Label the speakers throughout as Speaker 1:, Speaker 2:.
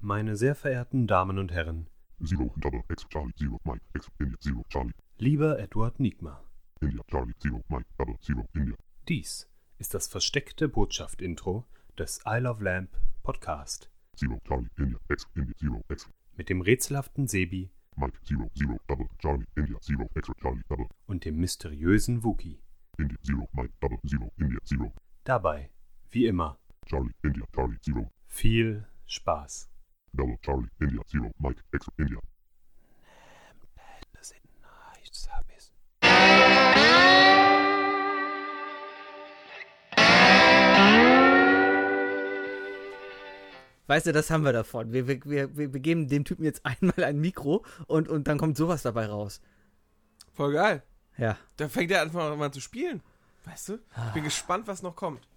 Speaker 1: Meine sehr verehrten Damen und Herren,
Speaker 2: Zero, Double, X, Charlie, Zero, Mike, X, India, Zero, Charlie,
Speaker 1: lieber Edward Nigma,
Speaker 2: India, Charlie, Zero, Mike, Double, Zero, India.
Speaker 1: dies ist das versteckte Botschaft-Intro des Isle of Lamp Podcast
Speaker 2: Zero, Charlie, India, X, India, Zero, X,
Speaker 1: mit dem rätselhaften Sebi
Speaker 2: Mike, Zero, Zero, Double, Charlie, India, Zero, X, Charlie, Double,
Speaker 1: und dem mysteriösen Wookie.
Speaker 2: India, Zero, Mike, Double, Zero, India, Zero,
Speaker 1: Dabei, wie immer,
Speaker 2: Charlie, India, Charlie, Zero,
Speaker 1: viel Spaß.
Speaker 2: Double, Charlie, India, Zero, Mike, X, India.
Speaker 3: Weißt du, das haben wir davon. Wir, wir, wir, wir wir geben dem Typen jetzt einmal ein Mikro und, und dann kommt sowas dabei raus.
Speaker 4: Voll geil.
Speaker 3: Ja.
Speaker 4: Da fängt er einfach mal an zu spielen. Weißt du? Ich
Speaker 3: Ah.
Speaker 4: bin gespannt, was noch kommt.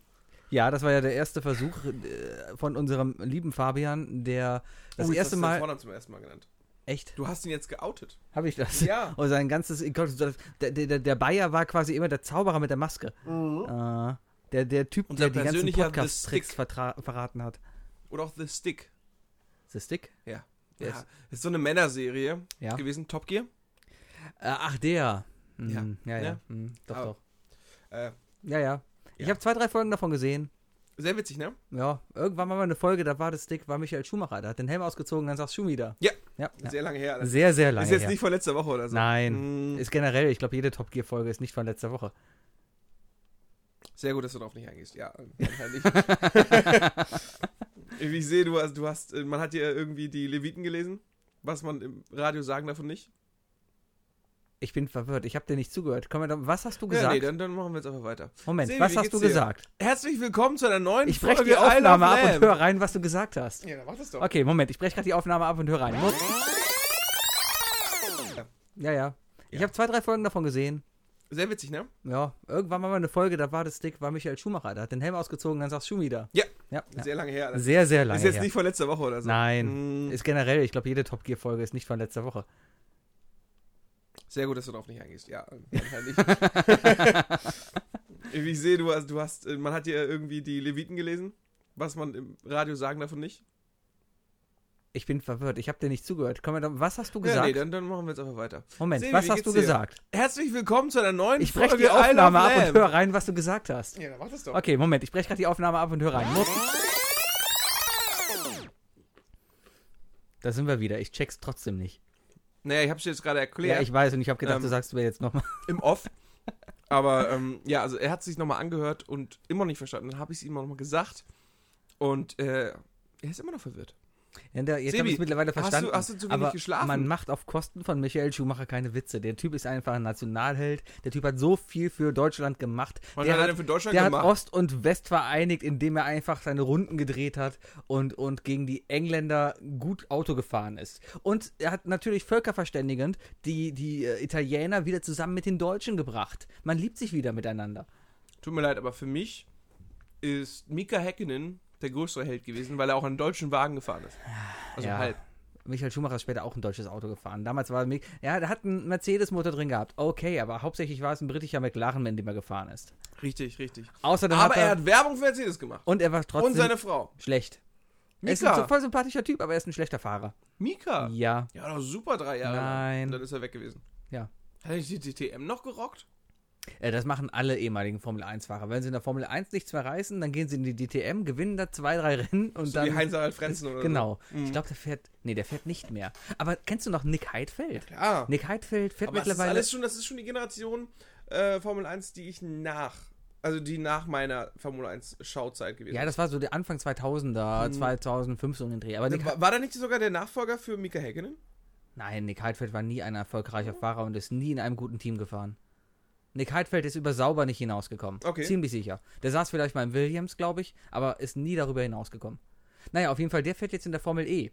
Speaker 3: Ja, das war ja der erste Versuch äh, von unserem lieben Fabian, der das
Speaker 4: Oh, jetzt hast
Speaker 3: erste
Speaker 4: du den
Speaker 3: Mal.
Speaker 4: Vornamen zum ersten Mal genannt.
Speaker 3: Echt?
Speaker 4: Du hast ihn jetzt geoutet.
Speaker 3: Habe ich das?
Speaker 4: Ja.
Speaker 3: Und sein ganzes. Der, der, der- der Bayer war quasi immer der Zauberer mit der Maske. Äh, der, der Typ, der
Speaker 4: Unser
Speaker 3: die ganzen
Speaker 4: Mhm. persönlicher The
Speaker 3: Podcast-Tricks
Speaker 4: Stick.
Speaker 3: vertra- verraten hat.
Speaker 4: Oder auch The Stick.
Speaker 3: Ist das Stick?
Speaker 4: Ja.
Speaker 3: Yes.
Speaker 4: Ja. Ist so eine Männerserie
Speaker 3: Ja.
Speaker 4: gewesen, Top Gear.
Speaker 3: Äh, ach, der. Mhm, ja, ja.
Speaker 4: Ja. Ne?
Speaker 3: Mhm, doch,
Speaker 4: Aber-
Speaker 3: doch.
Speaker 4: Äh,
Speaker 3: Ja, ja. Ich
Speaker 4: Ja.
Speaker 3: habe zwei, drei Folgen davon gesehen.
Speaker 4: sehr witzig, ne?
Speaker 3: Ja, irgendwann mal eine Folge, da war das Stick, war Michael Schumacher. Der hat den Helm ausgezogen, dann sagst Schumi da.
Speaker 4: Ja.
Speaker 3: Ja. ja.
Speaker 4: Sehr lange her. Das
Speaker 3: Sehr, sehr lange.
Speaker 4: ist jetzt
Speaker 3: her.
Speaker 4: nicht von letzter Woche oder so.
Speaker 3: Nein.
Speaker 4: Mm,
Speaker 3: Ist generell, ich glaube, jede Top Gear-Folge ist nicht von letzter Woche.
Speaker 4: Sehr gut, dass du darauf nicht eingehst. Ja, anscheinend nicht. ich sehe, du hast, du hast, äh, man hat dir irgendwie die Leviten gelesen, was man im Radio sagen davon nicht.
Speaker 3: Ich bin verwirrt, ich habe dir nicht zugehört. Komm, dann- was hast du
Speaker 4: Ja,
Speaker 3: gesagt?
Speaker 4: nee, dann, dann machen wir jetzt einfach weiter.
Speaker 3: Moment,
Speaker 4: Sebi,
Speaker 3: was
Speaker 4: wie
Speaker 3: hast
Speaker 4: geht's
Speaker 3: du
Speaker 4: dir?
Speaker 3: gesagt?
Speaker 4: Herzlich willkommen zu einer neuen
Speaker 3: Ich breche
Speaker 4: Folge
Speaker 3: die
Speaker 4: Isle of
Speaker 3: Aufnahme ab und
Speaker 4: Lamb.
Speaker 3: höre rein, was du gesagt hast.
Speaker 4: Ja, dann mach das doch.
Speaker 3: Okay, Moment, ich breche gerade die Aufnahme ab und höre rein. Ja, ja. Ich habe zwei, drei Folgen davon gesehen.
Speaker 4: Sehr witzig, ne?
Speaker 3: Ja, irgendwann mal eine Folge, da war das Stick, war Michael Schumacher. Der hat den Helm ausgezogen, dann sagst Schumi da.
Speaker 4: Ja,
Speaker 3: Ja, ja.
Speaker 4: sehr lange her. Das
Speaker 3: Sehr, sehr lange.
Speaker 4: ist jetzt
Speaker 3: her.
Speaker 4: nicht von letzter Woche oder so.
Speaker 3: Nein.
Speaker 4: Mm,
Speaker 3: Ist generell, ich glaube, jede Top Gear-Folge ist nicht von letzter Woche.
Speaker 4: Sehr gut, dass du darauf nicht eingehst. Ja, anscheinend nicht. ich sehe, du hast, du hast, äh, man hat dir irgendwie die Leviten gelesen, was man im Radio sagen davon nicht.
Speaker 3: Ich bin verwirrt, ich habe dir nicht zugehört. Komm, dann- was hast du
Speaker 4: Ja,
Speaker 3: gesagt?
Speaker 4: nee, dann, dann machen wir jetzt einfach weiter.
Speaker 3: Moment,
Speaker 4: Sebi,
Speaker 3: was
Speaker 4: wie
Speaker 3: hast
Speaker 4: geht's
Speaker 3: du
Speaker 4: dir?
Speaker 3: gesagt?
Speaker 4: Herzlich willkommen zu einer neuen
Speaker 3: Ich breche
Speaker 4: Folge
Speaker 3: die Aufnahme
Speaker 4: Isle of
Speaker 3: ab und
Speaker 4: Lamb.
Speaker 3: höre rein, was du gesagt hast.
Speaker 4: Ja, dann mach das doch.
Speaker 3: Okay, Moment, ich breche gerade die Aufnahme ab und höre rein. Da sind wir wieder. Ich check's trotzdem nicht.
Speaker 4: Naja, ich hab's dir jetzt gerade erklärt.
Speaker 3: Ja, ich weiß und ich habe gedacht,
Speaker 4: Ähm,
Speaker 3: du sagst mir jetzt nochmal.
Speaker 4: Im Off. Aber ähm, ja, also er hat sich nochmal angehört und immer noch nicht verstanden. Dann habe ich es ihm nochmal gesagt. Und äh, er ist immer noch verwirrt.
Speaker 3: Ja, der- jetzt
Speaker 4: Sebi,
Speaker 3: habe ich mittlerweile
Speaker 4: hast du-
Speaker 3: verstanden.
Speaker 4: hast du zu wenig
Speaker 3: aber
Speaker 4: geschlafen?
Speaker 3: Man macht auf Kosten von Michael Schumacher keine Witze. Der Typ ist einfach ein Nationalheld. Der Typ hat so viel für Deutschland gemacht.
Speaker 4: Was
Speaker 3: der
Speaker 4: hat er denn für Deutschland
Speaker 3: der
Speaker 4: gemacht?
Speaker 3: hat Ost und West vereinigt, indem er einfach seine Runden gedreht hat und, und gegen die Engländer gut Auto gefahren ist. Und er hat natürlich völkerverständigend die, die äh, Italiener wieder zusammen mit den Deutschen gebracht. Man liebt sich wieder miteinander.
Speaker 4: Tut mir leid, aber für mich ist Mika Häkkinen der größere Held gewesen, weil er auch an deutschen Wagen gefahren ist. Also
Speaker 3: Ja.
Speaker 4: halb.
Speaker 3: Michael Schumacher ist später auch ein deutsches Auto gefahren. Damals war Mi- ja, der hat einen Mercedes-Motor drin gehabt. Okay, aber hauptsächlich war es ein britischer McLaren, in dem er gefahren ist.
Speaker 4: Richtig, richtig.
Speaker 3: Außerdem
Speaker 4: Aber
Speaker 3: hat er,
Speaker 4: er hat Werbung für Mercedes gemacht.
Speaker 3: und er war trotzdem
Speaker 4: Und seine Frau.
Speaker 3: schlecht. Er ist ein so-
Speaker 4: Mika.
Speaker 3: voll sympathischer Typ, aber er ist ein schlechter Fahrer.
Speaker 4: Mika.
Speaker 3: Ja,
Speaker 4: Ja, doch super drei Jahre. lang.
Speaker 3: Nein.
Speaker 4: Und dann ist er weg gewesen.
Speaker 3: ja.
Speaker 4: Hat er nicht die DTM noch gerockt?
Speaker 3: Äh, Das machen alle ehemaligen Formel 1-Fahrer. Wenn sie in der Formel 1 nichts mehr reißen, dann gehen sie in die DTM, gewinnen da zwei, drei Rennen und
Speaker 4: Wie
Speaker 3: dann.
Speaker 4: Heinz-Harald Frenzen oder Mhm.
Speaker 3: genau. Ich glaube, der fährt. Nee, der fährt nicht mehr. Aber kennst du noch Nick Heidfeld?
Speaker 4: so. Ah.
Speaker 3: Nick Heidfeld fährt
Speaker 4: Aber das ist,
Speaker 3: mittlerweile.
Speaker 4: alles schon, das ist schon die Generation äh, Formel 1, die ich nach, also die nach meiner Formel 1 Schauzeit gewesen
Speaker 3: ja, das war so der Anfang 2000er,
Speaker 4: Hm.
Speaker 3: 2005 so in den Dreh. Aber Nick,
Speaker 4: ist. Also, War, war da nicht sogar der Nachfolger für Mika Häkkinen?
Speaker 3: nein, Nick Heidfeld war nie ein erfolgreicher Fahrer und ist nie in einem guten Team gefahren. Nick Heidfeld ist über Sauber nicht hinausgekommen.
Speaker 4: Okay.
Speaker 3: Ziemlich sicher. Der saß vielleicht mal im Williams, glaube ich, aber ist nie darüber hinausgekommen. Naja, auf jeden Fall, der fährt jetzt in der Formel E.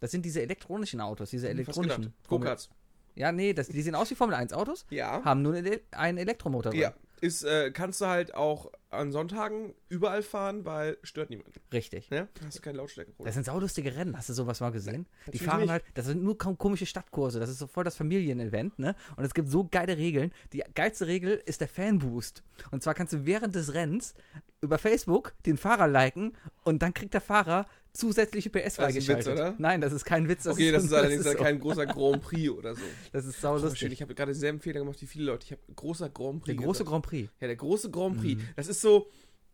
Speaker 3: Das sind diese elektronischen Autos, diese
Speaker 4: Fast
Speaker 3: elektronischen.
Speaker 4: gedacht.
Speaker 3: Formel-
Speaker 4: Go-Karts.
Speaker 3: Ja, nee, das, die sehen aus wie Formel 1 Autos,
Speaker 4: Ja.
Speaker 3: haben nur einen, einen Elektromotor drin.
Speaker 4: Ja. Ist, äh, kannst du halt auch an Sonntagen überall fahren, weil stört niemand.
Speaker 3: Richtig.
Speaker 4: Ne? Hast du keine Lautstärke.
Speaker 3: Das sind saulustige Rennen, hast du sowas mal gesehen? Die
Speaker 4: natürlich
Speaker 3: fahren
Speaker 4: nicht.
Speaker 3: halt, das sind nur kaum komische Stadtkurse, das ist so voll das Familienevent, ne? Und es gibt so geile Regeln. Die geilste Regel ist der Fanboost. Und zwar kannst du während des Rennens über Facebook den Fahrer liken und dann kriegt der Fahrer zusätzliche PS
Speaker 4: Das ist ein Witz,
Speaker 3: freigeschaltet.
Speaker 4: oder?
Speaker 3: Nein, das ist kein Witz. Das
Speaker 4: Okay, das ist allerdings
Speaker 3: so.
Speaker 4: kein großer Grand Prix oder so.
Speaker 3: Das ist sau
Speaker 4: Oh, shit,
Speaker 3: lustig.
Speaker 4: ich habe gerade denselben Fehler gemacht wie viele Leute. Ich habe großer Grand
Speaker 3: Der
Speaker 4: Prix.
Speaker 3: große
Speaker 4: gesagt.
Speaker 3: Grand Mhm. Prix.
Speaker 4: Ja, der große Grand Prix. Das ist so,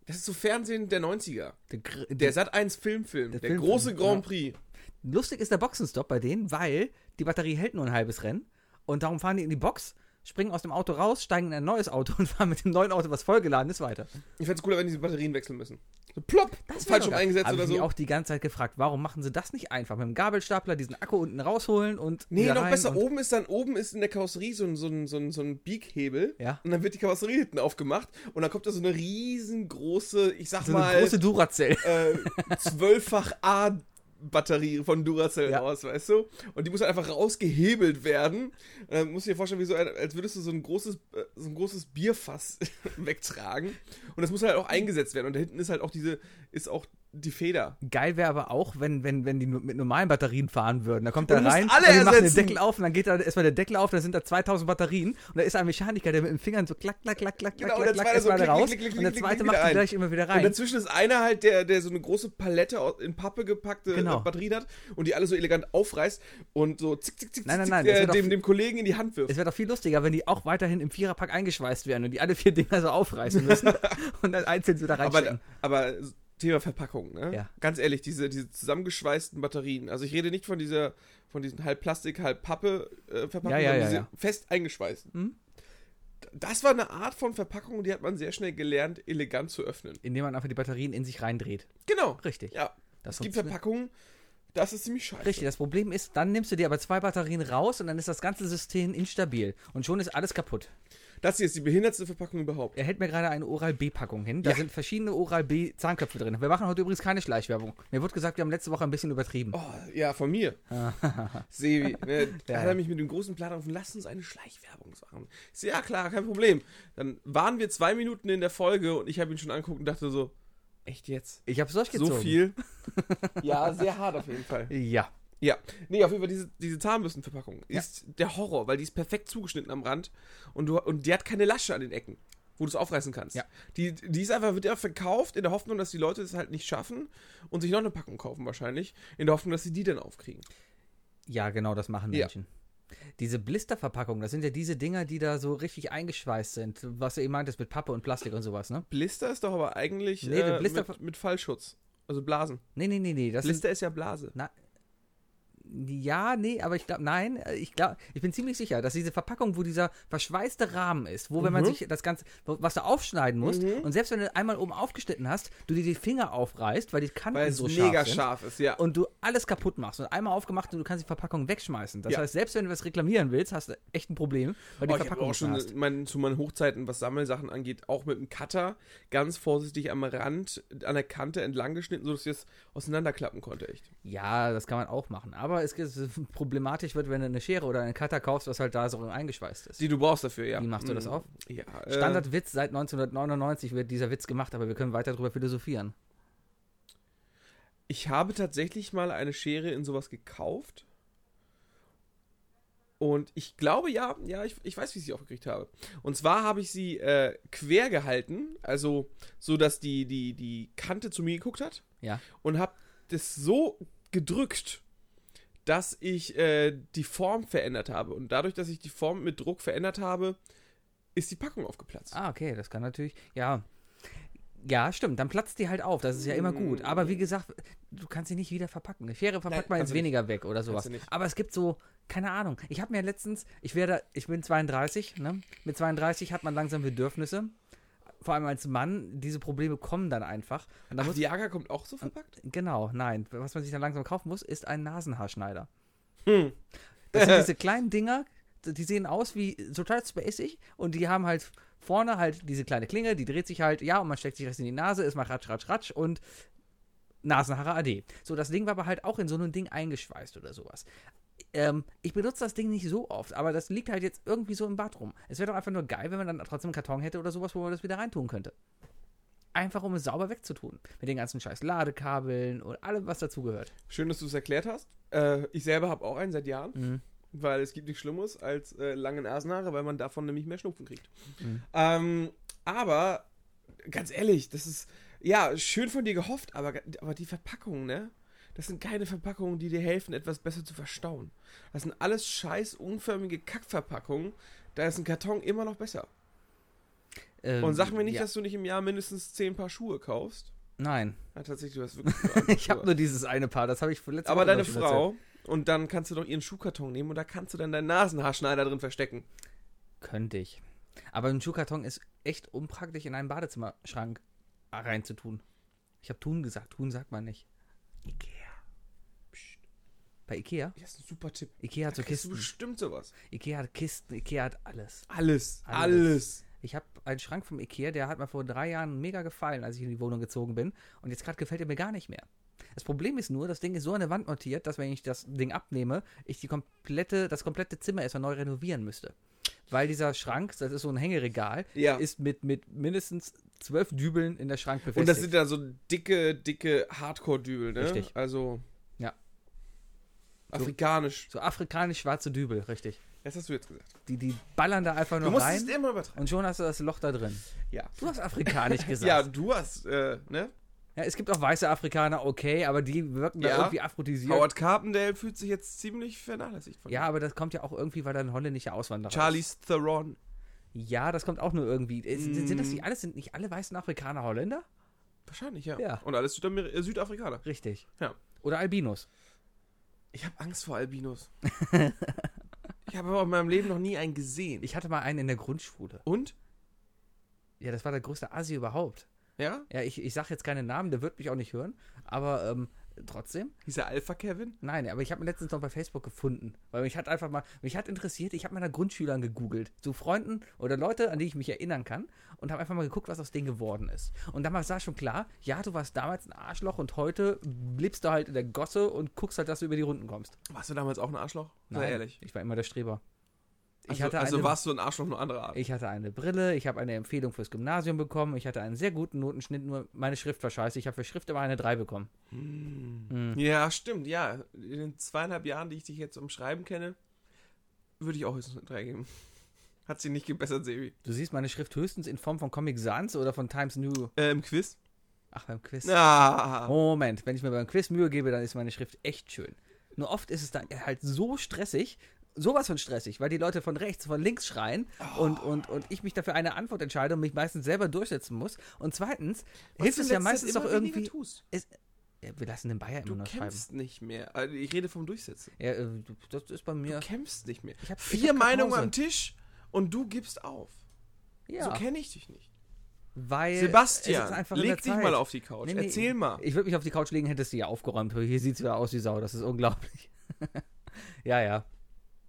Speaker 4: das ist so Fernsehen der 90er.
Speaker 3: Der, Gr-
Speaker 4: Der Sat 1 Filmfilm. Der,
Speaker 3: Der Filmfilm,
Speaker 4: große Grand
Speaker 3: ja.
Speaker 4: Prix.
Speaker 3: Lustig ist der Boxenstopp bei denen, weil die Batterie hält nur ein halbes Rennen und darum fahren die in die Box, springen aus dem Auto raus, steigen in ein neues Auto und fahren mit dem neuen Auto, was vollgeladen ist, weiter.
Speaker 4: Ich fände es cooler, wenn diese Batterien wechseln müssen. So plopp,
Speaker 3: Das
Speaker 4: falsch
Speaker 3: wäre
Speaker 4: rum
Speaker 3: doch-
Speaker 4: eingesetzt
Speaker 3: Hab
Speaker 4: oder
Speaker 3: ich mich
Speaker 4: so.
Speaker 3: auch die ganze Zeit gefragt, warum machen sie das nicht einfach? Mit dem Gabelstapler diesen Akku unten rausholen und.
Speaker 4: Nee,
Speaker 3: wieder
Speaker 4: noch
Speaker 3: rein
Speaker 4: besser.
Speaker 3: und-
Speaker 4: Oben ist dann, oben ist in der Karosserie so ein, so ein, so ein, so ein Bieghebel.
Speaker 3: Ja.
Speaker 4: Und dann wird die Karosserie hinten aufgemacht. Und dann kommt da so eine riesengroße, ich sag
Speaker 3: So eine
Speaker 4: mal,
Speaker 3: große Duracell.
Speaker 4: äh, zwölffach A Batterie von Duracell
Speaker 3: Ja.
Speaker 4: aus, weißt du? Und die muss halt einfach rausgehebelt werden. Und dann musst du dir vorstellen, wie so ein, als würdest du so ein großes, äh, so ein großes Bierfass wegtragen. Und das muss halt auch eingesetzt werden. Und da hinten ist halt auch diese, ist auch die Feder.
Speaker 3: Geil wäre aber auch, wenn, wenn, wenn die nur mit normalen Batterien fahren würden. Da kommt
Speaker 4: Du
Speaker 3: er
Speaker 4: musst
Speaker 3: rein,
Speaker 4: alle
Speaker 3: und die machen den
Speaker 4: ersetzen.
Speaker 3: Deckel auf und dann geht da erstmal der Deckel auf, da sind da 2000 Batterien und da ist ein Mechaniker, der mit den Fingern so klack, klack, klack, klack,
Speaker 4: Genau, und
Speaker 3: klack,
Speaker 4: der
Speaker 3: klack,
Speaker 4: zweite so
Speaker 3: erstmal
Speaker 4: klick,
Speaker 3: raus
Speaker 4: klick, klick,
Speaker 3: und der
Speaker 4: klick,
Speaker 3: zweite
Speaker 4: klick,
Speaker 3: macht
Speaker 4: wieder
Speaker 3: die
Speaker 4: ein.
Speaker 3: gleich immer wieder
Speaker 4: Und
Speaker 3: rein.
Speaker 4: dazwischen ist einer halt, der, der so eine große Palette au- in Pappe gepackte
Speaker 3: Genau.
Speaker 4: äh, Batterien hat und die alle so elegant aufreißt und so zick, zick, zick,
Speaker 3: Nein, nein,
Speaker 4: zick,
Speaker 3: nein,
Speaker 4: zick,
Speaker 3: das
Speaker 4: äh,
Speaker 3: wird
Speaker 4: dem,
Speaker 3: doch-
Speaker 4: dem Kollegen in die Hand wirft.
Speaker 3: Es wäre doch viel lustiger, wenn die auch weiterhin im Viererpack eingeschweißt wären und die alle vier Dinger so aufreißen müssen und dann einzeln so da
Speaker 4: Aber,
Speaker 3: reinstecken.
Speaker 4: aber Thema Verpackung, ne?
Speaker 3: Ja.
Speaker 4: Ganz ehrlich, diese, diese zusammengeschweißten Batterien. Also ich rede nicht von dieser, von diesen halb Plastik, halb Pappe äh, Verpackung,
Speaker 3: Ja, ja,
Speaker 4: sondern
Speaker 3: ja,
Speaker 4: diese
Speaker 3: ja.
Speaker 4: fest eingeschweißten.
Speaker 3: Mhm.
Speaker 4: Das war eine Art von Verpackung, die hat man sehr schnell gelernt, elegant zu öffnen.
Speaker 3: Indem man einfach die Batterien in sich reindreht.
Speaker 4: Genau.
Speaker 3: Richtig.
Speaker 4: Ja.
Speaker 3: Das
Speaker 4: Es gibt
Speaker 3: funktioniert.
Speaker 4: Verpackungen, das ist ziemlich scheiße.
Speaker 3: Richtig, das Problem ist, dann nimmst du dir aber zwei Batterien raus und dann ist das ganze System instabil und schon ist alles kaputt.
Speaker 4: Das hier ist die behindertste Verpackung überhaupt.
Speaker 3: Er hält mir gerade eine Oral-B-Packung hin. Da
Speaker 4: Ja.
Speaker 3: sind verschiedene Oral-B-Zahnköpfe drin. Wir machen heute übrigens keine Schleichwerbung. Mir wurde gesagt, wir haben letzte Woche ein bisschen übertrieben.
Speaker 4: Oh, ja, von mir. Sebi, ne, da
Speaker 3: Ja,
Speaker 4: hat
Speaker 3: ja.
Speaker 4: er mich mit dem großen Plan auf, lass uns eine Schleichwerbung machen. Ich so, ja klar, kein Problem. Dann waren wir zwei Minuten in der Folge und ich habe ihn schon angeguckt und dachte so, echt jetzt?
Speaker 3: Ich habe es durchgezogen.
Speaker 4: So viel? ja, sehr hart auf jeden Fall.
Speaker 3: Ja.
Speaker 4: Ja, nee, auf jeden Fall diese, diese Zahnbürstenverpackung ist der Horror, weil die ist perfekt zugeschnitten am Rand und, du, und die hat keine Lasche an den Ecken, wo du es aufreißen kannst.
Speaker 3: Ja.
Speaker 4: Die, die ist einfach, wird ja verkauft in der Hoffnung, dass die Leute es halt nicht schaffen und sich noch eine Packung kaufen wahrscheinlich, in der Hoffnung, dass sie die dann aufkriegen.
Speaker 3: Ja, genau, das machen
Speaker 4: Ja.
Speaker 3: Menschen. Diese Blisterverpackungen, das sind ja diese Dinger, die da so richtig eingeschweißt sind. Was du eben meintest mit Pappe und Plastik und sowas, ne?
Speaker 4: Blister ist doch aber eigentlich
Speaker 3: Nee, der
Speaker 4: äh,
Speaker 3: Blister-
Speaker 4: mit, mit Fallschutz, also Blasen.
Speaker 3: Nee, nee, nee, nee. Das sind,
Speaker 4: Blister ist ja Blase.
Speaker 3: ja, nee, aber ich glaube, nein, äh, ich glaube, ich bin ziemlich sicher, dass diese Verpackung, wo dieser verschweißte Rahmen ist, wo, wenn man
Speaker 4: Mhm.
Speaker 3: sich das Ganze, wo- was du aufschneiden musst, und selbst wenn du einmal oben aufgeschnitten hast, du dir die Finger aufreißt, weil die Kanten
Speaker 4: Weil es
Speaker 3: so scharf
Speaker 4: mega
Speaker 3: sind.
Speaker 4: scharf ist, ja.
Speaker 3: und du alles kaputt machst und einmal aufgemacht und du kannst die Verpackung wegschmeißen. Das
Speaker 4: Ja.
Speaker 3: heißt, selbst wenn du was reklamieren willst, hast du echt ein Problem, weil die
Speaker 4: Oh, ich habe
Speaker 3: Verpackung
Speaker 4: auch schon
Speaker 3: hast.
Speaker 4: mein, zu meinen Hochzeiten, was Sammelsachen angeht, auch mit dem Cutter ganz vorsichtig am Rand, an der Kante entlang geschnitten, sodass ich es auseinanderklappen konnte, echt.
Speaker 3: Ja, das kann man auch machen. Aber es ist problematisch wird, wenn du eine Schere oder einen Cutter kaufst, was halt da so eingeschweißt ist.
Speaker 4: Die du brauchst dafür, ja.
Speaker 3: Wie machst du das auf?
Speaker 4: Ja, äh,
Speaker 3: Standardwitz seit 1999 wird dieser Witz gemacht, aber wir können weiter darüber philosophieren.
Speaker 4: Ich habe tatsächlich mal eine Schere in sowas gekauft. Und ich glaube, ja, ja, ich, ich weiß, wie ich sie aufgekriegt habe. Und zwar habe ich sie äh, quer gehalten, also so, dass die, die, die Kante zu mir geguckt hat.
Speaker 3: Ja.
Speaker 4: und habe das so gedrückt, dass ich äh, die Form verändert habe. Und dadurch, dass ich die Form mit Druck verändert habe, ist die Packung aufgeplatzt.
Speaker 3: Ah, okay, das kann natürlich. Ja. Ja, stimmt, dann platzt die halt auf, das ist ja immer gut. Aber wie gesagt, du kannst sie nicht wieder verpacken. Eine Schere verpackt man
Speaker 4: kannst
Speaker 3: jetzt
Speaker 4: du nicht.
Speaker 3: weniger weg oder
Speaker 4: Kannst
Speaker 3: sowas.
Speaker 4: du nicht.
Speaker 3: Aber es gibt so, keine Ahnung. Ich habe mir letztens, ich werde, ich bin 32, ne? Mit 32 hat man langsam Bedürfnisse. Vor allem als Mann, diese Probleme kommen dann einfach. Und da
Speaker 4: Ach,
Speaker 3: muss,
Speaker 4: Viagra kommt auch so verpackt?
Speaker 3: genau, nein. Was man sich dann langsam kaufen muss, ist ein Nasenhaarschneider.
Speaker 4: Hm.
Speaker 3: Das sind diese kleinen Dinger, die sehen aus wie total spacig und die haben halt vorne halt diese kleine Klinge, die dreht sich halt, ja, und man steckt sich das in die Nase, es macht ratsch, ratsch, ratsch und Nasenhaare AD. So, das Ding war aber halt auch in so einem Ding eingeschweißt oder sowas. Ähm, ich benutze das Ding nicht so oft, aber das liegt halt jetzt irgendwie so im Bad rum. Es wäre doch einfach nur geil, wenn man dann trotzdem einen Karton hätte oder sowas, wo man das wieder reintun könnte. Einfach, um es sauber wegzutun. Mit den ganzen scheiß Ladekabeln und allem, was dazugehört.
Speaker 4: Schön, dass du es erklärt hast. Äh, ich selber habe auch einen seit Jahren,
Speaker 3: Mhm.
Speaker 4: weil es gibt nichts Schlimmes als äh, lange Nasenhaare, weil man davon nämlich mehr Schnupfen kriegt.
Speaker 3: Mhm.
Speaker 4: Ähm, aber ganz ehrlich, das ist ja schön von dir gehofft, aber, aber die Verpackung, ne? Das sind keine Verpackungen, die dir helfen, etwas besser zu verstauen. Das sind alles scheiß unförmige Kackverpackungen. Da ist ein Karton immer noch besser.
Speaker 3: Ähm,
Speaker 4: Und sag mir nicht,
Speaker 3: ja.
Speaker 4: dass du nicht im Jahr mindestens 10 Paar Schuhe kaufst.
Speaker 3: Nein,
Speaker 4: Ja, tatsächlich, du hast wirklich. nur
Speaker 3: ich habe
Speaker 4: Schuhe.
Speaker 3: nur dieses eine Paar, das habe ich letztes
Speaker 4: Aber deine Frau. Und dann kannst du doch ihren Schuhkarton nehmen und da kannst du dann deinen Nasenhaarschneider drin verstecken.
Speaker 3: Könnte ich. Aber ein Schuhkarton ist echt unpraktisch in einen Badezimmerschrank reinzutun. Ich habe tun gesagt, tun sagt man nicht. Ikea. Psst. Bei Ikea?
Speaker 4: Das ist ein super Tipp.
Speaker 3: Ikea hat so
Speaker 4: Da kriegst du
Speaker 3: Kisten.
Speaker 4: bestimmt sowas.
Speaker 3: Ikea hat Kisten, Ikea hat alles.
Speaker 4: Alles,
Speaker 3: Alles.
Speaker 4: alles.
Speaker 3: Ich habe einen Schrank vom Ikea, der hat mir vor drei Jahren mega gefallen, als ich in die Wohnung gezogen bin. Und jetzt gerade gefällt er mir gar nicht mehr. Das Problem ist nur, das Ding ist so an der Wand montiert, dass wenn ich das Ding abnehme, ich die komplette, das komplette Zimmer erstmal neu renovieren müsste. Weil dieser Schrank, das ist so ein Hängeregal,
Speaker 4: Ja.
Speaker 3: ist mit, mit mindestens zwölf Dübeln in der Schrank befestigt.
Speaker 4: Und das sind dann so dicke, dicke Hardcore-Dübel, ne?
Speaker 3: Richtig.
Speaker 4: Also.
Speaker 3: Ja.
Speaker 4: Afrikanisch.
Speaker 3: so afrikanisch-schwarze Dübel, richtig.
Speaker 4: Das hast du jetzt gesagt.
Speaker 3: Die, die ballern da einfach
Speaker 4: Du
Speaker 3: nur
Speaker 4: musst es
Speaker 3: rein
Speaker 4: immer übertragen.
Speaker 3: und schon hast du das Loch da drin.
Speaker 4: Ja.
Speaker 3: Du hast afrikanisch gesagt.
Speaker 4: Ja, du hast, äh, ne?
Speaker 3: Ja, es gibt auch weiße Afrikaner, okay, aber die wirken da
Speaker 4: Ja.
Speaker 3: irgendwie aphrodisiert.
Speaker 4: Howard Carpendale fühlt sich jetzt ziemlich vernachlässigt von
Speaker 3: Ja, aber das kommt ja auch irgendwie, weil er ein holländischer Auswanderer ist.
Speaker 4: Charlize Theron.
Speaker 3: Ja, das kommt auch nur irgendwie. Äh, Sind, sind das
Speaker 4: Mm.
Speaker 3: nicht alles, sind nicht alle weißen Afrikaner Holländer?
Speaker 4: Wahrscheinlich, ja.
Speaker 3: Ja.
Speaker 4: Und alles Südamer äh, Südafrikaner.
Speaker 3: Richtig.
Speaker 4: Ja.
Speaker 3: Oder Albinos.
Speaker 4: Ich habe Angst vor Albinos. ich habe aber in meinem Leben noch nie einen gesehen.
Speaker 3: Ich hatte mal einen in der Grundschule.
Speaker 4: Und?
Speaker 3: Ja, das war der größte Asi überhaupt.
Speaker 4: Ja?
Speaker 3: Ja, ich, ich sag jetzt keinen Namen, der wird mich auch nicht hören. Aber ähm, trotzdem.
Speaker 4: Hieß er Alpha Kevin?
Speaker 3: Nein, aber ich habe ihn letztens noch bei Facebook gefunden. Weil mich hat einfach mal, mich hat interessiert, ich habe meiner Grundschülern gegoogelt. Zu Freunden oder Leute, an die ich mich erinnern kann. Und habe einfach mal geguckt, was aus denen geworden ist. Und damals war schon klar, ja, du warst damals ein Arschloch und heute bliebst du halt in der Gosse und guckst halt, dass du über die Runden kommst.
Speaker 4: Warst du damals auch ein Arschloch? Sei ehrlich.
Speaker 3: Ich war immer der Streber. Ich,
Speaker 4: also
Speaker 3: hatte
Speaker 4: also
Speaker 3: eine,
Speaker 4: warst du ein Arschloch nur anderer Art.
Speaker 3: ich hatte eine Brille, ich habe eine Empfehlung fürs Gymnasium bekommen, ich hatte einen sehr guten Notenschnitt, nur meine Schrift war scheiße. Ich habe für Schrift immer eine 3 bekommen.
Speaker 4: Mhm. Ja, stimmt, ja. In den zweieinhalb Jahren, die ich dich jetzt umschreiben kenne, würde ich auch jetzt eine 3 geben. Hat sich nicht gebessert, Sebi.
Speaker 3: Du siehst meine Schrift höchstens in Form von Comic Sans oder von Times New.
Speaker 4: Äh, Im Quiz?
Speaker 3: Ach, beim Quiz.
Speaker 4: Ah.
Speaker 3: Moment, wenn ich mir beim Quiz Mühe gebe, dann ist meine Schrift echt schön. Nur oft ist es dann halt so stressig, sowas von stressig, weil die Leute von rechts, von links schreien und,
Speaker 4: Oh.
Speaker 3: und, und ich mich dafür eine Antwort entscheide und mich meistens selber durchsetzen muss. Und zweitens hilft es ja meistens auch irgendwie.
Speaker 4: Tust.
Speaker 3: Ja, wir lassen den Bayer immer
Speaker 4: Du
Speaker 3: nur schreiben.
Speaker 4: kämpfst nicht mehr. Also ich rede vom Durchsetzen.
Speaker 3: Ja, äh, du- das ist bei
Speaker 4: Du
Speaker 3: mir.
Speaker 4: kämpfst nicht mehr.
Speaker 3: Ich hab- ich
Speaker 4: Vier
Speaker 3: hab keine
Speaker 4: Meinungen
Speaker 3: Pause.
Speaker 4: am Tisch und du gibst auf. So
Speaker 3: Ja,
Speaker 4: kenne ich dich nicht.
Speaker 3: weil. es ist
Speaker 4: Sebastian,
Speaker 3: einfach an
Speaker 4: leg
Speaker 3: der
Speaker 4: dich
Speaker 3: Zeit.
Speaker 4: mal auf die Couch.
Speaker 3: Nee, nee,
Speaker 4: Erzähl mal.
Speaker 3: Ich würde mich auf die Couch legen, hättest du ja aufgeräumt. Hier sieht es wieder aus wie Sau, das ist unglaublich. ja, ja.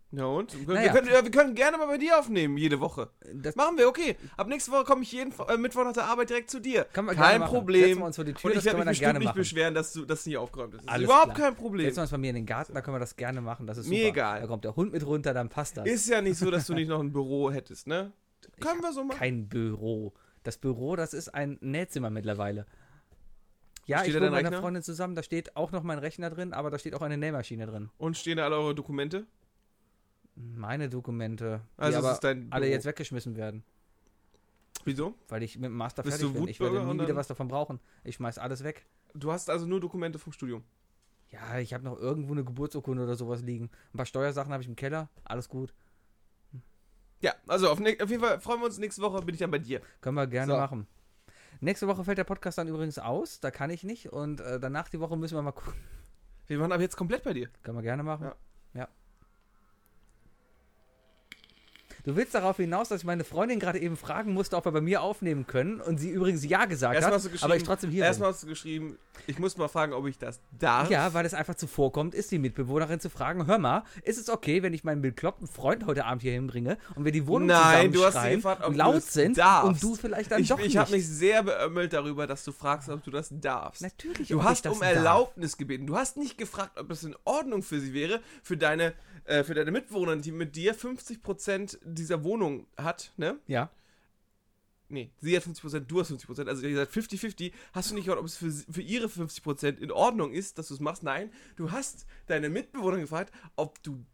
Speaker 4: Na und? Wir,
Speaker 3: Naja.
Speaker 4: wir, können, ja, wir können gerne mal bei dir aufnehmen, jede Woche.
Speaker 3: Das-
Speaker 4: machen wir, okay. Ab nächste Woche komme ich jeden F- äh, Mittwoch nach der Arbeit direkt zu dir.
Speaker 3: Können wir
Speaker 4: kein
Speaker 3: gerne machen. Setzen
Speaker 4: Problem.
Speaker 3: wir uns vor die Tür,
Speaker 4: und
Speaker 3: das
Speaker 4: ich werde
Speaker 3: können wir
Speaker 4: mich
Speaker 3: dann
Speaker 4: bestimmt
Speaker 3: gerne
Speaker 4: nicht
Speaker 3: machen.
Speaker 4: beschweren, dass, du, dass nicht aufgeräumt ist. Das
Speaker 3: Alles
Speaker 4: ist überhaupt
Speaker 3: klar.
Speaker 4: kein Problem.
Speaker 3: Setzen wir uns bei mir in den Garten, da können wir das gerne machen. Das ist
Speaker 4: Mir
Speaker 3: super.
Speaker 4: egal.
Speaker 3: Da kommt der Hund mit runter, dann passt das.
Speaker 4: Ist ja nicht so, dass du nicht noch ein Büro hättest, ne? Können wir so machen.
Speaker 3: Kein Büro. Das Büro, das ist ein Nähzimmer mittlerweile. Ja,
Speaker 4: Steht
Speaker 3: ich
Speaker 4: da
Speaker 3: bin mit
Speaker 4: dein
Speaker 3: meiner
Speaker 4: Rechner?
Speaker 3: Freundin zusammen, da steht auch noch mein Rechner drin, aber da steht auch eine Nähmaschine drin.
Speaker 4: Und stehen da alle eure Dokumente?
Speaker 3: Meine Dokumente, die
Speaker 4: Also es
Speaker 3: aber
Speaker 4: ist dein
Speaker 3: alle
Speaker 4: Büro.
Speaker 3: jetzt weggeschmissen werden,
Speaker 4: Wieso?
Speaker 3: weil ich mit dem Master
Speaker 4: Bist
Speaker 3: fertig
Speaker 4: du
Speaker 3: bin. Ich werde
Speaker 4: Wutbürger
Speaker 3: nie
Speaker 4: und
Speaker 3: wieder
Speaker 4: dann-
Speaker 3: was davon brauchen. Ich schmeiß alles weg.
Speaker 4: Du hast also nur Dokumente vom Studium.
Speaker 3: Ja, ich habe noch irgendwo eine Geburtsurkunde oder sowas liegen. Ein paar Steuersachen habe ich im Keller, alles gut.
Speaker 4: Ja, also auf, ne- auf jeden Fall freuen wir uns. Nächste Woche bin ich dann bei dir.
Speaker 3: Können wir gerne
Speaker 4: So.
Speaker 3: machen. Nächste Woche fällt der Podcast dann übrigens aus, da kann ich nicht. Und äh, danach die Woche müssen wir mal gucken.
Speaker 4: Wir waren aber jetzt komplett bei dir.
Speaker 3: Können wir gerne machen.
Speaker 4: Ja.
Speaker 3: Ja. Du willst darauf hinaus, dass ich meine Freundin gerade eben fragen musste, ob wir bei mir aufnehmen können und sie übrigens ja gesagt
Speaker 4: Erstmal hast du
Speaker 3: hat,
Speaker 4: geschrieben,
Speaker 3: Ah, aber ich trotzdem hier
Speaker 4: erstmal hast du geschrieben, ich muss mal fragen, ob ich das darf.
Speaker 3: bin. Ja, weil es einfach zuvorkommt, ist die Mitbewohnerin zu fragen, hör mal, ist es okay, wenn ich meinen bekloppten Freund heute Abend hier hinbringe und wir die Wohnung
Speaker 4: Nein, du hast sie
Speaker 3: zusammenschreien
Speaker 4: gefragt, ob
Speaker 3: und
Speaker 4: du
Speaker 3: laut
Speaker 4: das
Speaker 3: sind
Speaker 4: darfst.
Speaker 3: und du vielleicht dann
Speaker 4: ich
Speaker 3: doch
Speaker 4: ich
Speaker 3: nicht.
Speaker 4: habe mich sehr beömmelt darüber, dass du fragst, ob du das darfst.
Speaker 3: Natürlich,
Speaker 4: Du
Speaker 3: ob ich
Speaker 4: hast
Speaker 3: das
Speaker 4: um
Speaker 3: darf.
Speaker 4: Erlaubnis gebeten. Du hast nicht gefragt, ob es in Ordnung für sie wäre, für deine, äh, für deine Mitwohner, die mit dir 50% dieser Wohnung hat, ne?
Speaker 3: Ja.
Speaker 4: Nee, sie hat 50%, du hast 50%, also ihr seid 50-50. Hast du nicht gehört, ob es für, sie- für ihre 50% in Ordnung ist, dass du es machst? Nein, du hast deine Mitbewohner gefragt, ob du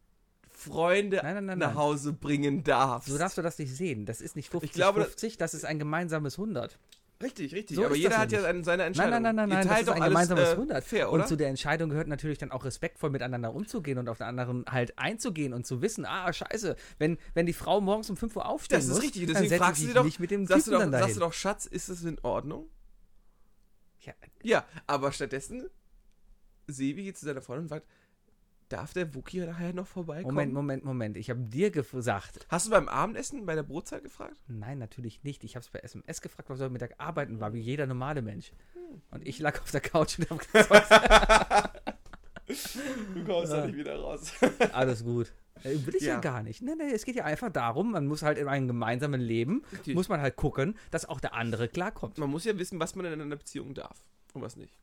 Speaker 4: Freunde
Speaker 3: Nein, nein, nein,
Speaker 4: nach
Speaker 3: nein.
Speaker 4: Hause bringen darfst.
Speaker 3: So darfst du das nicht sehen. Das ist nicht 50,
Speaker 4: glaube, das-
Speaker 3: 50, das ist ein gemeinsames 100.
Speaker 4: Richtig, richtig.
Speaker 3: So
Speaker 4: aber
Speaker 3: ist
Speaker 4: jeder
Speaker 3: das
Speaker 4: hat
Speaker 3: ja
Speaker 4: ja seine- seine
Speaker 3: Nein,
Speaker 4: Entscheidung.
Speaker 3: nein, nein, nein,
Speaker 4: Ihr
Speaker 3: nein, das
Speaker 4: teilt
Speaker 3: ist
Speaker 4: doch
Speaker 3: ein
Speaker 4: alles,
Speaker 3: gemeinsames
Speaker 4: äh,
Speaker 3: Hundert.
Speaker 4: fair, oder?
Speaker 3: und zu der Entscheidung gehört natürlich dann auch respektvoll miteinander umzugehen und auf den anderen halt einzugehen und zu wissen, ah, scheiße, wenn, wenn die Frau morgens um 5 Uhr aufstehen
Speaker 4: das ist
Speaker 3: muss,
Speaker 4: richtig.
Speaker 3: dann
Speaker 4: Deswegen
Speaker 3: setze ich
Speaker 4: fragst du sie
Speaker 3: mich
Speaker 4: doch,
Speaker 3: nicht mit dem
Speaker 4: sagst,
Speaker 3: Typen
Speaker 4: du
Speaker 3: dann
Speaker 4: doch sagst
Speaker 3: dahin.
Speaker 4: du doch, Schatz, ist das in Ordnung?
Speaker 3: ja,
Speaker 4: Ja, aber stattdessen, Sebi geht zu seiner Freundin und fragt, darf der Wookie nachher noch vorbeikommen?
Speaker 3: Moment, Moment, Moment. Ich habe dir gesagt,
Speaker 4: Hast du beim Abendessen bei der Brotzeit gefragt?
Speaker 3: nein, natürlich nicht. Ich habe es bei SMS gefragt, was soll Mittag arbeiten war, wie jeder normale Mensch.
Speaker 4: Hm.
Speaker 3: Und ich lag auf der Couch und habe gesagt,
Speaker 4: Du kommst da nicht wieder raus.
Speaker 3: alles gut. Äh, Will ich ja.
Speaker 4: Ja.
Speaker 3: gar nicht. Nee, nee, es geht ja einfach darum, man muss halt in einem gemeinsamen Leben,
Speaker 4: Richtig.
Speaker 3: muss man halt gucken, dass auch der andere klarkommt.
Speaker 4: Man muss ja wissen, was man in einer Beziehung darf und was nicht.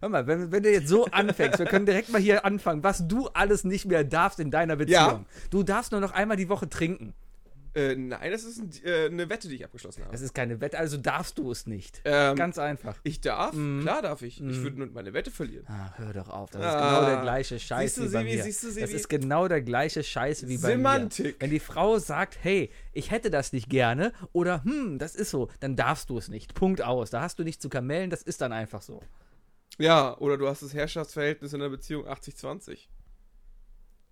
Speaker 3: Hör mal, wenn, wenn du jetzt so anfängst, wir können direkt mal hier anfangen, was du alles nicht mehr darfst in deiner Beziehung. Du darfst nur noch einmal die Woche trinken.
Speaker 4: Äh, nein, das ist ein, äh, eine Wette, die ich abgeschlossen habe.
Speaker 3: Das ist keine Wette, also darfst du es nicht.
Speaker 4: Ähm,
Speaker 3: Ganz einfach.
Speaker 4: ich darf,
Speaker 3: Mhm.
Speaker 4: klar darf ich. Ich würde nur meine Wette verlieren.
Speaker 3: Ah, hör doch auf, das ist
Speaker 4: Ah.
Speaker 3: genau der gleiche Scheiß
Speaker 4: Siehst du,
Speaker 3: wie bei
Speaker 4: Sebi,
Speaker 3: mir.
Speaker 4: siehst du,
Speaker 3: das
Speaker 4: Sebi?
Speaker 3: ist genau der gleiche Scheiß wie bei mir.
Speaker 4: Semantik.
Speaker 3: Wenn die Frau sagt, hey, ich hätte das nicht gerne oder hm, das ist so, dann darfst du es nicht. Punkt aus. Da hast du nicht zu kamellen, das ist dann einfach so.
Speaker 4: Ja, oder du hast das Herrschaftsverhältnis in der Beziehung 80-20.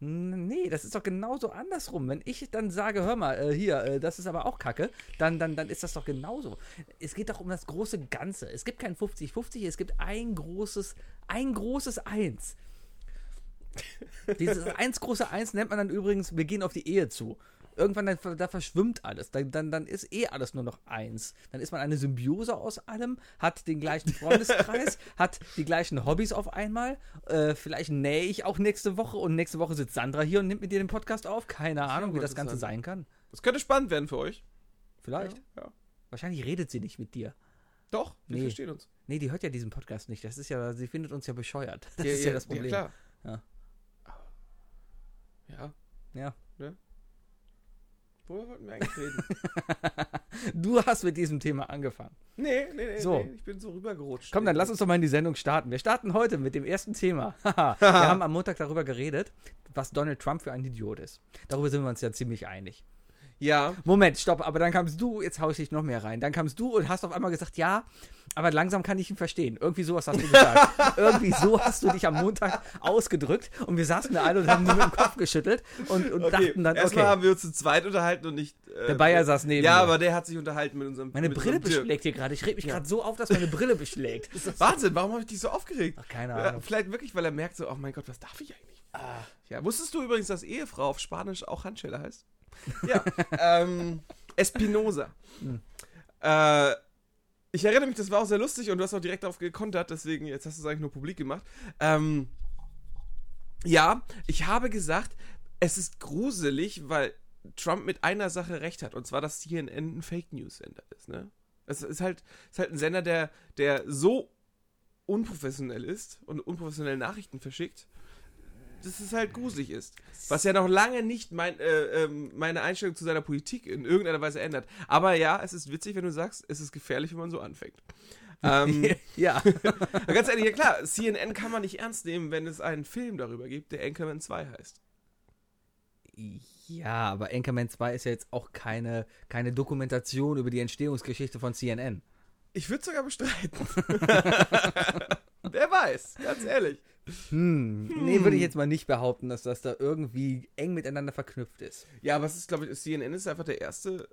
Speaker 3: N- Nee, das ist doch genauso andersrum. Wenn ich dann sage, hör mal, äh, hier, äh, das ist aber auch Kacke, dann, dann, dann ist das doch genauso. Es geht doch um das große Ganze. Es gibt kein 50-50, es gibt ein großes, ein großes Eins. Dieses eins große Eins nennt man dann übrigens, wir gehen auf die Ehe zu. Irgendwann, dann, ver- da verschwimmt alles. Dann, dann, dann ist eh alles nur noch eins. Dann ist man eine Symbiose aus allem, hat den gleichen Freundeskreis, hat die gleichen Hobbys auf einmal. Äh, vielleicht nähe ich auch nächste Woche und nächste Woche sitzt Sandra hier und nimmt mit dir den Podcast auf. Keine Ahnung, wie das Ganze
Speaker 4: interessant.
Speaker 3: sein kann.
Speaker 4: Das könnte spannend werden für euch.
Speaker 3: Vielleicht.
Speaker 4: Ja.
Speaker 3: Wahrscheinlich redet sie nicht mit dir.
Speaker 4: Doch, wir
Speaker 3: Nee.
Speaker 4: verstehen uns.
Speaker 3: Nee, die hört ja diesen Podcast nicht. Das ist ja, sie findet uns ja bescheuert. Das
Speaker 4: Ja,
Speaker 3: ist ja, das Problem.
Speaker 4: Ja,
Speaker 3: Ja.
Speaker 4: klar. Ja.
Speaker 3: Ja.
Speaker 4: Ne? Worüber wollten wir eigentlich reden?
Speaker 3: Du hast mit diesem Thema angefangen.
Speaker 4: nee, nee, nee,
Speaker 3: So.
Speaker 4: nee. Ich bin so rübergerutscht.
Speaker 3: Komm, dann lass uns doch mal in die Sendung starten. Wir starten heute mit dem ersten Thema. Haha. wir haben am Montag darüber geredet, was Donald Trump für ein Idiot ist. Darüber sind wir uns ja ziemlich einig.
Speaker 4: Ja.
Speaker 3: Moment, stopp, aber dann kamst du, jetzt hau ich dich noch mehr rein. Dann kamst du und hast auf einmal gesagt, ja, aber langsam kann ich ihn verstehen. Irgendwie sowas hast du gesagt. Irgendwie so hast du dich am Montag ausgedrückt und wir saßen da alle und haben nur mit dem Kopf geschüttelt und, und
Speaker 4: Okay.
Speaker 3: dachten dann,
Speaker 4: Erstmal
Speaker 3: okay.
Speaker 4: haben wir uns zu zweit unterhalten und nicht. äh,
Speaker 3: Der Bayer saß neben
Speaker 4: Ja,
Speaker 3: mir.
Speaker 4: aber der hat sich unterhalten mit unserem.
Speaker 3: Meine
Speaker 4: mit
Speaker 3: Brille
Speaker 4: unserem Dirk.
Speaker 3: beschlägt hier gerade. Ich rede mich gerade so auf, dass meine Brille beschlägt. Ist das
Speaker 4: Wahnsinn, warum habe ich dich so aufgeregt?
Speaker 3: Ach, keine
Speaker 4: Ja,
Speaker 3: Ahnung. Ah.
Speaker 4: Vielleicht wirklich, weil er merkt so, oh mein Gott, was darf ich eigentlich? Ja, wusstest du übrigens, dass Ehefrau auf Spanisch auch Handschelle heißt? Ja, ähm, Espinosa.
Speaker 3: Hm.
Speaker 4: Äh, ich erinnere mich, das war auch sehr lustig und du hast auch direkt darauf gekontert, deswegen, jetzt hast du es eigentlich nur publik gemacht. Ähm, ja, ich habe gesagt, es ist gruselig, weil Trump mit einer Sache recht hat, und zwar, dass CNN ein Fake News Sender ist, ne? Es ist halt, ist halt ein Sender, der, der so unprofessionell ist und unprofessionelle Nachrichten verschickt, dass es halt gruselig ist. Was ja noch lange nicht mein, äh, ähm, meine Einstellung zu seiner Politik in irgendeiner Weise ändert. Aber ja, es ist witzig, wenn du sagst, es ist gefährlich, wenn man so anfängt. Ähm,
Speaker 3: ja.
Speaker 4: ganz ehrlich, ja klar, CNN kann man nicht ernst nehmen, wenn es einen Film darüber gibt, der Anchorman 2 heißt.
Speaker 3: Ja, aber Anchorman 2 ist ja jetzt auch keine, keine Dokumentation über die Entstehungsgeschichte von CNN.
Speaker 4: Ich würde sogar bestreiten. Wer weiß, ganz ehrlich.
Speaker 3: Hm. Nee, würde ich jetzt mal nicht behaupten, dass das da irgendwie eng miteinander verknüpft ist.
Speaker 4: Ja, aber es ist, glaube ich, CNN ist einfach der erste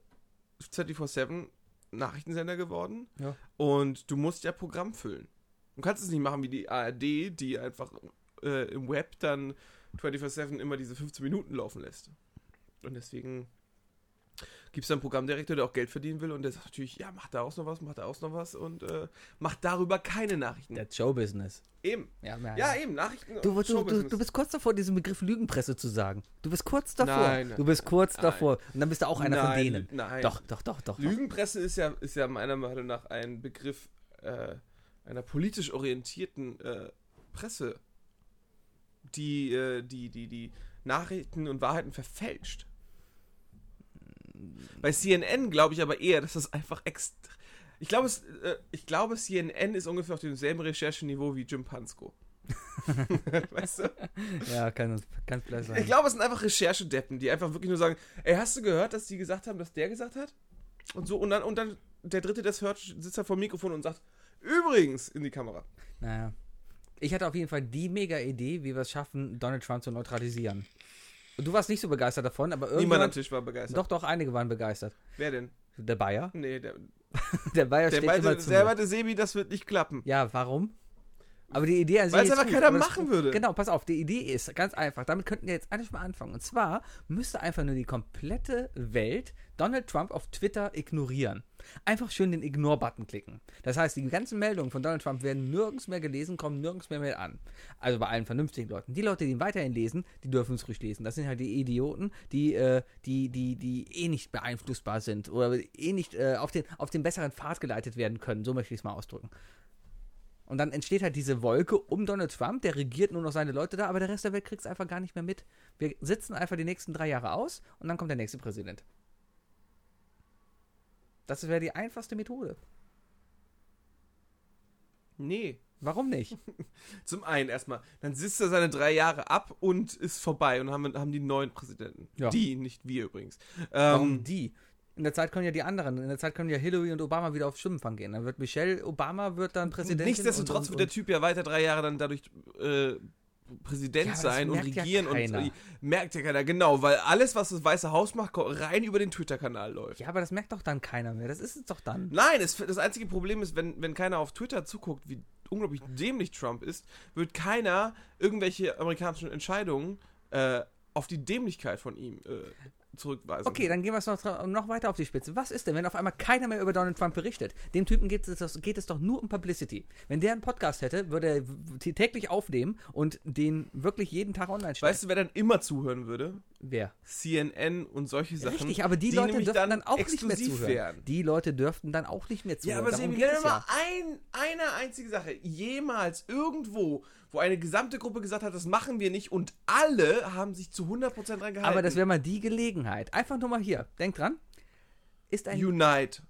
Speaker 4: 24-7 Nachrichtensender geworden.
Speaker 3: Ja.
Speaker 4: Und du musst ja Programm füllen. Du kannst es nicht machen wie die ARD, die einfach äh, im Web dann 24-7 immer diese 15 Minuten laufen lässt. Und deswegen gibt es da einen Programmdirektor, der auch Geld verdienen will und der sagt natürlich, ja, mach daraus noch was, mach daraus noch was und äh, mach darüber keine Nachrichten.
Speaker 3: Der Showbusiness.
Speaker 4: eben.
Speaker 3: Ja, ja.
Speaker 4: Ja, eben, Nachrichten.
Speaker 3: Du,
Speaker 4: und
Speaker 3: du, du,
Speaker 4: Showbusiness.
Speaker 3: du bist kurz davor, diesen Begriff Lügenpresse zu sagen. Du bist kurz davor.
Speaker 4: Nein, nein,
Speaker 3: du bist kurz
Speaker 4: nein.
Speaker 3: davor. Und dann bist du auch einer von
Speaker 4: Nein,
Speaker 3: denen.
Speaker 4: Nein.
Speaker 3: Doch, doch, doch, doch. doch.
Speaker 4: Lügenpresse ist ja, ist ja meiner Meinung nach ein Begriff äh, einer politisch orientierten äh, Presse, die, äh, die, die, die Nachrichten und Wahrheiten verfälscht. Bei CNN glaube ich aber eher, dass das einfach extra. Ich glaube, es, äh, ich glaube, CNN ist ungefähr auf demselben Rechercheniveau wie Jim Pansko. weißt du?
Speaker 3: Ja, kann, kann vielleicht sein.
Speaker 4: Ich glaube, es sind einfach Recherchedeppen, die einfach wirklich nur sagen, ey, hast du gehört, dass die gesagt haben, dass der gesagt hat? Und so, und dann, und dann der Dritte, der es hört, sitzt halt vor dem Mikrofon und sagt, übrigens, in die Kamera.
Speaker 3: Naja. Ich hatte auf jeden Fall die mega Idee, wie wir es schaffen, Donald Trump zu neutralisieren. Du warst nicht so begeistert davon, aber
Speaker 4: Niemand am
Speaker 3: irgendwann.
Speaker 4: Tisch war begeistert.
Speaker 3: Doch, doch, einige waren begeistert.
Speaker 4: Wer denn?
Speaker 3: Der Bayer?
Speaker 4: Nee, der,
Speaker 3: Der Bayer
Speaker 4: der,
Speaker 3: steht immer
Speaker 4: meinte,
Speaker 3: zu.
Speaker 4: der
Speaker 3: mir.
Speaker 4: meinte, Sebi, das wird nicht klappen.
Speaker 3: Ja, warum? Aber die Idee an sich
Speaker 4: Hm. Weil
Speaker 3: ist
Speaker 4: es einfach
Speaker 3: gut,
Speaker 4: keiner
Speaker 3: aber das-
Speaker 4: machen würde.
Speaker 3: Genau, pass auf, die Idee ist ganz einfach. Damit könnten wir jetzt eigentlich mal anfangen. Und zwar müsste einfach nur die komplette Welt Donald Trump auf Twitter ignorieren. Einfach schön den Ignore-Button klicken. Das heißt, die ganzen Meldungen von Donald Trump werden nirgends mehr gelesen, kommen nirgends mehr mehr an. Also bei allen vernünftigen Leuten. Die Leute, die ihn weiterhin lesen, die dürfen es ruhig lesen. Das sind halt die Idioten, die, äh, die, die, die eh nicht beeinflussbar sind oder eh nicht äh, auf, den, auf den besseren Pfad geleitet werden können. So möchte ich es mal ausdrücken. Und dann entsteht halt diese Wolke um Donald Trump, der regiert nur noch seine Leute da, aber der Rest der Welt kriegt es einfach gar nicht mehr mit. Wir sitzen einfach die nächsten drei Jahre aus und dann kommt der nächste Präsident. Das wäre die einfachste Methode.
Speaker 4: Nee.
Speaker 3: Warum
Speaker 4: Ähm.
Speaker 3: nicht?
Speaker 4: Zum einen erstmal, dann sitzt er seine drei Jahre ab und ist vorbei und haben, haben die neuen Präsidenten.
Speaker 3: Ja.
Speaker 4: Die, nicht wir übrigens. Ähm,
Speaker 3: Warum die? In der Zeit können ja die anderen, in der Zeit können ja Hillary und Obama wieder auf Schwimmenfang gehen. Dann wird Michelle Obama wird dann Präsident.
Speaker 4: Nichtsdestotrotz wird der Typ ja weiter drei Jahre dann dadurch äh, Präsident
Speaker 3: Ja, aber das
Speaker 4: sein und
Speaker 3: merkt ja
Speaker 4: regieren und
Speaker 3: keiner.
Speaker 4: äh, merkt ja keiner, genau, weil alles, was das Weiße Haus macht, ko- rein über den Twitter-Kanal läuft.
Speaker 3: Ja, aber das merkt doch dann keiner mehr. Das ist es doch dann.
Speaker 4: Nein, es, das einzige Problem ist, wenn, wenn keiner auf Twitter zuguckt, wie unglaublich dämlich Trump ist, wird keiner irgendwelche amerikanischen Entscheidungen äh, auf die Dämlichkeit von ihm äh, zurückweisen.
Speaker 3: Okay, dann gehen wir es noch, noch weiter auf die Spitze. Was ist denn, wenn auf einmal keiner mehr über Donald Trump berichtet? Dem Typen geht es, doch- geht es doch nur um Publicity. Wenn der einen Podcast hätte, würde er w- t- täglich aufnehmen und den wirklich jeden Tag online stellen.
Speaker 4: Weißt du, wer dann immer zuhören würde?
Speaker 3: wer?
Speaker 4: CNN und solche Sachen.
Speaker 3: Richtig, aber die, Leute
Speaker 4: nämlich
Speaker 3: dürften dann, auch nicht mehr
Speaker 4: exklusiv
Speaker 3: zuhören.
Speaker 4: wären.
Speaker 3: Die Leute dürften dann auch nicht mehr
Speaker 4: Ja,
Speaker 3: zuhören.
Speaker 4: aber
Speaker 3: Darum
Speaker 4: Sebi,
Speaker 3: geht
Speaker 4: nenn mir
Speaker 3: es
Speaker 4: mal
Speaker 3: ja.
Speaker 4: ein, eine einzige Sache. Jemals irgendwo, wo eine gesamte Gruppe gesagt hat, das machen wir nicht und alle haben sich zu 100% dran gehalten.
Speaker 3: Aber das wäre mal die Gelegenheit. Einfach nur mal hier. Denk dran. Ist ein,
Speaker 4: Unite.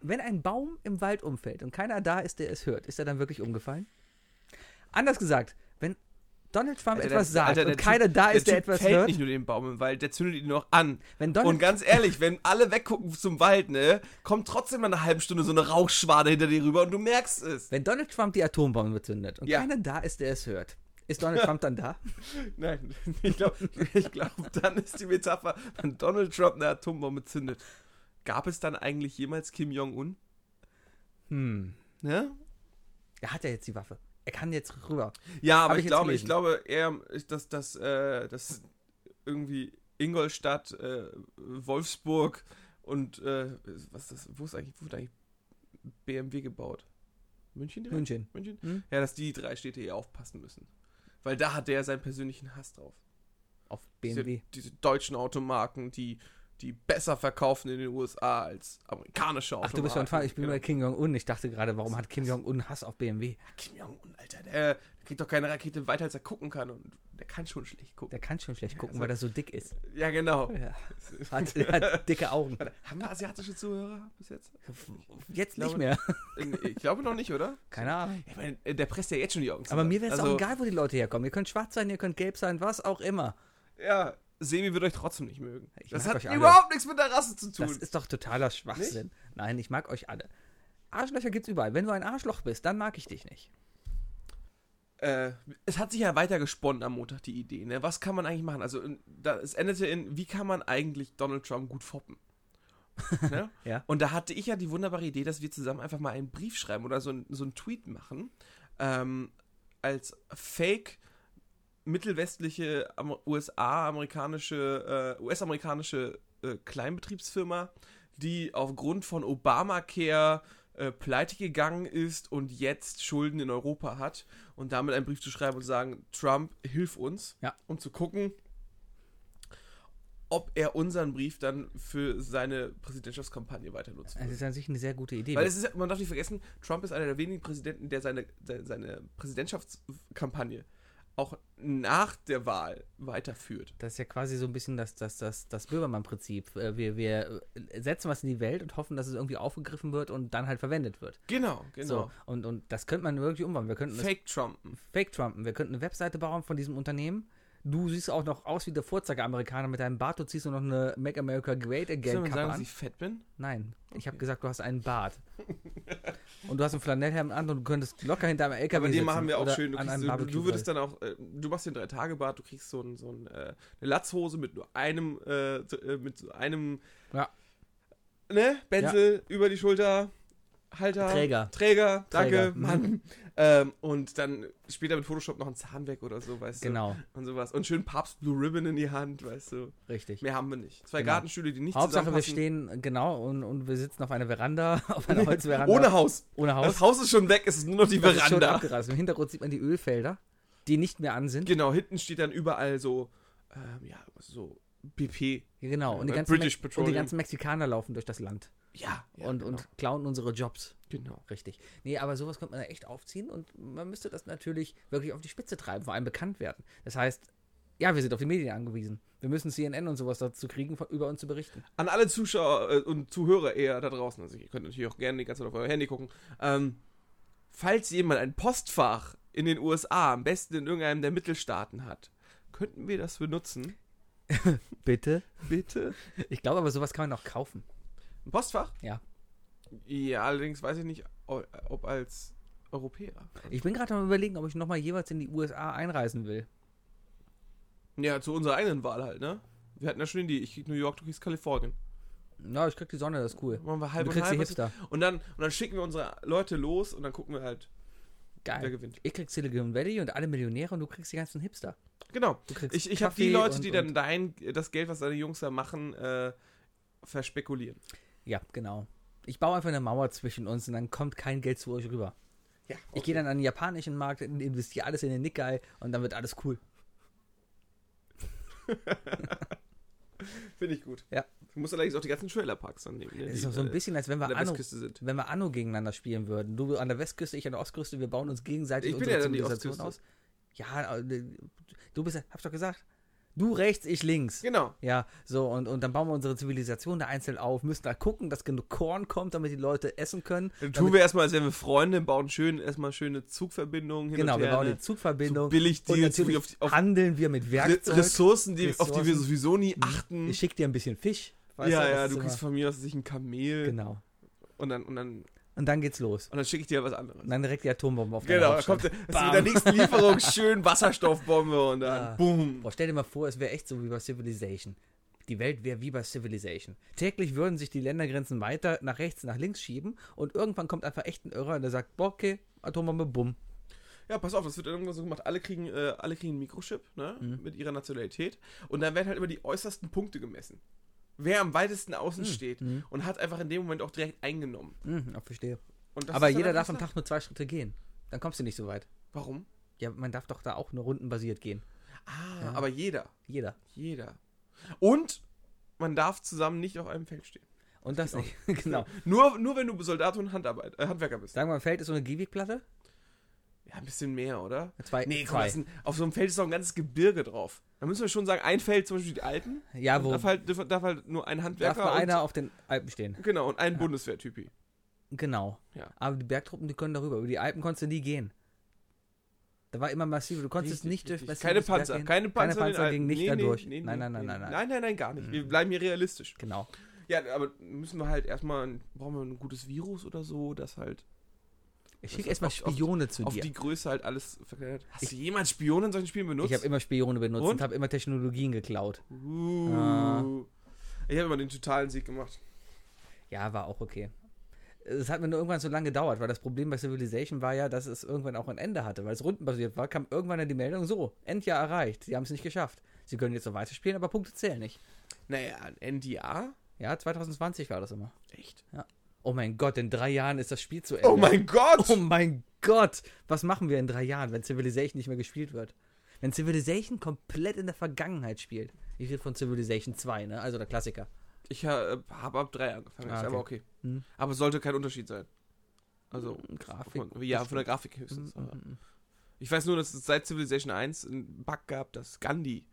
Speaker 3: wenn ein Baum im Wald umfällt und keiner da ist, der es hört, ist er dann wirklich umgefallen? Anders gesagt, wenn Donald Trump
Speaker 4: Alter,
Speaker 3: etwas
Speaker 4: der-
Speaker 3: sagt
Speaker 4: Alter,
Speaker 3: und
Speaker 4: der
Speaker 3: keiner
Speaker 4: Typ-
Speaker 3: da ist, der,
Speaker 4: Typ
Speaker 3: etwas
Speaker 4: fällt
Speaker 3: hört,
Speaker 4: nicht um. nur den Baum im Wald, der zündet ihn noch an.
Speaker 3: Wenn Donald-
Speaker 4: und ganz ehrlich, wenn alle weggucken zum Wald, ne, kommt trotzdem nach einer halben Stunde so eine Rauchschwade hinter dir rüber und du merkst es.
Speaker 3: Wenn Donald Trump die Atombombe zündet und
Speaker 4: Ja.
Speaker 3: keiner da ist, der es hört, ist Donald Trump dann da?
Speaker 4: Nein, ich glaube, ich glaub, dann ist die Metapher, wenn Donald Trump eine Atombombe zündet. Gab es dann eigentlich jemals Kim Jong-un?
Speaker 3: Hm.
Speaker 4: Ne?
Speaker 3: Er hat ja jetzt die Waffe. Er kann jetzt rüber.
Speaker 4: Ja, aber
Speaker 3: Hab ich
Speaker 4: ich,
Speaker 3: jetzt
Speaker 4: glaube, ich
Speaker 3: gelesen.
Speaker 4: glaube eher, ich- dass, dass, äh, dass irgendwie Ingolstadt, äh, Wolfsburg und äh, was ist das, wo ist eigentlich, wo wird eigentlich BMW gebaut? München direkt?
Speaker 3: München.
Speaker 4: München?
Speaker 3: Hm?
Speaker 4: Ja, dass die drei Städte eher aufpassen müssen. Weil da hat der seinen persönlichen Hass drauf.
Speaker 3: Auf BMW.
Speaker 4: Diese, diese deutschen Automarken, die, die besser verkaufen in den USA als amerikanische
Speaker 3: Ach,
Speaker 4: Automarken.
Speaker 3: du bist ja ein Fan. Ich bin
Speaker 4: Genau.
Speaker 3: bei Kim Jong-un. Ich dachte gerade, warum hat Kim Jong-un Hass auf BMW?
Speaker 4: Kim Jong-un, Alter, der, der kriegt doch keine Rakete weiter, als er gucken kann. Und der kann schon schlecht gucken.
Speaker 3: Der kann schon schlecht gucken,
Speaker 4: also-
Speaker 3: weil er so dick ist.
Speaker 4: Ja, genau.
Speaker 3: Ja. Hat, er hat dicke Augen.
Speaker 4: Haben wir asiatische Zuhörer bis jetzt?
Speaker 3: Jetzt nicht
Speaker 4: glaube-
Speaker 3: mehr.
Speaker 4: Äh, Ich glaube noch nicht, oder?
Speaker 3: Keine Ahnung.
Speaker 4: Ich meine, äh, der presst ja jetzt schon die Augen
Speaker 3: Aber
Speaker 4: zusammen.
Speaker 3: mir wäre es
Speaker 4: Also,
Speaker 3: auch egal, wo die Leute herkommen. Ihr könnt schwarz sein, ihr könnt gelb sein, was auch immer.
Speaker 4: Ja, Semi wird euch trotzdem nicht mögen.
Speaker 3: Ich
Speaker 4: das
Speaker 3: mag
Speaker 4: hat
Speaker 3: euch alle.
Speaker 4: überhaupt nichts mit der Rasse zu tun.
Speaker 3: Das ist doch totaler Schwachsinn. Nein, ich mag euch alle. Arschlöcher gibt's überall. Wenn du ein Arschloch bist, dann mag ich dich nicht.
Speaker 4: äh, es hat sich ja weiter gesponnen am Montag, die Idee. Ne? Was kann man eigentlich machen? Also, in- da, es endete in, wie kann man eigentlich Donald Trump gut foppen? ne?
Speaker 3: Ja.
Speaker 4: Und da hatte ich ja die wunderbare Idee, dass wir zusammen einfach mal einen Brief schreiben oder so, ein, so einen Tweet machen. Ähm, als Fake mittelwestliche Amer- USA amerikanische äh, US amerikanische äh, Kleinbetriebsfirma, die aufgrund von Obamacare äh, pleite gegangen ist und jetzt Schulden in Europa hat und damit einen Brief zu schreiben und sagen, Trump, hilf uns,
Speaker 3: Ja.
Speaker 4: um zu gucken, ob er unseren Brief dann für seine Präsidentschaftskampagne weiter nutzt.
Speaker 3: Das ist an sich eine sehr gute Idee.
Speaker 4: Weil es ist, ja- man darf nicht vergessen, Trump ist einer der wenigen Präsidenten, der seine, se- seine Präsidentschaftskampagne auch nach der Wahl weiterführt.
Speaker 3: das ist ja quasi so ein bisschen das, das, das, das Böhmermann-Prinzip. Äh, Wir, wir äh, setzen was in die Welt und hoffen, dass es irgendwie aufgegriffen wird und dann halt verwendet wird.
Speaker 4: Genau,
Speaker 3: So. Und, und das könnte man wirklich umwandeln. Wir könnten das
Speaker 4: Fake Trumpen.
Speaker 3: Fake-Trumpen. Wir könnten eine Webseite bauen von diesem Unternehmen, Du siehst auch noch aus wie der Vorzeige-Amerikaner mit deinem Bart. Du ziehst nur noch eine Make America Great
Speaker 4: Soll
Speaker 3: Again
Speaker 4: man
Speaker 3: Kappe
Speaker 4: sagen, dass
Speaker 3: an.
Speaker 4: ich fett bin?
Speaker 3: Nein, ich habe gesagt, du hast einen Bart. und du hast einen Flanellhemd an und du könntest locker hinter einem LKW
Speaker 4: Aber den
Speaker 3: sitzen
Speaker 4: machen wir auch
Speaker 3: oder
Speaker 4: schön. Du,
Speaker 3: an
Speaker 4: kriegst,
Speaker 3: einem
Speaker 4: so- du,
Speaker 3: Barbecue
Speaker 4: du würdest dann auch, äh, du machst dir einen Drei-Tage-Bart, du kriegst so, ein, so ein, äh, eine Latzhose mit nur einem, äh, so, äh, mit so einem,
Speaker 3: Ja.
Speaker 4: ne, Benzel über die Schulter, Halter,
Speaker 3: Träger.
Speaker 4: Träger, danke,
Speaker 3: Träger, mhm.
Speaker 4: Mann. Ähm, und dann später mit Photoshop noch einen Zahn weg oder so, weißt
Speaker 3: Genau,
Speaker 4: du. Und sowas. Und schön Papst Blue Ribbon in die Hand, weißt du.
Speaker 3: richtig.
Speaker 4: Mehr haben wir nicht. Zwei
Speaker 3: Genau.
Speaker 4: Gartenstühle, die nicht
Speaker 3: Hauptsache, wir
Speaker 4: zusammenpassen.
Speaker 3: stehen, genau, und, und wir sitzen auf einer Veranda, auf einer Holzveranda.
Speaker 4: Ohne Haus.
Speaker 3: ohne Haus.
Speaker 4: Das Haus ist schon weg, es ist nur noch die
Speaker 3: Das ist schon
Speaker 4: Veranda.
Speaker 3: abgerast. Im Hintergrund sieht man die Ölfelder, die nicht mehr an sind.
Speaker 4: Genau, hinten steht dann überall so, ähm, ja, so BP.
Speaker 3: Genau. Und die,
Speaker 4: Äh,
Speaker 3: ganzen Me-
Speaker 4: British
Speaker 3: und die
Speaker 4: Petroleum.
Speaker 3: ganzen Mexikaner laufen durch das Land
Speaker 4: Ja. ja
Speaker 3: und,
Speaker 4: genau.
Speaker 3: und klauen unsere Jobs.
Speaker 4: genau.
Speaker 3: Richtig. Nee, aber sowas könnte man ja echt aufziehen und man müsste das natürlich wirklich auf die Spitze treiben, vor allem bekannt werden. Das heißt, ja, wir sind auf die Medien angewiesen. Wir müssen CNN und sowas dazu kriegen, von, über uns zu berichten.
Speaker 4: An alle Zuschauer äh, und Zuhörer eher da draußen, also ihr könnt natürlich auch gerne die ganze Zeit auf euer Handy gucken. Ähm, falls jemand ein Postfach in den USA, am besten in irgendeinem der Mittelstaaten hat, könnten wir das benutzen?
Speaker 3: Bitte?
Speaker 4: Bitte?
Speaker 3: Ich glaube aber, sowas kann man auch kaufen.
Speaker 4: Ein Postfach?
Speaker 3: Ja.
Speaker 4: Ja, allerdings weiß ich nicht, o- ob als Europäer.
Speaker 3: Ich bin gerade am überlegen, ob ich nochmal jeweils in die USA einreisen will.
Speaker 4: Ja, zu unserer eigenen Wahl halt, ne? Wir hatten ja schon die, ich krieg New York, du kriegst Kalifornien.
Speaker 3: Na, ich krieg die Sonne, das ist cool.
Speaker 4: Machen wir halb
Speaker 3: Du
Speaker 4: und
Speaker 3: kriegst die
Speaker 4: halb.
Speaker 3: Hipster.
Speaker 4: Und dann, und dann schicken wir unsere Leute los und dann gucken wir halt, wer
Speaker 3: Geil.
Speaker 4: gewinnt.
Speaker 3: Ich krieg Silicon Valley und alle Millionäre und du kriegst die ganzen Hipster.
Speaker 4: Genau.
Speaker 3: Du kriegst
Speaker 4: Ich, ich habe
Speaker 3: Kaffee
Speaker 4: die Leute,
Speaker 3: und-
Speaker 4: die dann dein, das Geld, was deine Jungs da machen, äh, verspekulieren.
Speaker 3: Ja, genau. Ich baue einfach eine Mauer zwischen uns und dann kommt kein Geld zu euch rüber.
Speaker 4: Ja.
Speaker 3: Ich gehe dann an den japanischen Markt, investiere alles in den Nikkei und dann wird alles cool.
Speaker 4: Finde ich gut.
Speaker 3: Ja.
Speaker 4: Du musst allerdings auch die ganzen Trailerparks dann nehmen. Ne?
Speaker 3: Das
Speaker 4: die,
Speaker 3: ist doch so ein
Speaker 4: äh,
Speaker 3: bisschen, als wenn wir
Speaker 4: an der
Speaker 3: Anno,
Speaker 4: Westküste sind.
Speaker 3: wenn wir Anno gegeneinander spielen würden. Du an der Westküste, ich an der Ostküste, wir bauen uns gegenseitig
Speaker 4: Ich bin ja dann die
Speaker 3: aus. Ja, äh, du bist, ja- hab's doch gesagt. Du rechts, ich links.
Speaker 4: Genau.
Speaker 3: Ja, so, und, und dann bauen wir unsere Zivilisation da einzeln auf, müssen da gucken, dass genug Korn kommt, damit die Leute essen können.
Speaker 4: Dann tun
Speaker 3: Damit,
Speaker 4: wir erstmal, als wären wir Freunde, bauen schön erstmal schöne Zugverbindungen hin
Speaker 3: genau,
Speaker 4: und
Speaker 3: wir
Speaker 4: her.
Speaker 3: bauen
Speaker 4: ne?
Speaker 3: eine Zugverbindung.
Speaker 4: So billig
Speaker 3: und
Speaker 4: Deals, wie
Speaker 3: natürlich
Speaker 4: auf die- auf
Speaker 3: handeln wir mit
Speaker 4: Re-
Speaker 3: Werkzeug.
Speaker 4: Ressourcen, die, auf die wir
Speaker 3: Ressourcen. Hm.
Speaker 4: sowieso nie achten.
Speaker 3: Ich schick dir ein bisschen Fisch. weißt
Speaker 4: hm. ja,
Speaker 3: das
Speaker 4: ja,
Speaker 3: ist
Speaker 4: du
Speaker 3: immer-
Speaker 4: kriegst von mir aus sich ein Kamel.
Speaker 3: Genau.
Speaker 4: Und dann, und dann,
Speaker 3: Und dann geht's los.
Speaker 4: und dann schicke ich dir was anderes.
Speaker 3: Und dann direkt die Atombombe auf deine
Speaker 4: Genau, da
Speaker 3: Hauptstadt.
Speaker 4: kommt der- das ist
Speaker 3: Bam.
Speaker 4: mit der nächsten Lieferung schön Wasserstoffbombe und dann
Speaker 3: Ja.
Speaker 4: boom.
Speaker 3: Boah, stell dir mal vor, es wäre echt so wie bei Civilization. Die Welt wäre wie bei Civilization. Täglich würden sich die Ländergrenzen weiter nach rechts, nach links schieben und irgendwann kommt einfach echt ein Irrer und der sagt, boah, okay, Atombombe, bumm.
Speaker 4: Ja, pass auf, das wird irgendwann so gemacht. Alle kriegen, äh, alle kriegen einen Mikrochip, ne?
Speaker 3: Mhm.
Speaker 4: Mit ihrer Nationalität. Und dann werden halt immer die äußersten Punkte gemessen. Wer am weitesten
Speaker 3: Mhm.
Speaker 4: außen steht und hat einfach in dem Moment auch direkt eingenommen.
Speaker 3: Hm, ja, verstehe.
Speaker 4: Und Mhm, das
Speaker 3: Aber
Speaker 4: ist dann
Speaker 3: jeder
Speaker 4: einfach
Speaker 3: darf am
Speaker 4: das-
Speaker 3: Tag nur zwei Schritte gehen. Dann kommst du nicht so weit.
Speaker 4: Warum?
Speaker 3: Ja, man darf doch da auch nur rundenbasiert gehen.
Speaker 4: Ah, aber jeder.
Speaker 3: Jeder.
Speaker 4: Jeder. Und man darf zusammen nicht auf einem Feld stehen.
Speaker 3: Und das nicht. genau.
Speaker 4: Nur, nur wenn du Soldat und Handarbeit, äh, Handwerker bist.
Speaker 3: Sagen wir, ein Feld ist so eine Gehwegplatte.
Speaker 4: Ja, ein bisschen mehr, oder?
Speaker 3: Zwei.
Speaker 4: Nee, komm,
Speaker 3: zwei.
Speaker 4: das ist ein, auf so einem Feld ist doch ein ganzes Gebirge drauf. Da müssen wir schon sagen, ein Feld, zum Beispiel die Alpen,
Speaker 3: Ja, wo
Speaker 4: darf halt, darf, darf halt nur ein
Speaker 3: darf
Speaker 4: Handwerker
Speaker 3: nur
Speaker 4: und,
Speaker 3: einer auf den Alpen stehen.
Speaker 4: genau, und ein Bundeswehrtypi.
Speaker 3: Genau.
Speaker 4: Ja.
Speaker 3: Aber die Bergtruppen, die können darüber. Über die Alpen konntest du nie gehen. Da war immer massiv. Du konntest
Speaker 4: Richtig,
Speaker 3: nicht durch
Speaker 4: richtig.
Speaker 3: massives
Speaker 4: keine
Speaker 3: Berg
Speaker 4: Panzer,
Speaker 3: gehen.
Speaker 4: keine Panzer, in den Alpen.
Speaker 3: gingen nicht
Speaker 4: Nee,
Speaker 3: da
Speaker 4: nee,
Speaker 3: durch.
Speaker 4: nee,
Speaker 3: nein,
Speaker 4: nee,
Speaker 3: nein, nein,
Speaker 4: nee.
Speaker 3: nein, nein, Mhm.
Speaker 4: Nein, nein, nein, gar nicht. Wir bleiben hier realistisch.
Speaker 3: Genau.
Speaker 4: Ja, aber müssen wir halt erstmal, ein- brauchen wir ein gutes Virus oder so, das halt
Speaker 3: Ich
Speaker 4: Das
Speaker 3: schicke
Speaker 4: ist
Speaker 3: erstmal
Speaker 4: auf- auf-
Speaker 3: Spione zu
Speaker 4: auf
Speaker 3: dir.
Speaker 4: die Größe halt alles verkleidet. Hast du jemals Spione in solchen Spielen benutzt?
Speaker 3: Ich habe immer Spione benutzt und,
Speaker 4: Und?
Speaker 3: habe immer Technologien geklaut.
Speaker 4: uh,
Speaker 3: Ah.
Speaker 4: Ich habe immer den totalen Sieg gemacht.
Speaker 3: Ja, war auch okay. Es hat mir nur irgendwann so lange gedauert, weil das Problem bei Civilization war ja, dass es irgendwann auch ein Ende hatte. Weil es rundenbasiert war, kam irgendwann dann die Meldung, so, Endjahr erreicht. Sie haben es nicht geschafft. Sie können jetzt noch weiterspielen, aber Punkte zählen nicht.
Speaker 4: Naja, ein NDA?
Speaker 3: Ja, 2020 war das immer.
Speaker 4: Echt?
Speaker 3: Oh mein Gott, in drei Jahren ist das Spiel zu Ende.
Speaker 4: Oh mein Gott!
Speaker 3: Oh mein Gott! Was machen wir in drei Jahren, wenn Civilization nicht mehr gespielt wird? Wenn Civilization komplett in der Vergangenheit spielt. Ich rede von Civilization 2, ne? Also der Klassiker.
Speaker 4: Ich habe ab drei angefangen,
Speaker 3: Ah,
Speaker 4: ist
Speaker 3: okay.
Speaker 4: aber okay.
Speaker 3: Hm.
Speaker 4: Aber sollte kein Unterschied sein. Also,
Speaker 3: Grafik. Hm,
Speaker 4: von, ja, von der Grafik höchstens. aber. Ich weiß nur, dass es seit Civilization 1 einen Bug gab, dass Gandhi.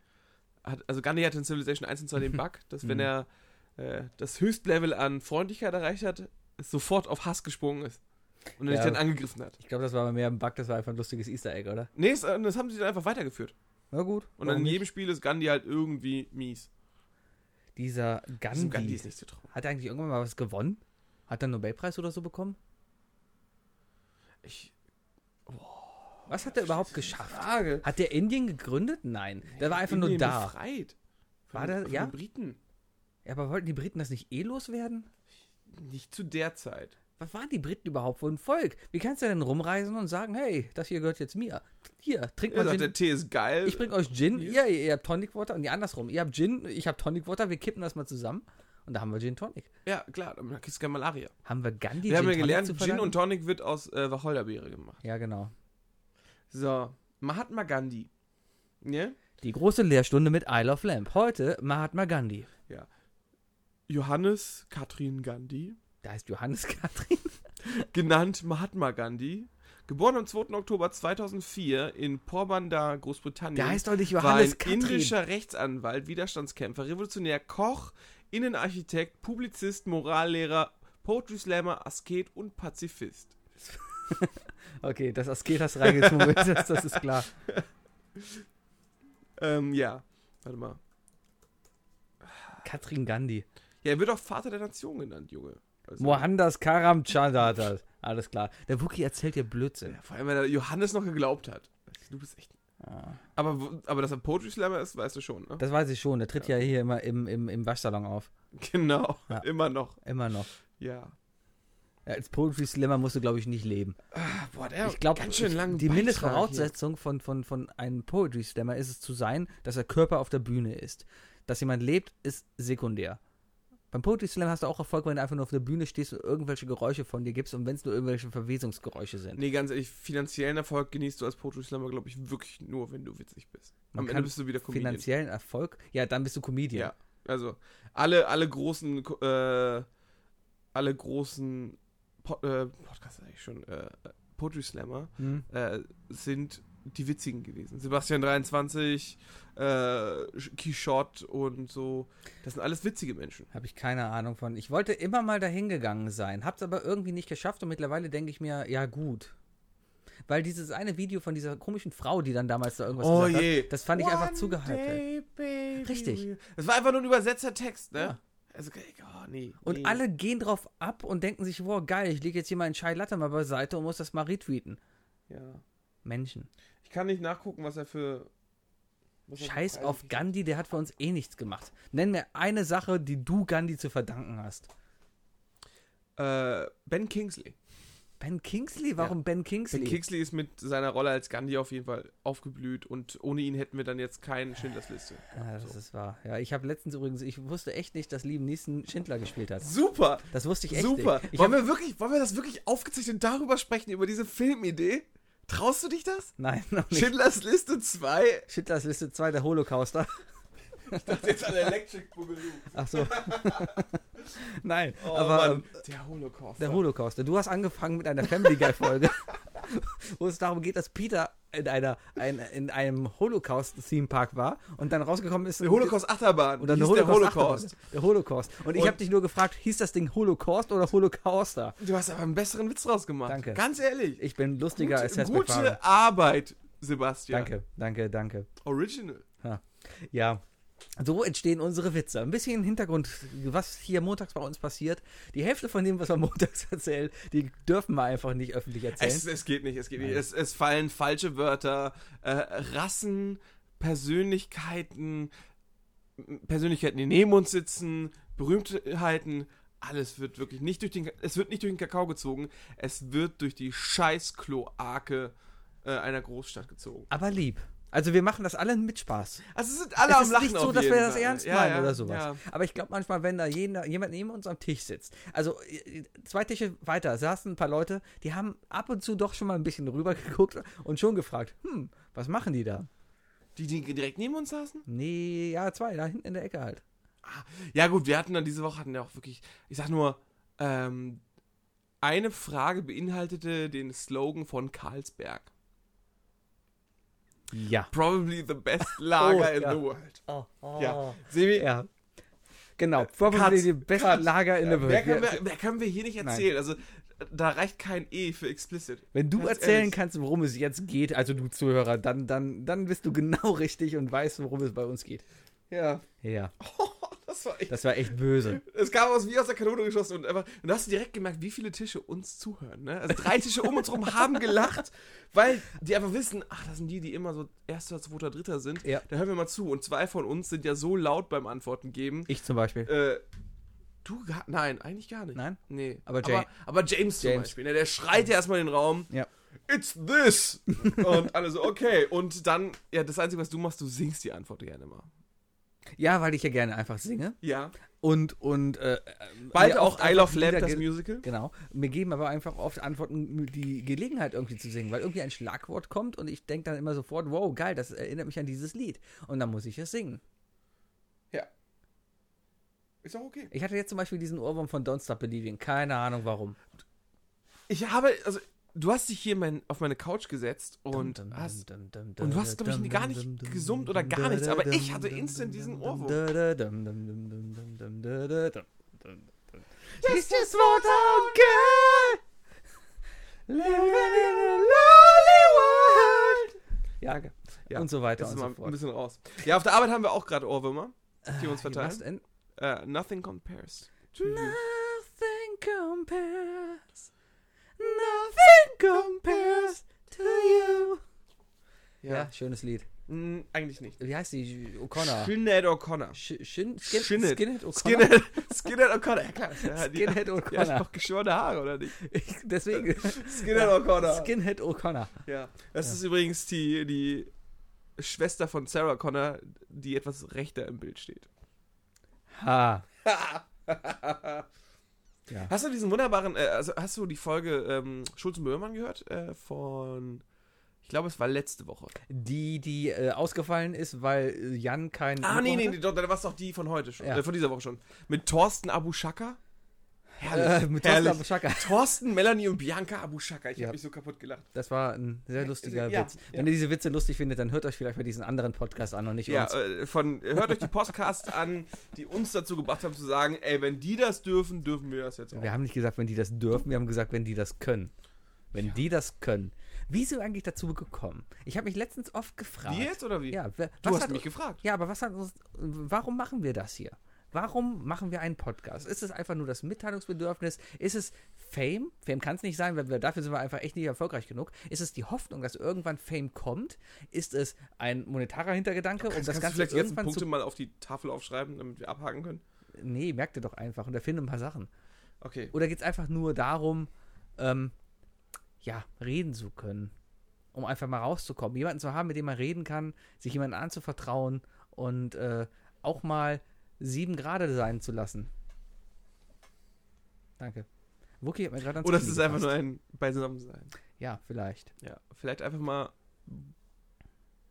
Speaker 4: Hat, also, Gandhi hatte in Civilization 1 und 2 den Bug, dass
Speaker 3: Hm.
Speaker 4: wenn er äh, das Höchstlevel an Freundlichkeit erreicht hat, es sofort auf Hass gesprungen ist. Und er
Speaker 3: Ja.
Speaker 4: dich dann angegriffen hat.
Speaker 3: Ich glaube, das war aber mehr ein Bug, das war einfach ein lustiges Easter Egg, oder?
Speaker 4: Nee, es, äh, das haben sie dann einfach weitergeführt.
Speaker 3: Na gut.
Speaker 4: Und
Speaker 3: warum
Speaker 4: in
Speaker 3: nicht?
Speaker 4: jedem Spiel ist Gandhi halt irgendwie mies.
Speaker 3: Dieser
Speaker 4: Diesem
Speaker 3: Gandhi,
Speaker 4: Gandhi ist nicht zu trauen.
Speaker 3: hat er eigentlich irgendwann mal was gewonnen? Hat er einen Nobelpreis oder so bekommen?
Speaker 4: Ich,
Speaker 3: Was hat er überhaupt geschafft?
Speaker 4: Frage.
Speaker 3: Hat der Indien gegründet? Nein. Der war einfach nur
Speaker 4: Indien
Speaker 3: da.
Speaker 4: Befreit. Von
Speaker 3: War
Speaker 4: den-
Speaker 3: der-
Speaker 4: von
Speaker 3: ja?
Speaker 4: den Briten.
Speaker 3: Ja, aber wollten die Briten das nicht eh loswerden?
Speaker 4: Nicht zu der Zeit.
Speaker 3: Was waren die Briten überhaupt für ein Volk? Wie kannst du denn rumreisen und sagen, hey, das hier gehört jetzt mir? Hier, trinkt
Speaker 4: Er
Speaker 3: mal
Speaker 4: sagt, der
Speaker 3: Gin.
Speaker 4: Tee ist geil.
Speaker 3: Ich bring euch Gin,
Speaker 4: Hier.
Speaker 3: ihr, ihr habt Tonic Water und die andersrum. Ihr habt Gin, ich hab Tonic Water, wir kippen das mal zusammen und da haben wir Gin Tonic.
Speaker 4: ja, klar, dann kriegst du keine Malaria.
Speaker 3: Haben wir Gandhi
Speaker 4: Wir haben ja
Speaker 3: Tonic
Speaker 4: gelernt,
Speaker 3: zu
Speaker 4: Gin
Speaker 3: verdanken?
Speaker 4: und Tonic wird aus äh, Wacholderbeere gemacht.
Speaker 3: Ja, genau.
Speaker 4: So, Mahatma Gandhi. Ne?
Speaker 3: Die große Lehrstunde mit Isle of Lamp. Heute Mahatma Gandhi.
Speaker 4: Johannes Katrin Gandhi,
Speaker 3: Da ist Johannes Katrin.
Speaker 4: genannt Mahatma Gandhi, geboren am 2. Oktober 2004 in Porbandar, Großbritannien.
Speaker 3: Der heißt doch nicht
Speaker 4: war ein
Speaker 3: Johannes Katrin.
Speaker 4: indischer Rechtsanwalt, Widerstandskämpfer, Revolutionär, Koch, Innenarchitekt, Publizist, Morallehrer, Poetry Slammer, Asket und Pazifist.
Speaker 3: Okay, das Asket hast du reingezogen, das, das ist klar.
Speaker 4: Ähm, ja, warte mal.
Speaker 3: Katrin Gandhi.
Speaker 4: Ja, er wird auch Vater der Nation genannt, Junge. Also,
Speaker 3: Mohandas Karamchandatas. Alles klar. Der Wookie erzählt dir Blödsinn.
Speaker 4: Ja, vor allem, weil er Johannes noch geglaubt hat. Also, Du bist echt.
Speaker 3: Ah.
Speaker 4: Aber, wo- aber dass er Poetry Slammer ist, weißt du schon, ne?
Speaker 3: Das weiß ich schon. Der tritt ja, hier immer im, im, im Waschsalon auf.
Speaker 4: Genau,
Speaker 3: Ja.
Speaker 4: immer noch.
Speaker 3: Immer noch.
Speaker 4: Ja.
Speaker 3: Ja, Als Poetry Slammer musst du, glaube ich, nicht leben.
Speaker 4: Boah, der
Speaker 3: ich glaube,
Speaker 4: Oh, ganz schön lang.
Speaker 3: die Mindestvoraussetzung von, von, von einem Poetry Slammer ist es zu sein, dass der Körper auf der Bühne ist. Dass jemand lebt, ist sekundär. Beim Poetry Slam hast du auch Erfolg, wenn du einfach nur auf der Bühne stehst und irgendwelche Geräusche von dir gibst und wenn es nur irgendwelche Verwesungsgeräusche sind.
Speaker 4: Nee, ganz ehrlich, finanziellen Erfolg genießt du als Poetry Slammer, glaube ich, wirklich nur, wenn du witzig bist.
Speaker 3: Man
Speaker 4: Am Ende
Speaker 3: kann
Speaker 4: bist du wieder Comedian.
Speaker 3: Finanziellen Erfolg? Ja, dann bist du Comedian.
Speaker 4: Ja. Also, alle, alle großen, äh, alle großen Pod, äh, Podcasts eigentlich schon, äh, Poetry Slammer
Speaker 3: Hm?
Speaker 4: äh, sind die witzigen gewesen. Sebastian 23, äh, Quichotte und so. Das sind alles witzige Menschen.
Speaker 3: Habe ich keine Ahnung von. Ich wollte immer mal dahin gegangen sein, hab's aber irgendwie nicht geschafft und mittlerweile denke ich mir, ja gut. Weil dieses eine Video von dieser komischen Frau, die dann damals da irgendwas
Speaker 4: Oh
Speaker 3: gesagt
Speaker 4: je.
Speaker 3: hat, das fand ich einfach
Speaker 4: One
Speaker 3: zu gehypelt.
Speaker 4: day, baby,
Speaker 3: Richtig.
Speaker 4: we- Es war einfach nur ein übersetzter Text, ne?
Speaker 3: Ja.
Speaker 4: Also, oh, nee.
Speaker 3: Und
Speaker 4: nee.
Speaker 3: alle gehen drauf ab und denken sich, wow, geil, ich lege jetzt hier meinen Chai Latte mal beiseite und muss das mal retweeten.
Speaker 4: Ja.
Speaker 3: Menschen.
Speaker 4: Ich kann nicht nachgucken, was er für. was er für
Speaker 3: Scheiß
Speaker 4: Preise
Speaker 3: auf
Speaker 4: kriegt.
Speaker 3: Gandhi, der hat für uns eh nichts gemacht. Nenn mir eine Sache, die du Gandhi zu verdanken hast.
Speaker 4: Äh, ben Kingsley.
Speaker 3: Ben Kingsley? Warum Ben Kingsley?
Speaker 4: Ben Kingsley ist mit seiner Rolle als Gandhi auf jeden Fall aufgeblüht und ohne ihn hätten wir dann jetzt keinen Schindlers Liste.
Speaker 3: ja, das ist wahr. Ja, ich habe letztens übrigens, ich wusste echt nicht, dass Liam Neeson Schindler gespielt hat.
Speaker 4: Super!
Speaker 3: Das wusste ich echt
Speaker 4: Super!
Speaker 3: nicht. Ich
Speaker 4: wollen,
Speaker 3: hab,
Speaker 4: wir wirklich, wollen wir das wirklich aufgezeichnet darüber sprechen, über diese Filmidee? Traust du dich das?
Speaker 3: nein, noch nicht.
Speaker 4: Schindlers Liste 2?
Speaker 3: Schindlers Liste 2, der Holocauster.
Speaker 4: Ich dachte jetzt an Electric Boogaloo.
Speaker 3: Ach so. nein,
Speaker 4: Oh,
Speaker 3: aber ähm,
Speaker 4: Mann. der Holocaust.
Speaker 3: Der Holocaust. Du hast angefangen mit einer Family Guy Folge, wo es darum geht, dass Peter in, einer, ein, in einem Holocaust-Theme-Park war und dann rausgekommen ist.
Speaker 4: Die Holocaust-Achterbahn.
Speaker 3: Und dann
Speaker 4: Die
Speaker 3: der
Speaker 4: hieß
Speaker 3: Holocaust. Achterbahn. Der Holocaust. Und ich
Speaker 4: Und-
Speaker 3: habe dich nur gefragt, hieß das Ding Holocaust oder Holocauster?
Speaker 4: Du hast aber einen besseren Witz draus gemacht.
Speaker 3: Danke.
Speaker 4: Ganz ehrlich.
Speaker 3: Ich bin lustiger als
Speaker 4: Gute,
Speaker 3: Herr Gute,
Speaker 4: gute Arbeit, Sebastian.
Speaker 3: Danke, danke, danke.
Speaker 4: Original.
Speaker 3: Ja. So entstehen unsere Witze. Ein bisschen Hintergrund, was hier montags bei uns passiert. Die Hälfte von dem, was wir montags erzählen, die dürfen wir einfach nicht öffentlich erzählen.
Speaker 4: Es, es geht nicht, es geht nicht. Es, es fallen falsche Wörter, äh, Rassen, Persönlichkeiten, m- Persönlichkeiten, die neben uns sitzen, Berühmtheiten. Alles wird wirklich nicht durch den, es wird nicht durch den Kakao gezogen. Es wird durch die Scheißkloake äh, einer Großstadt gezogen.
Speaker 3: aber lieb. Also wir machen das alle mit Spaß.
Speaker 4: Also es sind alle
Speaker 3: es
Speaker 4: am
Speaker 3: ist
Speaker 4: Lachen.
Speaker 3: nicht so,
Speaker 4: auf
Speaker 3: dass wir
Speaker 4: jeden
Speaker 3: das
Speaker 4: Fall.
Speaker 3: ernst
Speaker 4: Ja,
Speaker 3: meinen
Speaker 4: ja,
Speaker 3: oder sowas.
Speaker 4: Ja.
Speaker 3: Aber ich glaube manchmal, wenn da jener, jemand neben uns am Tisch sitzt, also äh, zwei Tische weiter saßen ein paar Leute, die haben ab und zu doch schon mal ein bisschen rübergeguckt und schon gefragt, hm, was machen die da?
Speaker 4: Die, die direkt neben uns saßen?
Speaker 3: Nee, ja, zwei, da hinten in der Ecke halt.
Speaker 4: Ja, gut, wir hatten dann diese Woche hatten ja auch wirklich, ich sag nur, ähm, eine Frage beinhaltete den Slogan von Carlsberg.
Speaker 3: Ja.
Speaker 4: Probably the best lager
Speaker 3: Oh,
Speaker 4: in
Speaker 3: ja.
Speaker 4: the world.
Speaker 3: Oh, oh.
Speaker 4: Ja. Sebi,
Speaker 3: Ja. Genau, probably
Speaker 4: Cut,
Speaker 3: die beste
Speaker 4: cut.
Speaker 3: Lager in der
Speaker 4: mehr,
Speaker 3: Welt.
Speaker 4: können
Speaker 3: Wir-
Speaker 4: wir, mehr können wir hier nicht erzählen. Also, da reicht kein E für explicit.
Speaker 3: Wenn du
Speaker 4: Ganz
Speaker 3: erzählen
Speaker 4: ehrlich.
Speaker 3: kannst, worum es jetzt geht, also du Zuhörer, dann, dann, dann bist du genau richtig und weißt, worum es bei uns geht.
Speaker 4: Ja.
Speaker 3: Ja,
Speaker 4: das war echt.
Speaker 3: das war echt böse.
Speaker 4: Es kam aus wie aus der Kanone geschossen und einfach. Und da hast du direkt gemerkt, wie viele Tische uns zuhören. Ne? Also drei Tische um uns rum haben gelacht, weil die einfach wissen, ach, das sind die, die immer so erster, zweiter, dritter sind.
Speaker 3: Ja.
Speaker 4: Da hören wir mal zu. Und zwei von uns sind ja so laut beim Antworten geben.
Speaker 3: Ich zum Beispiel.
Speaker 4: Äh, du gar, Nein, eigentlich gar nicht.
Speaker 3: Nein?
Speaker 4: Nee.
Speaker 3: Aber
Speaker 4: aber,
Speaker 3: Ja-
Speaker 4: aber James zum
Speaker 3: James.
Speaker 4: Beispiel, ne, der schreit ja erstmal in den Raum.
Speaker 3: Ja.
Speaker 4: It's this! Und alle so, okay. Und dann, ja, das Einzige, was du machst, du singst die Antwort gerne mal.
Speaker 3: Ja, weil ich ja gerne einfach singe.
Speaker 4: Ja.
Speaker 3: Und, und, äh,
Speaker 4: Bald
Speaker 3: mir
Speaker 4: auch
Speaker 3: oft
Speaker 4: I Love
Speaker 3: einfach
Speaker 4: Lamp,
Speaker 3: Lieder
Speaker 4: das
Speaker 3: ge-
Speaker 4: Musical.
Speaker 3: Genau. Mir geben aber einfach oft Antworten die Gelegenheit, irgendwie zu singen, weil irgendwie ein Schlagwort kommt und ich denke dann immer sofort, wow, geil, das erinnert mich an dieses Lied. Und dann muss ich es singen.
Speaker 4: Ist auch okay.
Speaker 3: Ich hatte jetzt zum Beispiel diesen Ohrwurm von Don't Stop Believing. Keine Ahnung warum.
Speaker 4: Ich habe, also, du hast dich hier mein, auf meine Couch gesetzt und hast. und du hast, glaub ich, gar nicht gesummt oder gar nichts, aber ich hatte instant diesen Ohrwurm.
Speaker 3: This is what I'm girl. Living in a lonely world. Ja, ge-
Speaker 4: Ja,
Speaker 3: und so weiter
Speaker 4: Das ist
Speaker 3: und
Speaker 4: mal
Speaker 3: so
Speaker 4: ein
Speaker 3: fort.
Speaker 4: bisschen raus. Ja, auf der Arbeit haben wir auch gerade Ohrwürmer, die uns
Speaker 3: You must
Speaker 4: verteilen.
Speaker 3: end-
Speaker 4: Äh, nothing compares.
Speaker 3: Nothing compares. Nothing compares to you. Ja, schönes Lied.
Speaker 4: Mm, eigentlich nicht.
Speaker 3: Wie heißt die? O'Connor.
Speaker 4: Sinead O'Connor.
Speaker 3: Sch- Shin, Skin,
Speaker 4: Shinhead.
Speaker 3: Skinhead O'Connor.
Speaker 4: Skinhead, Skinhead O'Connor, ja klar. Ja, die,
Speaker 3: Skinhead
Speaker 4: die hat
Speaker 3: O'Connor.
Speaker 4: doch geschorene Haare, oder nicht?
Speaker 3: Ich- Deswegen.
Speaker 4: Skinhead O'Connor.
Speaker 3: Skinhead O'Connor.
Speaker 4: ja. Das ist übrigens die, die Schwester von Sarah Connor, die etwas rechter im Bild steht.
Speaker 3: Ha.
Speaker 4: Hast du diesen wunderbaren, äh, also hast du die Folge ähm, Schulz und Böhmermann gehört? Äh, von, ich glaube, es war letzte Woche.
Speaker 3: Die, die äh, ausgefallen ist, weil äh, Jan kein.
Speaker 4: Ah,
Speaker 3: Mikro
Speaker 4: nee, nee,
Speaker 3: hatte?
Speaker 4: nee, doch, dann war es doch die von heute schon.
Speaker 3: Ja.
Speaker 4: Äh, von dieser Woche schon. Mit Thorsten Abushaka. Herrlich.
Speaker 3: Äh, mit
Speaker 4: herrlich.
Speaker 3: Thorsten Schaka.
Speaker 4: Thorsten, Melanie und Bianca Abushaka. Ich
Speaker 3: Ja.
Speaker 4: habe mich so kaputt gelacht.
Speaker 3: Das war ein sehr lustiger
Speaker 4: Ja,
Speaker 3: Witz.
Speaker 4: ja.
Speaker 3: Wenn ihr diese Witze lustig findet, dann hört euch vielleicht mal diesen anderen Podcast an und nicht
Speaker 4: Ja,
Speaker 3: uns.
Speaker 4: äh, von, hört euch die Podcasts an, die uns dazu gebracht haben zu sagen, ey, wenn die das dürfen, dürfen wir das jetzt auch.
Speaker 3: Wir haben nicht gesagt, wenn die das dürfen, wir haben gesagt, wenn die das können. Wenn die das können. Wieso eigentlich dazu gekommen? Ich habe mich letztens oft gefragt.
Speaker 4: Die jetzt oder wie?
Speaker 3: Ja, wer,
Speaker 4: du
Speaker 3: was
Speaker 4: hast
Speaker 3: hat-
Speaker 4: mich gefragt.
Speaker 3: Ja, aber was hat uns. Warum machen wir das hier? Warum machen wir einen Podcast? Ist es einfach nur das Mitteilungsbedürfnis? Ist es Fame? Fame kann es nicht sein, weil wir, dafür sind wir einfach echt nicht erfolgreich genug. Ist es die Hoffnung, dass irgendwann Fame kommt? Ist es ein monetarer Hintergedanke, um
Speaker 4: Kannst,
Speaker 3: das Ganze
Speaker 4: kannst du vielleicht die ganzen
Speaker 3: irgendwann
Speaker 4: Punkte
Speaker 3: zu.
Speaker 4: mal auf die Tafel aufschreiben, damit wir abhaken können?
Speaker 3: Nee, merkt ihr doch einfach und erfinde ein paar Sachen.
Speaker 4: Okay.
Speaker 3: Oder geht es einfach nur darum, ähm, ja, reden zu können? Um einfach mal rauszukommen. Jemanden zu haben, mit dem man reden kann, sich jemandem anzuvertrauen und äh, auch mal sieben Grade sein zu lassen. Danke. Wookie hat mir gerade ans
Speaker 4: Oder es
Speaker 3: Knie
Speaker 4: ist einfach nur
Speaker 3: gefasst.
Speaker 4: ein Beisammensein.
Speaker 3: Ja, vielleicht.
Speaker 4: Ja, vielleicht einfach mal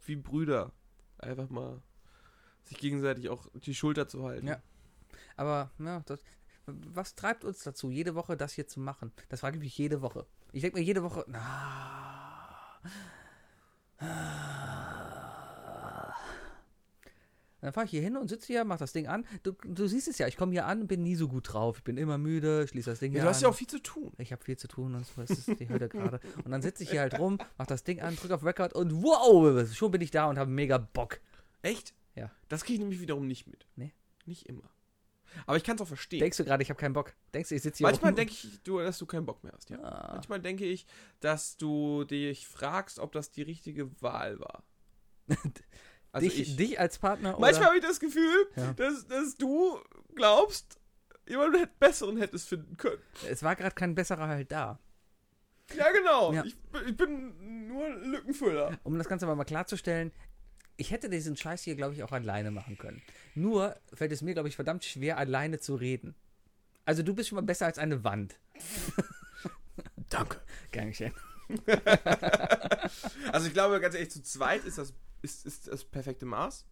Speaker 4: wie Brüder. Einfach mal sich gegenseitig auch die Schulter zu halten.
Speaker 3: Ja. Aber, ja, das, was treibt uns dazu, jede Woche das hier zu machen? Das frage ich mich jede Woche. Ich denke mir jede Woche, na. Dann fahre ich hier hin und sitze hier, mach das Ding an. Du, du siehst es ja, ich komme hier an, bin nie so gut drauf. Ich bin immer müde, schließe das Ding
Speaker 4: Ja,
Speaker 3: hier
Speaker 4: du hast
Speaker 3: an.
Speaker 4: ja auch viel zu tun.
Speaker 3: ich habe viel zu tun und so, es ist die Hölle gerade. Und dann sitze ich hier halt rum, mach das Ding an, drück auf Record und wow, schon bin ich da und habe mega Bock.
Speaker 4: Echt?
Speaker 3: Ja.
Speaker 4: Das kriege ich nämlich wiederum nicht mit.
Speaker 3: Nee.
Speaker 4: Nicht immer. Aber ich kann es auch verstehen.
Speaker 3: Denkst du gerade, ich habe keinen Bock? Denkst du, ich sitze hier
Speaker 4: Manchmal
Speaker 3: rum?
Speaker 4: denke ich, du, dass du keinen Bock mehr hast. Ja.
Speaker 3: Ah.
Speaker 4: Manchmal denke ich, dass du dich fragst, ob das die richtige Wahl war. Also
Speaker 3: dich,
Speaker 4: ich.
Speaker 3: dich als Partner
Speaker 4: Manchmal
Speaker 3: oder?
Speaker 4: habe ich das Gefühl,
Speaker 3: Ja.
Speaker 4: dass, dass du glaubst, jemanden hätt- besseren hättest finden können.
Speaker 3: Es war gerade kein besserer halt da.
Speaker 4: Ja, genau.
Speaker 3: Ja.
Speaker 4: Ich, ich bin nur Lückenfüller.
Speaker 3: Um das Ganze aber mal klarzustellen, ich hätte diesen Scheiß hier, glaube ich, auch alleine machen können. Nur fällt es mir, glaube ich, verdammt schwer, alleine zu reden. Also du bist schon mal besser als eine Wand.
Speaker 4: Danke.
Speaker 3: Gern geschehen.
Speaker 4: Also ich glaube, ganz ehrlich, zu zweit ist das, ist, ist das perfekte Maß.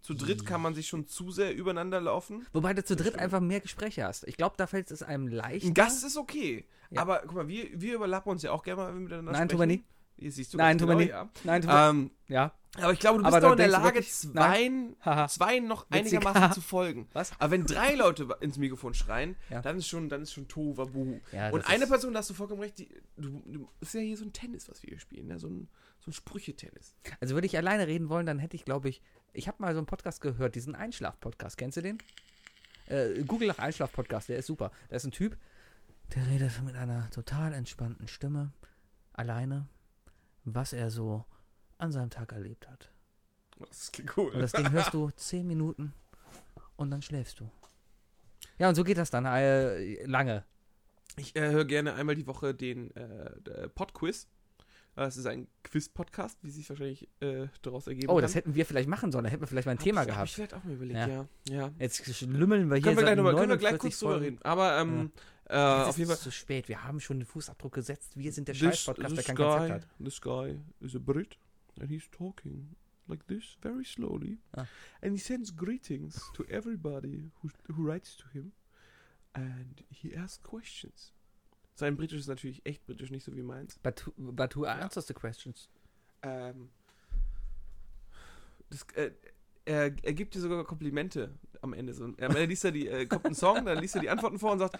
Speaker 4: Zu dritt kann man sich schon zu sehr übereinander laufen.
Speaker 3: Wobei du zu dritt einfach mehr Gespräche hast. Ich glaube, da fällt es einem leicht.
Speaker 4: Ein Gast ist okay.
Speaker 3: Ja.
Speaker 4: Aber guck mal, wir, wir überlappen uns ja auch gerne mal wenn wir miteinander
Speaker 3: Nein, tun
Speaker 4: sprechen.
Speaker 3: wir nie.
Speaker 4: Hier siehst du
Speaker 3: Nein,
Speaker 4: ganz
Speaker 3: tun wir nie.
Speaker 4: genau,
Speaker 3: Nein, du,
Speaker 4: Ja. Ähm,
Speaker 3: ja.
Speaker 4: Aber ich glaube, du bist
Speaker 3: Aber
Speaker 4: doch
Speaker 3: dann
Speaker 4: in
Speaker 3: denkst
Speaker 4: der
Speaker 3: du
Speaker 4: Lage,
Speaker 3: wirklich,
Speaker 4: zweien,
Speaker 3: Haha.
Speaker 4: zweien noch
Speaker 3: Witzig.
Speaker 4: einigermaßen zu folgen.
Speaker 3: Was?
Speaker 4: Aber wenn drei Leute ins Mikrofon schreien,
Speaker 3: Ja.
Speaker 4: dann ist schon, dann ist schon Tohuwabohu.
Speaker 3: Ja,
Speaker 4: Und
Speaker 3: das
Speaker 4: eine
Speaker 3: ist-
Speaker 4: Person, da hast du vollkommen recht, die, du, du, ist ja hier so ein Tennis, was wir hier spielen, ne? so ein, so ein Sprüche-Tennis.
Speaker 3: Also würde ich alleine reden wollen, dann hätte ich, glaube ich, ich habe mal so einen Podcast gehört, diesen Einschlaf-Podcast. Kennst du den? Äh, Google nach Einschlaf-Podcast, der ist super. Da ist ein Typ, der redet mit einer total entspannten Stimme, alleine, was er so an seinem Tag erlebt hat.
Speaker 4: Oh, Das klingt cool.
Speaker 3: Und das Ding hörst du zehn Minuten und dann schläfst du. Ja, und so geht das dann äh, lange.
Speaker 4: Ich äh, höre gerne einmal die Woche den äh, der Podquiz. Das ist ein Quiz-Podcast, wie sich wahrscheinlich äh, daraus ergeben
Speaker 3: Oh,
Speaker 4: kann.
Speaker 3: das hätten wir vielleicht machen sollen. Da hätten wir vielleicht mal ein Thema
Speaker 4: hab ich, Hab ich
Speaker 3: gehabt.
Speaker 4: vielleicht auch mal überlegt,
Speaker 3: Ja.
Speaker 4: ja. ja.
Speaker 3: Jetzt lümmeln wir hier
Speaker 4: Können wir, gleich
Speaker 3: seit
Speaker 4: noch mal, können wir gleich
Speaker 3: 49
Speaker 4: kurz drüber
Speaker 3: Folgen.
Speaker 4: reden. Aber ähm, äh,
Speaker 3: Es
Speaker 4: auf jeden Fall.
Speaker 3: ist zu spät. Wir haben schon den Fußabdruck gesetzt. Wir sind der
Speaker 4: This,
Speaker 3: Scheiß-Podcast, der
Speaker 4: this
Speaker 3: kein
Speaker 4: guy,
Speaker 3: Konzept hat.
Speaker 4: This guy is a Brit and he's talking like this very slowly.
Speaker 3: Ah.
Speaker 4: And he sends greetings to everybody who, who writes to him. And he asks questions. Sein Britisch ist natürlich echt britisch, nicht so wie meins.
Speaker 3: But, who- but who answers the questions?
Speaker 4: Ähm, das, äh, er, er gibt dir sogar Komplimente am Ende. So, am Ende liest er die, äh, kommt ein Song, dann liest er die Antworten vor und sagt,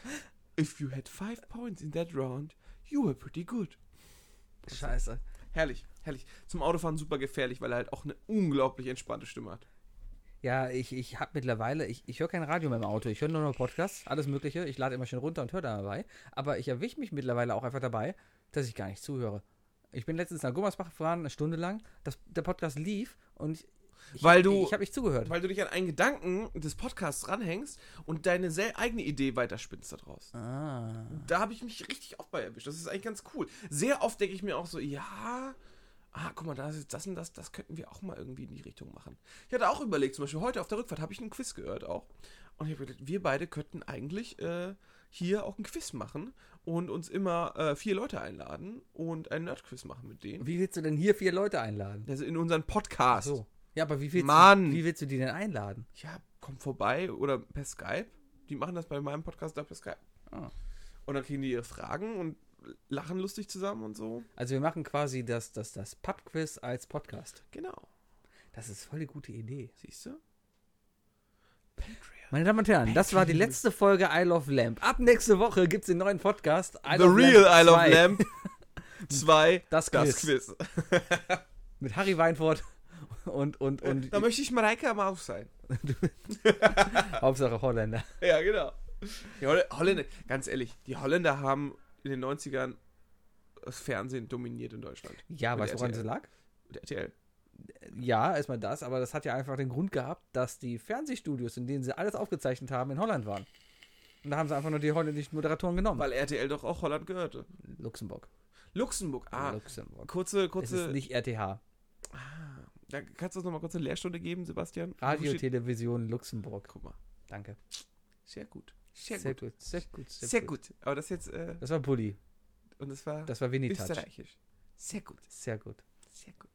Speaker 4: If you had five points in that round, you were pretty good.
Speaker 3: Scheiße.
Speaker 4: Herrlich, herrlich. Zum Autofahren super gefährlich, weil er halt auch eine unglaublich entspannte Stimme hat.
Speaker 3: Ja, ich, ich habe mittlerweile, ich, ich höre kein Radio mehr im Auto. Ich höre nur noch Podcasts, alles Mögliche. Ich lade immer schön runter und höre dabei. Aber ich erwische mich mittlerweile auch einfach dabei, dass ich gar nicht zuhöre. Ich bin letztens nach Gummersbach gefahren, eine Stunde lang. Das, der Podcast lief und ich, ich
Speaker 4: Weil
Speaker 3: hab-
Speaker 4: du-
Speaker 3: ich habe nicht zugehört.
Speaker 4: Weil du dich an einen Gedanken des Podcasts ranhängst und deine sehr eigene Idee weiterspinnst daraus.
Speaker 3: Ah.
Speaker 4: Da habe ich mich richtig oft bei erwischt. Das ist eigentlich ganz cool. Sehr oft denke ich mir auch so, ja, ah, guck mal, da ist jetzt das und das, das könnten wir auch mal irgendwie in die Richtung machen. Ich hatte auch überlegt, zum Beispiel heute auf der Rückfahrt habe ich einen Quiz gehört auch. Und ich habe gedacht, wir beide könnten eigentlich äh, hier auch einen Quiz machen und uns immer äh, vier Leute einladen und einen Nerd-Quiz machen mit denen.
Speaker 3: Wie willst du denn hier vier Leute einladen?
Speaker 4: Also in unseren Podcast.
Speaker 3: So. Ja, aber wie willst, Du,
Speaker 4: Mann.
Speaker 3: wie willst du die denn einladen?
Speaker 4: Ja, komm vorbei oder per Skype. Die machen das bei meinem Podcast da per Skype.
Speaker 3: Ah.
Speaker 4: Und dann kriegen die ihre Fragen und lachen lustig zusammen und so.
Speaker 3: Also wir machen quasi das, das, das Pub-Quiz als Podcast.
Speaker 4: Genau.
Speaker 3: Das ist voll die gute Idee.
Speaker 4: Siehst du?
Speaker 3: Meine Damen und Herren, das war die letzte Folge I Love Lamp. Ab nächste Woche gibt es den neuen Podcast I
Speaker 4: The Real I Love
Speaker 3: 2
Speaker 4: Lamp 2,
Speaker 3: Das
Speaker 4: das
Speaker 3: Quiz.
Speaker 4: Quiz.
Speaker 3: Mit Harry Weinfurt und, und, und
Speaker 4: Da möchte ich Mareike am Auf sein.
Speaker 3: Hauptsache Holländer.
Speaker 4: Ja, genau. Die Holl Holländer, ganz ehrlich, die Holländer haben in den 90ern das Fernsehen dominiert in Deutschland.
Speaker 3: Ja,
Speaker 4: Mit
Speaker 3: weißt du, woran das
Speaker 4: RTL.
Speaker 3: lag?
Speaker 4: Mit RTL.
Speaker 3: Ja, erstmal das, aber das hat ja einfach den Grund gehabt, dass die Fernsehstudios, in denen sie alles aufgezeichnet haben, in Holland waren. Und da haben sie einfach nur die holländischen Moderatoren genommen.
Speaker 4: Weil RTL doch auch Holland gehörte.
Speaker 3: Luxemburg.
Speaker 4: Luxemburg, ah.
Speaker 3: Luxemburg.
Speaker 4: Kurze,
Speaker 3: Es ist
Speaker 4: kurze.
Speaker 3: nicht RTH.
Speaker 4: Da kannst du uns nochmal kurz eine Lehrstunde geben, Sebastian?
Speaker 3: Radio,
Speaker 4: Wo steht-
Speaker 3: Television, Luxemburg.
Speaker 4: Guck mal.
Speaker 3: Danke.
Speaker 4: Sehr gut. Sehr, gut.
Speaker 3: Sehr gut. Sehr,
Speaker 4: Sehr
Speaker 3: gut.
Speaker 4: gut. Aber das jetzt, äh,
Speaker 3: Das war Bulli.
Speaker 4: und das war
Speaker 3: Das war Winnie Touch.
Speaker 4: österreichisch. Sehr gut.
Speaker 3: Sehr gut.
Speaker 4: Sehr gut.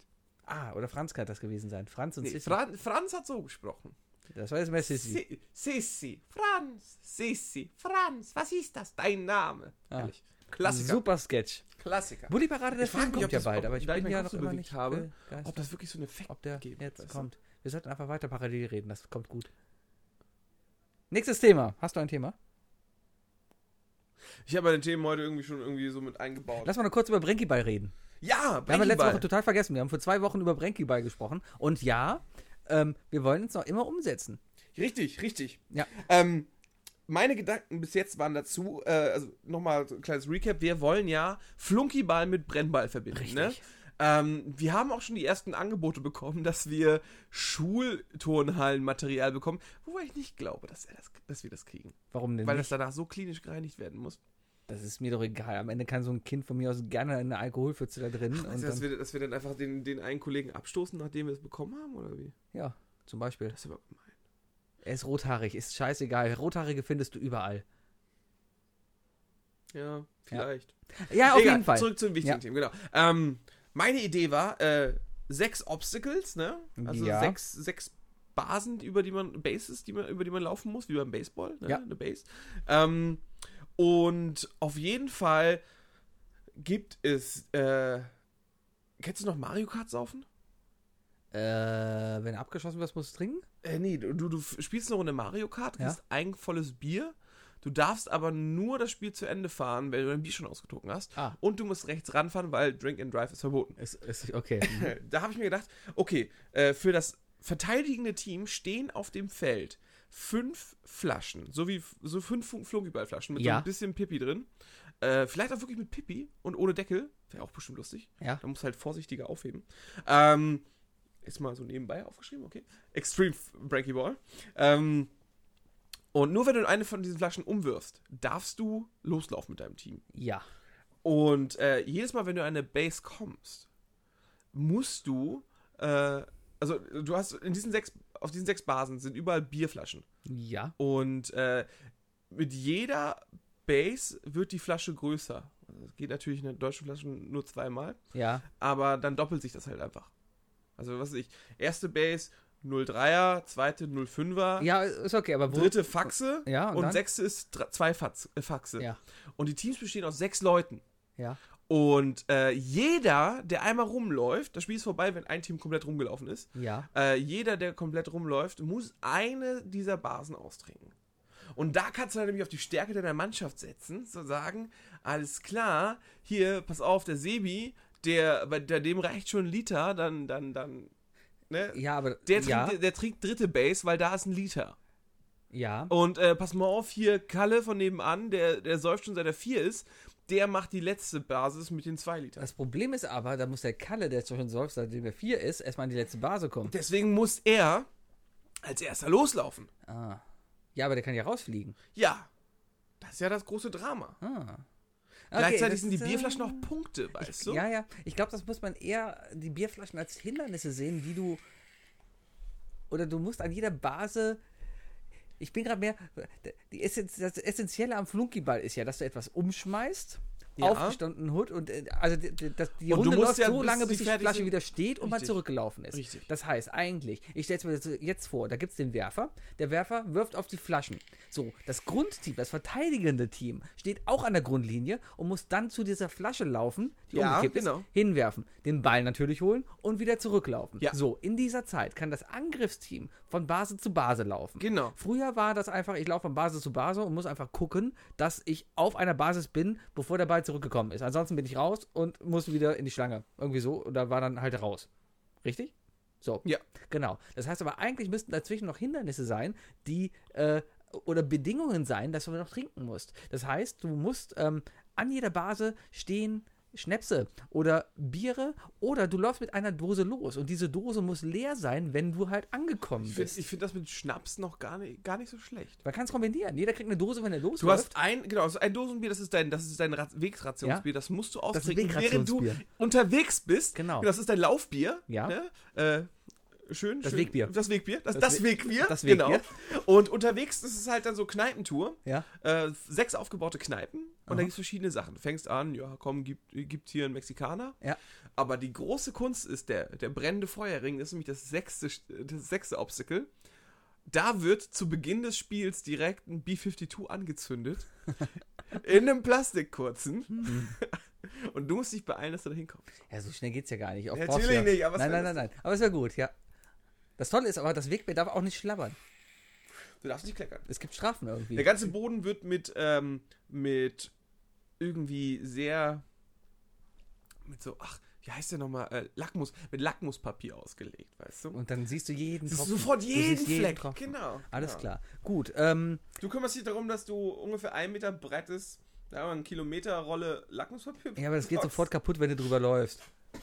Speaker 3: Ah, oder Franz kann das gewesen sein. Franz und
Speaker 4: Nee,
Speaker 3: Sissi.
Speaker 4: Fran Franz hat so gesprochen.
Speaker 3: das war jetzt mehr Sissi.
Speaker 4: Si- Sissi, Franz, Sissi, Franz, was ist das? Dein Name.
Speaker 3: Ah.
Speaker 4: Ehrlich. Klassiker.
Speaker 3: Super Sketch.
Speaker 4: Klassiker.
Speaker 3: Bulli Parade, der
Speaker 4: Ich frag
Speaker 3: Film
Speaker 4: mich, ob
Speaker 3: kommt ja
Speaker 4: das-
Speaker 3: bald,
Speaker 4: ob-
Speaker 3: aber ich
Speaker 4: da ich
Speaker 3: bin
Speaker 4: meinen
Speaker 3: ja
Speaker 4: Kopf
Speaker 3: noch
Speaker 4: so
Speaker 3: immer
Speaker 4: bewegt
Speaker 3: nicht
Speaker 4: habe,
Speaker 3: begeistert,
Speaker 4: Ob das wirklich so ein Effekt
Speaker 3: ob der
Speaker 4: geben
Speaker 3: jetzt
Speaker 4: weißt du?
Speaker 3: kommt. Wir sollten einfach weiter parallel reden, das kommt gut. Nächstes Thema. Hast du ein Thema?
Speaker 4: Ich habe meine Themen heute irgendwie schon irgendwie so mit eingebaut.
Speaker 3: Lass mal noch kurz über Brenkyball reden.
Speaker 4: ja,
Speaker 3: Wir haben ja letzte
Speaker 4: Bänkeball.
Speaker 3: Woche total vergessen. Wir haben vor zwei Wochen über Brenkyball gesprochen. Und ja, ähm, wir wollen es noch immer umsetzen.
Speaker 4: Richtig, richtig.
Speaker 3: Ja.
Speaker 4: Ähm, meine Gedanken bis jetzt waren dazu, äh, also nochmal so ein kleines Recap, wir wollen ja Flunkyball mit Brennball verbinden.
Speaker 3: Richtig.
Speaker 4: Ne? Ähm, wir haben auch schon die ersten Angebote bekommen, dass wir Schulturnhallenmaterial bekommen, wobei ich nicht glaube, dass, er das, dass wir das kriegen,
Speaker 3: Warum denn
Speaker 4: weil das
Speaker 3: nicht?
Speaker 4: danach so klinisch gereinigt werden muss,
Speaker 3: Das ist mir doch egal. Am Ende kann so ein Kind von mir aus gerne eine Alkoholpfütze da drin. und dann,
Speaker 4: also, dass, wir, dass wir dann einfach den, den einen Kollegen abstoßen, nachdem wir es bekommen haben, oder wie?
Speaker 3: ja, zum Beispiel.
Speaker 4: Das ist aber gemein.
Speaker 3: Er ist rothaarig, ist scheißegal. Rothaarige findest du überall.
Speaker 4: Ja, vielleicht.
Speaker 3: Ja, auf
Speaker 4: Egal,
Speaker 3: jeden Fall.
Speaker 4: Zurück zu den wichtigen
Speaker 3: Ja.
Speaker 4: Themen, genau. Ähm, meine Idee war, äh, sechs Obstacles, ne? Also
Speaker 3: Ja.
Speaker 4: sechs, sechs Basen, über die man, Bases, die man, über die man laufen muss, wie beim Baseball, ne?
Speaker 3: Ja.
Speaker 4: Eine Base. Ähm, und auf jeden Fall gibt es, äh, kennst du noch Mario Kart saufen?
Speaker 3: Äh, wenn er abgeschossen wird, muss trinken?
Speaker 4: Äh, nee, du, du f- spielst eine Runde Mario Kart,
Speaker 3: Ja.
Speaker 4: kriegst ein volles Bier. Du darfst aber nur das Spiel zu Ende fahren, wenn du dein Bier schon ausgetrunken hast.
Speaker 3: Ah.
Speaker 4: Und du musst rechts ranfahren, weil Drink and Drive ist verboten.
Speaker 3: Ist, ist okay.
Speaker 4: Da habe ich mir gedacht, okay, äh, für das verteidigende Team stehen auf dem Feld fünf Flaschen, so wie so fünf Fu- Flunkyballflaschen mit so
Speaker 3: Ja.
Speaker 4: ein bisschen Pipi drin. Äh, vielleicht auch wirklich mit Pipi und ohne Deckel. Wäre auch bestimmt lustig.
Speaker 3: ja.
Speaker 4: Da muss halt vorsichtiger aufheben. Ähm, ist mal so nebenbei aufgeschrieben, okay. Extreme Breaky Ball. Ähm, und nur wenn du eine von diesen Flaschen umwirfst, darfst du loslaufen mit deinem Team.
Speaker 3: Ja.
Speaker 4: Und äh, jedes Mal, wenn du eine Base kommst, musst du, äh, also du hast in diesen sechs, auf diesen sechs Basen sind überall Bierflaschen.
Speaker 3: Ja.
Speaker 4: Und äh, mit jeder Base wird die Flasche größer. Das geht natürlich in der deutschen Flasche nur zweimal,
Speaker 3: Ja.
Speaker 4: aber dann doppelt sich das halt einfach. Also was weiß ich, erste Base 03er, zweite 05er,
Speaker 3: Ja, ist okay, aber wo.
Speaker 4: dritte Faxe
Speaker 3: Ja, und
Speaker 4: und
Speaker 3: dann?
Speaker 4: sechste ist dr- zwei Faz- äh, Faxe.
Speaker 3: Ja.
Speaker 4: Und die Teams bestehen aus sechs Leuten.
Speaker 3: Ja.
Speaker 4: Und äh, jeder, der einmal rumläuft, das Spiel ist vorbei, wenn ein Team komplett rumgelaufen ist,
Speaker 3: Ja.
Speaker 4: äh, jeder, der komplett rumläuft, muss eine dieser Basen austrinken. Und da kannst du dann nämlich auf die Stärke deiner Mannschaft setzen, zu sagen, alles klar, hier, pass auf, der Sebi, der, bei der, dem reicht schon ein Liter, dann, dann, dann, ne?
Speaker 3: Ja, aber.
Speaker 4: Der,
Speaker 3: ja.
Speaker 4: trinkt, der trinkt dritte Base, weil da ist ein Liter.
Speaker 3: ja.
Speaker 4: Und äh, pass mal auf, hier Kalle von nebenan, der, der säuft schon seit er vier ist, der macht die letzte Basis mit den zwei Litern.
Speaker 3: Das Problem ist aber, da muss der Kalle, der jetzt schon säuft, seitdem er vier ist, erstmal in die letzte Base kommen.
Speaker 4: Deswegen muss er als erster loslaufen.
Speaker 3: Ah. Ja, aber der kann ja rausfliegen.
Speaker 4: Ja. Das ist ja das große Drama.
Speaker 3: Ah. Okay,
Speaker 4: Gleichzeitig
Speaker 3: das
Speaker 4: sind die
Speaker 3: ist, äh,
Speaker 4: Bierflaschen auch Punkte, weißt du?
Speaker 3: Ja, ja. Ich glaube, das muss man eher die Bierflaschen als Hindernisse sehen, die du. Oder du musst an jeder Base. Ich bin gerade mehr. Die Essenz, das Essentielle am Flunkyball ist ja, dass du etwas umschmeißt.
Speaker 4: Ja.
Speaker 3: Aufgestanden Hut und äh, also die, die, das- die
Speaker 4: Und du
Speaker 3: Runde
Speaker 4: musst
Speaker 3: läuft
Speaker 4: ja,
Speaker 3: so
Speaker 4: bis
Speaker 3: lange,
Speaker 4: sie
Speaker 3: bis die
Speaker 4: fertig
Speaker 3: Flasche
Speaker 4: sind.
Speaker 3: wieder steht und mal
Speaker 4: Richtig.
Speaker 3: zurückgelaufen ist.
Speaker 4: Richtig.
Speaker 3: Das heißt, eigentlich, ich stelle es mir das jetzt vor, da gibt es den Werfer, der Werfer wirft auf die Flaschen. So, das Grundteam, das verteidigende Team, steht auch an der Grundlinie und muss dann zu dieser Flasche laufen, die
Speaker 4: Ja,
Speaker 3: umgekippt
Speaker 4: genau.
Speaker 3: ist, hinwerfen, den Ball natürlich holen und wieder zurücklaufen.
Speaker 4: Ja.
Speaker 3: So, in dieser Zeit kann das Angriffsteam von Base zu Base laufen.
Speaker 4: Genau.
Speaker 3: Früher war das einfach, ich laufe von Base zu Base und muss einfach gucken, dass ich auf einer Basis bin, bevor der Ball zurückgekommen ist. Ansonsten bin ich raus und muss wieder in die Schlange. Irgendwie so, oder war dann halt raus. Richtig? So.
Speaker 4: Ja.
Speaker 3: Genau. Das heißt aber, eigentlich müssten dazwischen noch Hindernisse sein, die äh, oder Bedingungen sein, dass du noch trinken musst. Das heißt, du musst ähm, an jeder Base stehen Schnäpse oder Biere oder du läufst mit einer Dose los und diese Dose muss leer sein, wenn du halt angekommen
Speaker 4: Ich finde
Speaker 3: bist.
Speaker 4: ich find das mit Schnaps noch gar nicht, gar nicht so schlecht.
Speaker 3: Man kann es kombinieren. Jeder kriegt eine Dose, wenn er losläuft.
Speaker 4: Du hast ein, genau, also ein Dosenbier, das ist dein, das ist dein Rat- Wegrationsbier, das musst du
Speaker 3: ist
Speaker 4: austrinken, während du
Speaker 3: Wegrationsbier.
Speaker 4: unterwegs bist.
Speaker 3: Genau.
Speaker 4: Das ist dein Laufbier.
Speaker 3: Ja.
Speaker 4: Ne? Äh, schön,
Speaker 3: Das
Speaker 4: schön.
Speaker 3: Wegbier.
Speaker 4: Das Wegbier. Das, das,
Speaker 3: Das We-
Speaker 4: Wegbier.
Speaker 3: das Wegbier.
Speaker 4: Genau. Und unterwegs ist es halt dann so Kneipentour.
Speaker 3: Ja.
Speaker 4: äh, sechs aufgebaute Kneipen und
Speaker 3: Aha.
Speaker 4: da gibt es verschiedene Sachen. Du fängst an, ja, komm, gibt, gibt hier einen Mexikaner.
Speaker 3: Ja.
Speaker 4: Aber die große Kunst ist der, der brennende Feuerring, ist nämlich das sechste, das sechste Obstacle. Da wird zu Beginn des Spiels direkt ein B-52 angezündet. in einem Plastikkurzen.
Speaker 3: Mhm.
Speaker 4: und du musst dich beeilen, dass du da hinkommst.
Speaker 3: Ja, so schnell geht's ja gar nicht. Auf
Speaker 4: Natürlich
Speaker 3: Porsche.
Speaker 4: nicht, aber es
Speaker 3: nein,
Speaker 4: wär
Speaker 3: nein, nein, nein. Aber es wäre gut, ja. Das Tolle ist aber, das Wegbier darf auch nicht schlabbern.
Speaker 4: Du darfst nicht kleckern.
Speaker 3: Es gibt Strafen irgendwie.
Speaker 4: Der ganze Boden wird mit, ähm, mit irgendwie sehr, mit so, ach, wie heißt der nochmal? Äh, Lackmus, mit Lackmuspapier ausgelegt, weißt du?
Speaker 3: Und dann siehst du jeden
Speaker 4: Das ist
Speaker 3: Tropfen.
Speaker 4: sofort
Speaker 3: Du
Speaker 4: jeden
Speaker 3: siehst
Speaker 4: Fleck.
Speaker 3: Tropfen.
Speaker 4: genau.
Speaker 3: Alles
Speaker 4: genau.
Speaker 3: klar. Gut, ähm,
Speaker 4: Du kümmerst dich darum, dass du ungefähr einen Meter breites, da haben wir einen Kilometer Rolle Lackmuspapier.
Speaker 3: ja, aber das geht
Speaker 4: packst.
Speaker 3: sofort kaputt, wenn du drüber läufst.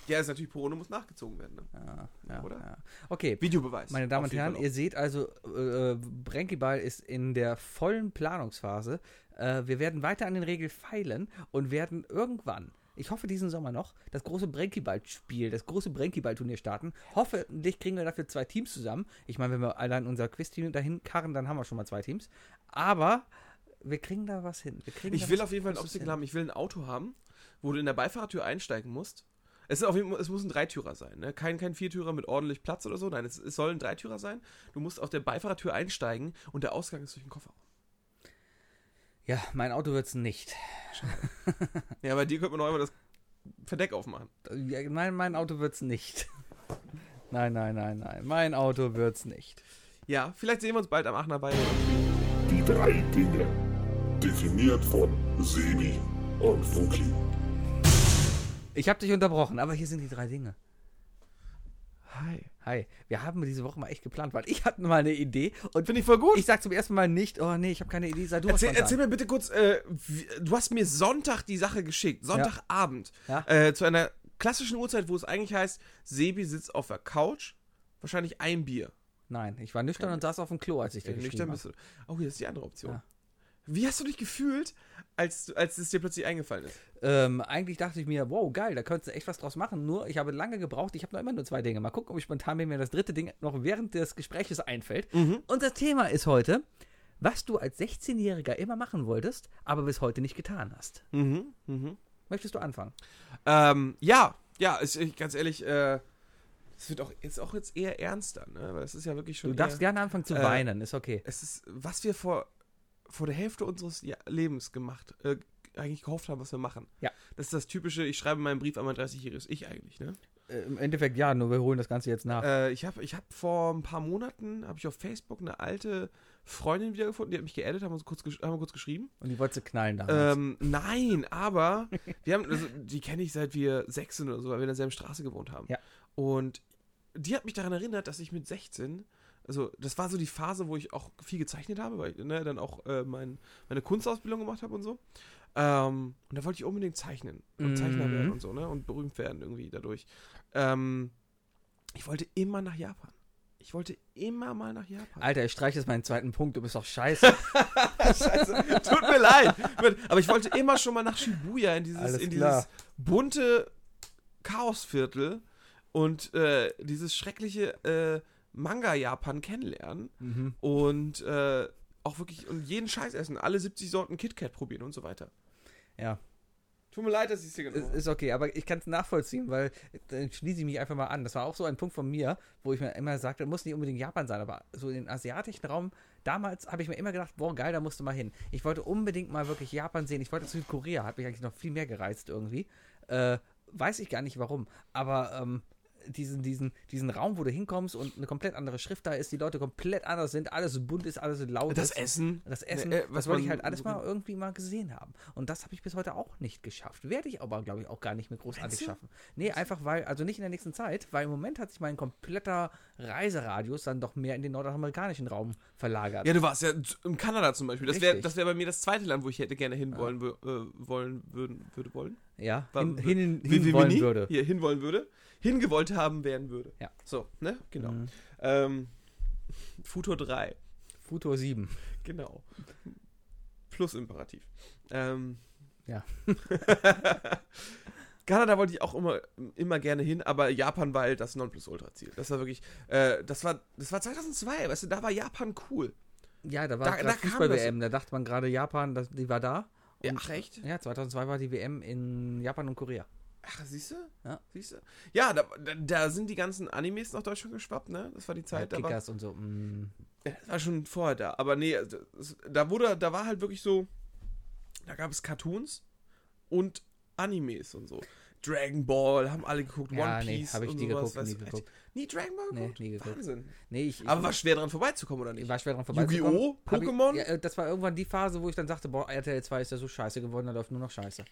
Speaker 4: Ja, ist natürlich Porone muss nachgezogen werden. Ne?
Speaker 3: Ja, ja,
Speaker 4: Oder?
Speaker 3: Ja. Okay,
Speaker 4: Videobeweis.
Speaker 3: meine Damen
Speaker 4: Auf
Speaker 3: und
Speaker 4: jeden
Speaker 3: Herren,
Speaker 4: Fall
Speaker 3: ihr seht also, äh, Brenkyball ist in der vollen Planungsphase. Äh, wir werden weiter an den Regeln feilen und werden irgendwann, ich hoffe diesen Sommer noch, das große Brenkyball-Spiel, das große Brenkyball-Turnier starten. Hoffentlich kriegen wir dafür zwei Teams zusammen. Ich meine, wenn wir allein unser Quiz-Team dahin karren, dann haben wir schon mal zwei Teams. Aber wir kriegen da was hin. Wir kriegen da
Speaker 4: Ich will
Speaker 3: was
Speaker 4: auf jeden Fall ein
Speaker 3: Großes
Speaker 4: Obstacle
Speaker 3: hin.
Speaker 4: haben. Ich will ein Auto haben, wo du in der Beifahrertür einsteigen musst. Es, ist auf jeden Fall, es muss ein Dreitürer sein. Ne? Kein, kein Viertürer mit ordentlich Platz oder so. Nein, es, es soll ein Dreitürer sein. Du musst auf der Beifahrertür einsteigen und der Ausgang ist durch den Kofferraum.
Speaker 3: Ja, mein Auto wird's nicht.
Speaker 4: Ja, bei dir könnte man auch immer das Verdeck aufmachen.
Speaker 3: Ja, nein, mein Auto wird's nicht. Nein, nein, nein, nein. Mein Auto wird's nicht.
Speaker 4: Ja, vielleicht sehen wir uns bald am Aachener Weide.
Speaker 5: Die drei Dinge. Definiert von Sebi und Fuki.
Speaker 3: Ich habe dich unterbrochen, aber hier sind die drei Dinge.
Speaker 4: Hi.
Speaker 3: Hi, wir haben diese Woche mal echt geplant, weil ich hatte mal eine Idee und
Speaker 4: Finde ich voll gut.
Speaker 3: ich sag zum ersten Mal nicht, oh nee, ich habe keine Idee, sei du
Speaker 4: Erzähl,
Speaker 3: was
Speaker 4: erzähl mir bitte kurz, äh, wie, du hast mir Sonntag die Sache geschickt, Sonntagabend,
Speaker 3: Ja.
Speaker 4: äh, zu einer klassischen Uhrzeit, wo es eigentlich heißt, Sebi sitzt auf der Couch, wahrscheinlich ein Bier.
Speaker 3: Nein, ich war nüchtern und saß auf dem Klo, als ich dir
Speaker 4: Nüchtern
Speaker 3: geschrieben
Speaker 4: bist
Speaker 3: habe.
Speaker 4: du. Oh, hier ist die andere Option.
Speaker 3: Ja.
Speaker 4: Wie hast du dich gefühlt, als, als es dir plötzlich eingefallen ist?
Speaker 3: Ähm, eigentlich dachte ich mir, wow, geil, da könntest du echt was draus machen, nur ich habe lange gebraucht, ich habe noch immer nur zwei Dinge. Mal gucken, ob ich spontan mir das dritte Ding noch während des Gespräches einfällt.
Speaker 4: Mhm.
Speaker 3: Unser Thema ist heute, was du als 16-Jähriger immer machen wolltest, aber bis heute nicht getan hast.
Speaker 4: Mhm, mhm.
Speaker 3: Möchtest du anfangen?
Speaker 4: Ähm, ja, ja, ist, ich, ganz ehrlich, äh, es wird auch, ist auch jetzt eher ernster, ne? Weil es ist ja wirklich schon.
Speaker 3: Du darfst
Speaker 4: eher,
Speaker 3: gerne anfangen zu
Speaker 4: Äh,
Speaker 3: weinen, ist okay.
Speaker 4: Es ist, was wir vor, vor der Hälfte unseres Ja- Lebens gemacht, äh, eigentlich gehofft haben, was wir machen.
Speaker 3: Ja.
Speaker 4: Das ist das typische, ich schreibe meinen Brief an mein 30-jähriges Ich eigentlich, ne?
Speaker 3: Äh, Im Endeffekt ja, nur wir holen das Ganze jetzt nach.
Speaker 4: Äh, ich habe ich hab vor ein paar Monaten, habe ich auf Facebook eine alte Freundin wiedergefunden, die hat mich geaddet, haben, uns kurz, gesch- haben wir kurz geschrieben.
Speaker 3: und die wollte knallen damals.
Speaker 4: Ähm, nein, aber wir haben, also, die kenne ich seit wir sechs sind oder so, weil wir in derselben Straße gewohnt haben.
Speaker 3: Ja.
Speaker 4: Und die hat mich daran erinnert, dass ich mit 16, also das war so die Phase, wo ich auch viel gezeichnet habe, weil ich ne, dann auch äh, mein, meine Kunstausbildung gemacht habe und so. Ähm, und da wollte ich unbedingt zeichnen und Zeichner
Speaker 3: Mhm.
Speaker 4: werden und so, ne? Und berühmt werden irgendwie dadurch. Ähm, ich wollte immer nach Japan. Ich wollte immer mal nach Japan.
Speaker 3: Alter, ich streiche jetzt meinen zweiten Punkt, du bist doch scheiße.
Speaker 4: Scheiße, tut mir leid. Aber ich wollte immer schon mal nach Shibuya in dieses,
Speaker 3: Alles
Speaker 4: in
Speaker 3: klar.
Speaker 4: dieses bunte Chaosviertel und äh, dieses schreckliche äh, Manga-Japan kennenlernen
Speaker 3: Mhm,
Speaker 4: und äh, auch wirklich und jeden Scheiß essen, alle 70 Sorten KitKat probieren und so weiter.
Speaker 3: ja,
Speaker 4: Tut mir leid, dass ich es dir
Speaker 3: ist,
Speaker 4: genommen habe.
Speaker 3: ist okay, aber ich kann es nachvollziehen, weil äh, dann schließe ich mich einfach mal an. Das war auch so ein Punkt von mir, wo ich mir immer sagte, muss nicht unbedingt Japan sein, aber so in den asiatischen Raum, damals habe ich mir immer gedacht, boah, geil, da musst du mal hin. Ich wollte unbedingt mal wirklich Japan sehen. Ich wollte Südkorea, hat mich eigentlich noch viel mehr gereizt irgendwie. Äh, weiß ich gar nicht warum, aber ähm, diesen, diesen, diesen Raum, wo du hinkommst und eine komplett andere Schrift da ist, die Leute komplett anders sind, alles bunt ist, alles laut
Speaker 4: Das
Speaker 3: ist.
Speaker 4: Essen.
Speaker 3: Das Essen,
Speaker 4: Äh,
Speaker 3: was
Speaker 4: was
Speaker 3: das wollte
Speaker 4: man
Speaker 3: ich halt alles
Speaker 4: so-
Speaker 3: mal irgendwie mal gesehen haben. Und das habe ich bis heute auch nicht geschafft. Werde ich aber, glaube ich, auch gar nicht mehr großartig schaffen. Nee, einfach weil, also nicht in der nächsten Zeit, weil im Moment hat sich mein kompletter Reiseradius dann doch mehr in den nordamerikanischen Raum verlagert.
Speaker 4: Ja, du warst ja z- in Kanada zum Beispiel. Das wäre
Speaker 3: Richtig.
Speaker 4: das wär bei mir das zweite Land, wo ich hätte gerne hinwollen wö- äh, wollen würden, würde wollen.
Speaker 3: Ja,
Speaker 4: war-
Speaker 3: hin, hin,
Speaker 4: Wie- wie- wie
Speaker 3: hin wollen
Speaker 4: nie
Speaker 3: würde.
Speaker 4: Hier hinwollen würde. Hingewollt haben werden würde.
Speaker 3: Ja. Mhm.
Speaker 4: So, ne? Genau. Ähm, Futur 3.
Speaker 3: Futur 7.
Speaker 4: Genau. Plus Imperativ. Ähm,
Speaker 3: Ja.
Speaker 4: Kanada wollte ich auch immer, immer gerne hin, aber Japan war halt das Nonplusultra-Ziel. Das war wirklich, äh, das war, das war 2002, weißt du, da war Japan cool.
Speaker 3: Ja, da
Speaker 4: Da-
Speaker 3: war
Speaker 4: da
Speaker 3: gerade
Speaker 4: kam
Speaker 3: Fußball-WM, da dachte man gerade Japan, das, die war da.
Speaker 4: Ja, ach, echt?
Speaker 3: Ja, 2002 war die WM in Japan und Korea.
Speaker 4: Ach, siehst du?
Speaker 3: Ja.
Speaker 4: Siehst du? Ja, da, da, da sind die ganzen Animes nach Deutschland geschwappt, ne? Das war die Zeit, da war,
Speaker 3: Halt Kickers und so. mm.
Speaker 4: Ja, das war schon vorher da, aber nee, also, es- da wurde, da war halt wirklich so, da gab es Cartoons und Animes und so. Dragon Ball haben alle geguckt,
Speaker 3: Ja,
Speaker 4: One
Speaker 3: nee,
Speaker 4: Piece
Speaker 3: hab ich
Speaker 4: und
Speaker 3: nie
Speaker 4: sowas.
Speaker 3: geguckt, nie
Speaker 4: weißt du, echt?
Speaker 3: geguckt.
Speaker 4: Nie Dragon Ball
Speaker 3: Nee, nie geguckt.
Speaker 4: Wahnsinn.
Speaker 3: Nee, ich,
Speaker 4: Aber war schwer dran vorbeizukommen, oder nicht?
Speaker 3: war schwer dran
Speaker 4: Yu-Gi-Oh!,
Speaker 3: vorbeizukommen. Hab ich-
Speaker 4: Pokémon?
Speaker 3: Ja, äh, das war irgendwann die Phase, wo ich dann sagte, boah, RTL 2 ist ja so scheiße geworden, da läuft nur noch scheiße.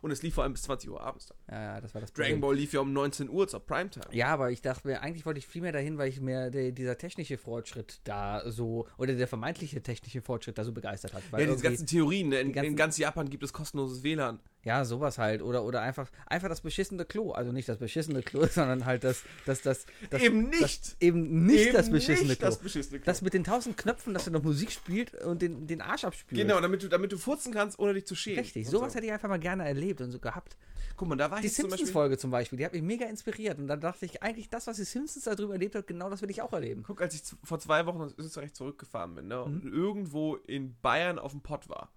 Speaker 4: Und es lief vor allem bis 20 Uhr abends dann.
Speaker 3: Ja, ja, das war das
Speaker 4: Dragon Ball lief ja um 19 Uhr zur Primetime.
Speaker 3: Ja, aber ich dachte mir, eigentlich wollte ich viel mehr dahin, weil ich mir der- dieser technische Fortschritt da so, oder der vermeintliche technische Fortschritt da so begeistert hat. Weil
Speaker 4: Ja, diese
Speaker 3: irgendwie-
Speaker 4: ganzen Theorien, ne? in,
Speaker 3: ganzen-
Speaker 4: in ganz Japan gibt es kostenloses WLAN.
Speaker 3: ja, sowas halt. Oder, oder einfach, einfach das beschissene Klo. Also nicht das beschissene Klo, sondern halt das, das, das, das
Speaker 4: Eben nicht.
Speaker 3: Das, eben nicht
Speaker 4: Eben
Speaker 3: das beschissene
Speaker 4: nicht
Speaker 3: Klo.
Speaker 4: das
Speaker 3: Das,
Speaker 4: beschissene Klo.
Speaker 3: mit den tausend Knöpfen, dass er noch Musik spielt und den, den Arsch abspült.
Speaker 4: Genau, damit du, damit du furzen kannst, ohne dich zu schämen.
Speaker 3: Richtig,
Speaker 4: Und
Speaker 3: sowas
Speaker 4: so.
Speaker 3: hätte ich einfach mal gerne erlebt und so gehabt.
Speaker 4: Guck mal, da war ich
Speaker 3: Die
Speaker 4: jetzt zum Beispiel-
Speaker 3: Simpsons-Folge zum Beispiel, die hat mich mega inspiriert. Und dann dachte ich, eigentlich das, was die Simpsons darüber erlebt hat, genau das will ich auch erleben.
Speaker 4: Guck, als ich z- vor zwei Wochen aus Österreich zurückgefahren bin, ne, und irgendwo in Bayern auf dem Pott war,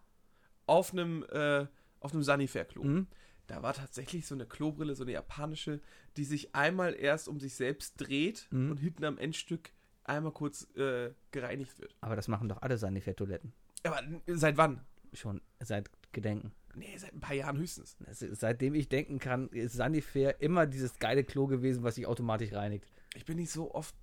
Speaker 4: auf einem, äh, auf einem Sanifair-Klo, da war tatsächlich so eine Klobrille, so eine japanische, die sich einmal erst um sich selbst dreht und hinten am Endstück einmal kurz äh, gereinigt wird.
Speaker 3: Aber das machen doch alle Sanifair-Toiletten.
Speaker 4: Aber n- seit wann?
Speaker 3: Schon seit Gedenken.
Speaker 4: Nee, seit ein paar Jahren höchstens.
Speaker 3: Also, seitdem ich denken kann, ist Sanifair immer dieses geile Klo gewesen, was sich automatisch reinigt.
Speaker 4: Ich bin nicht so oft.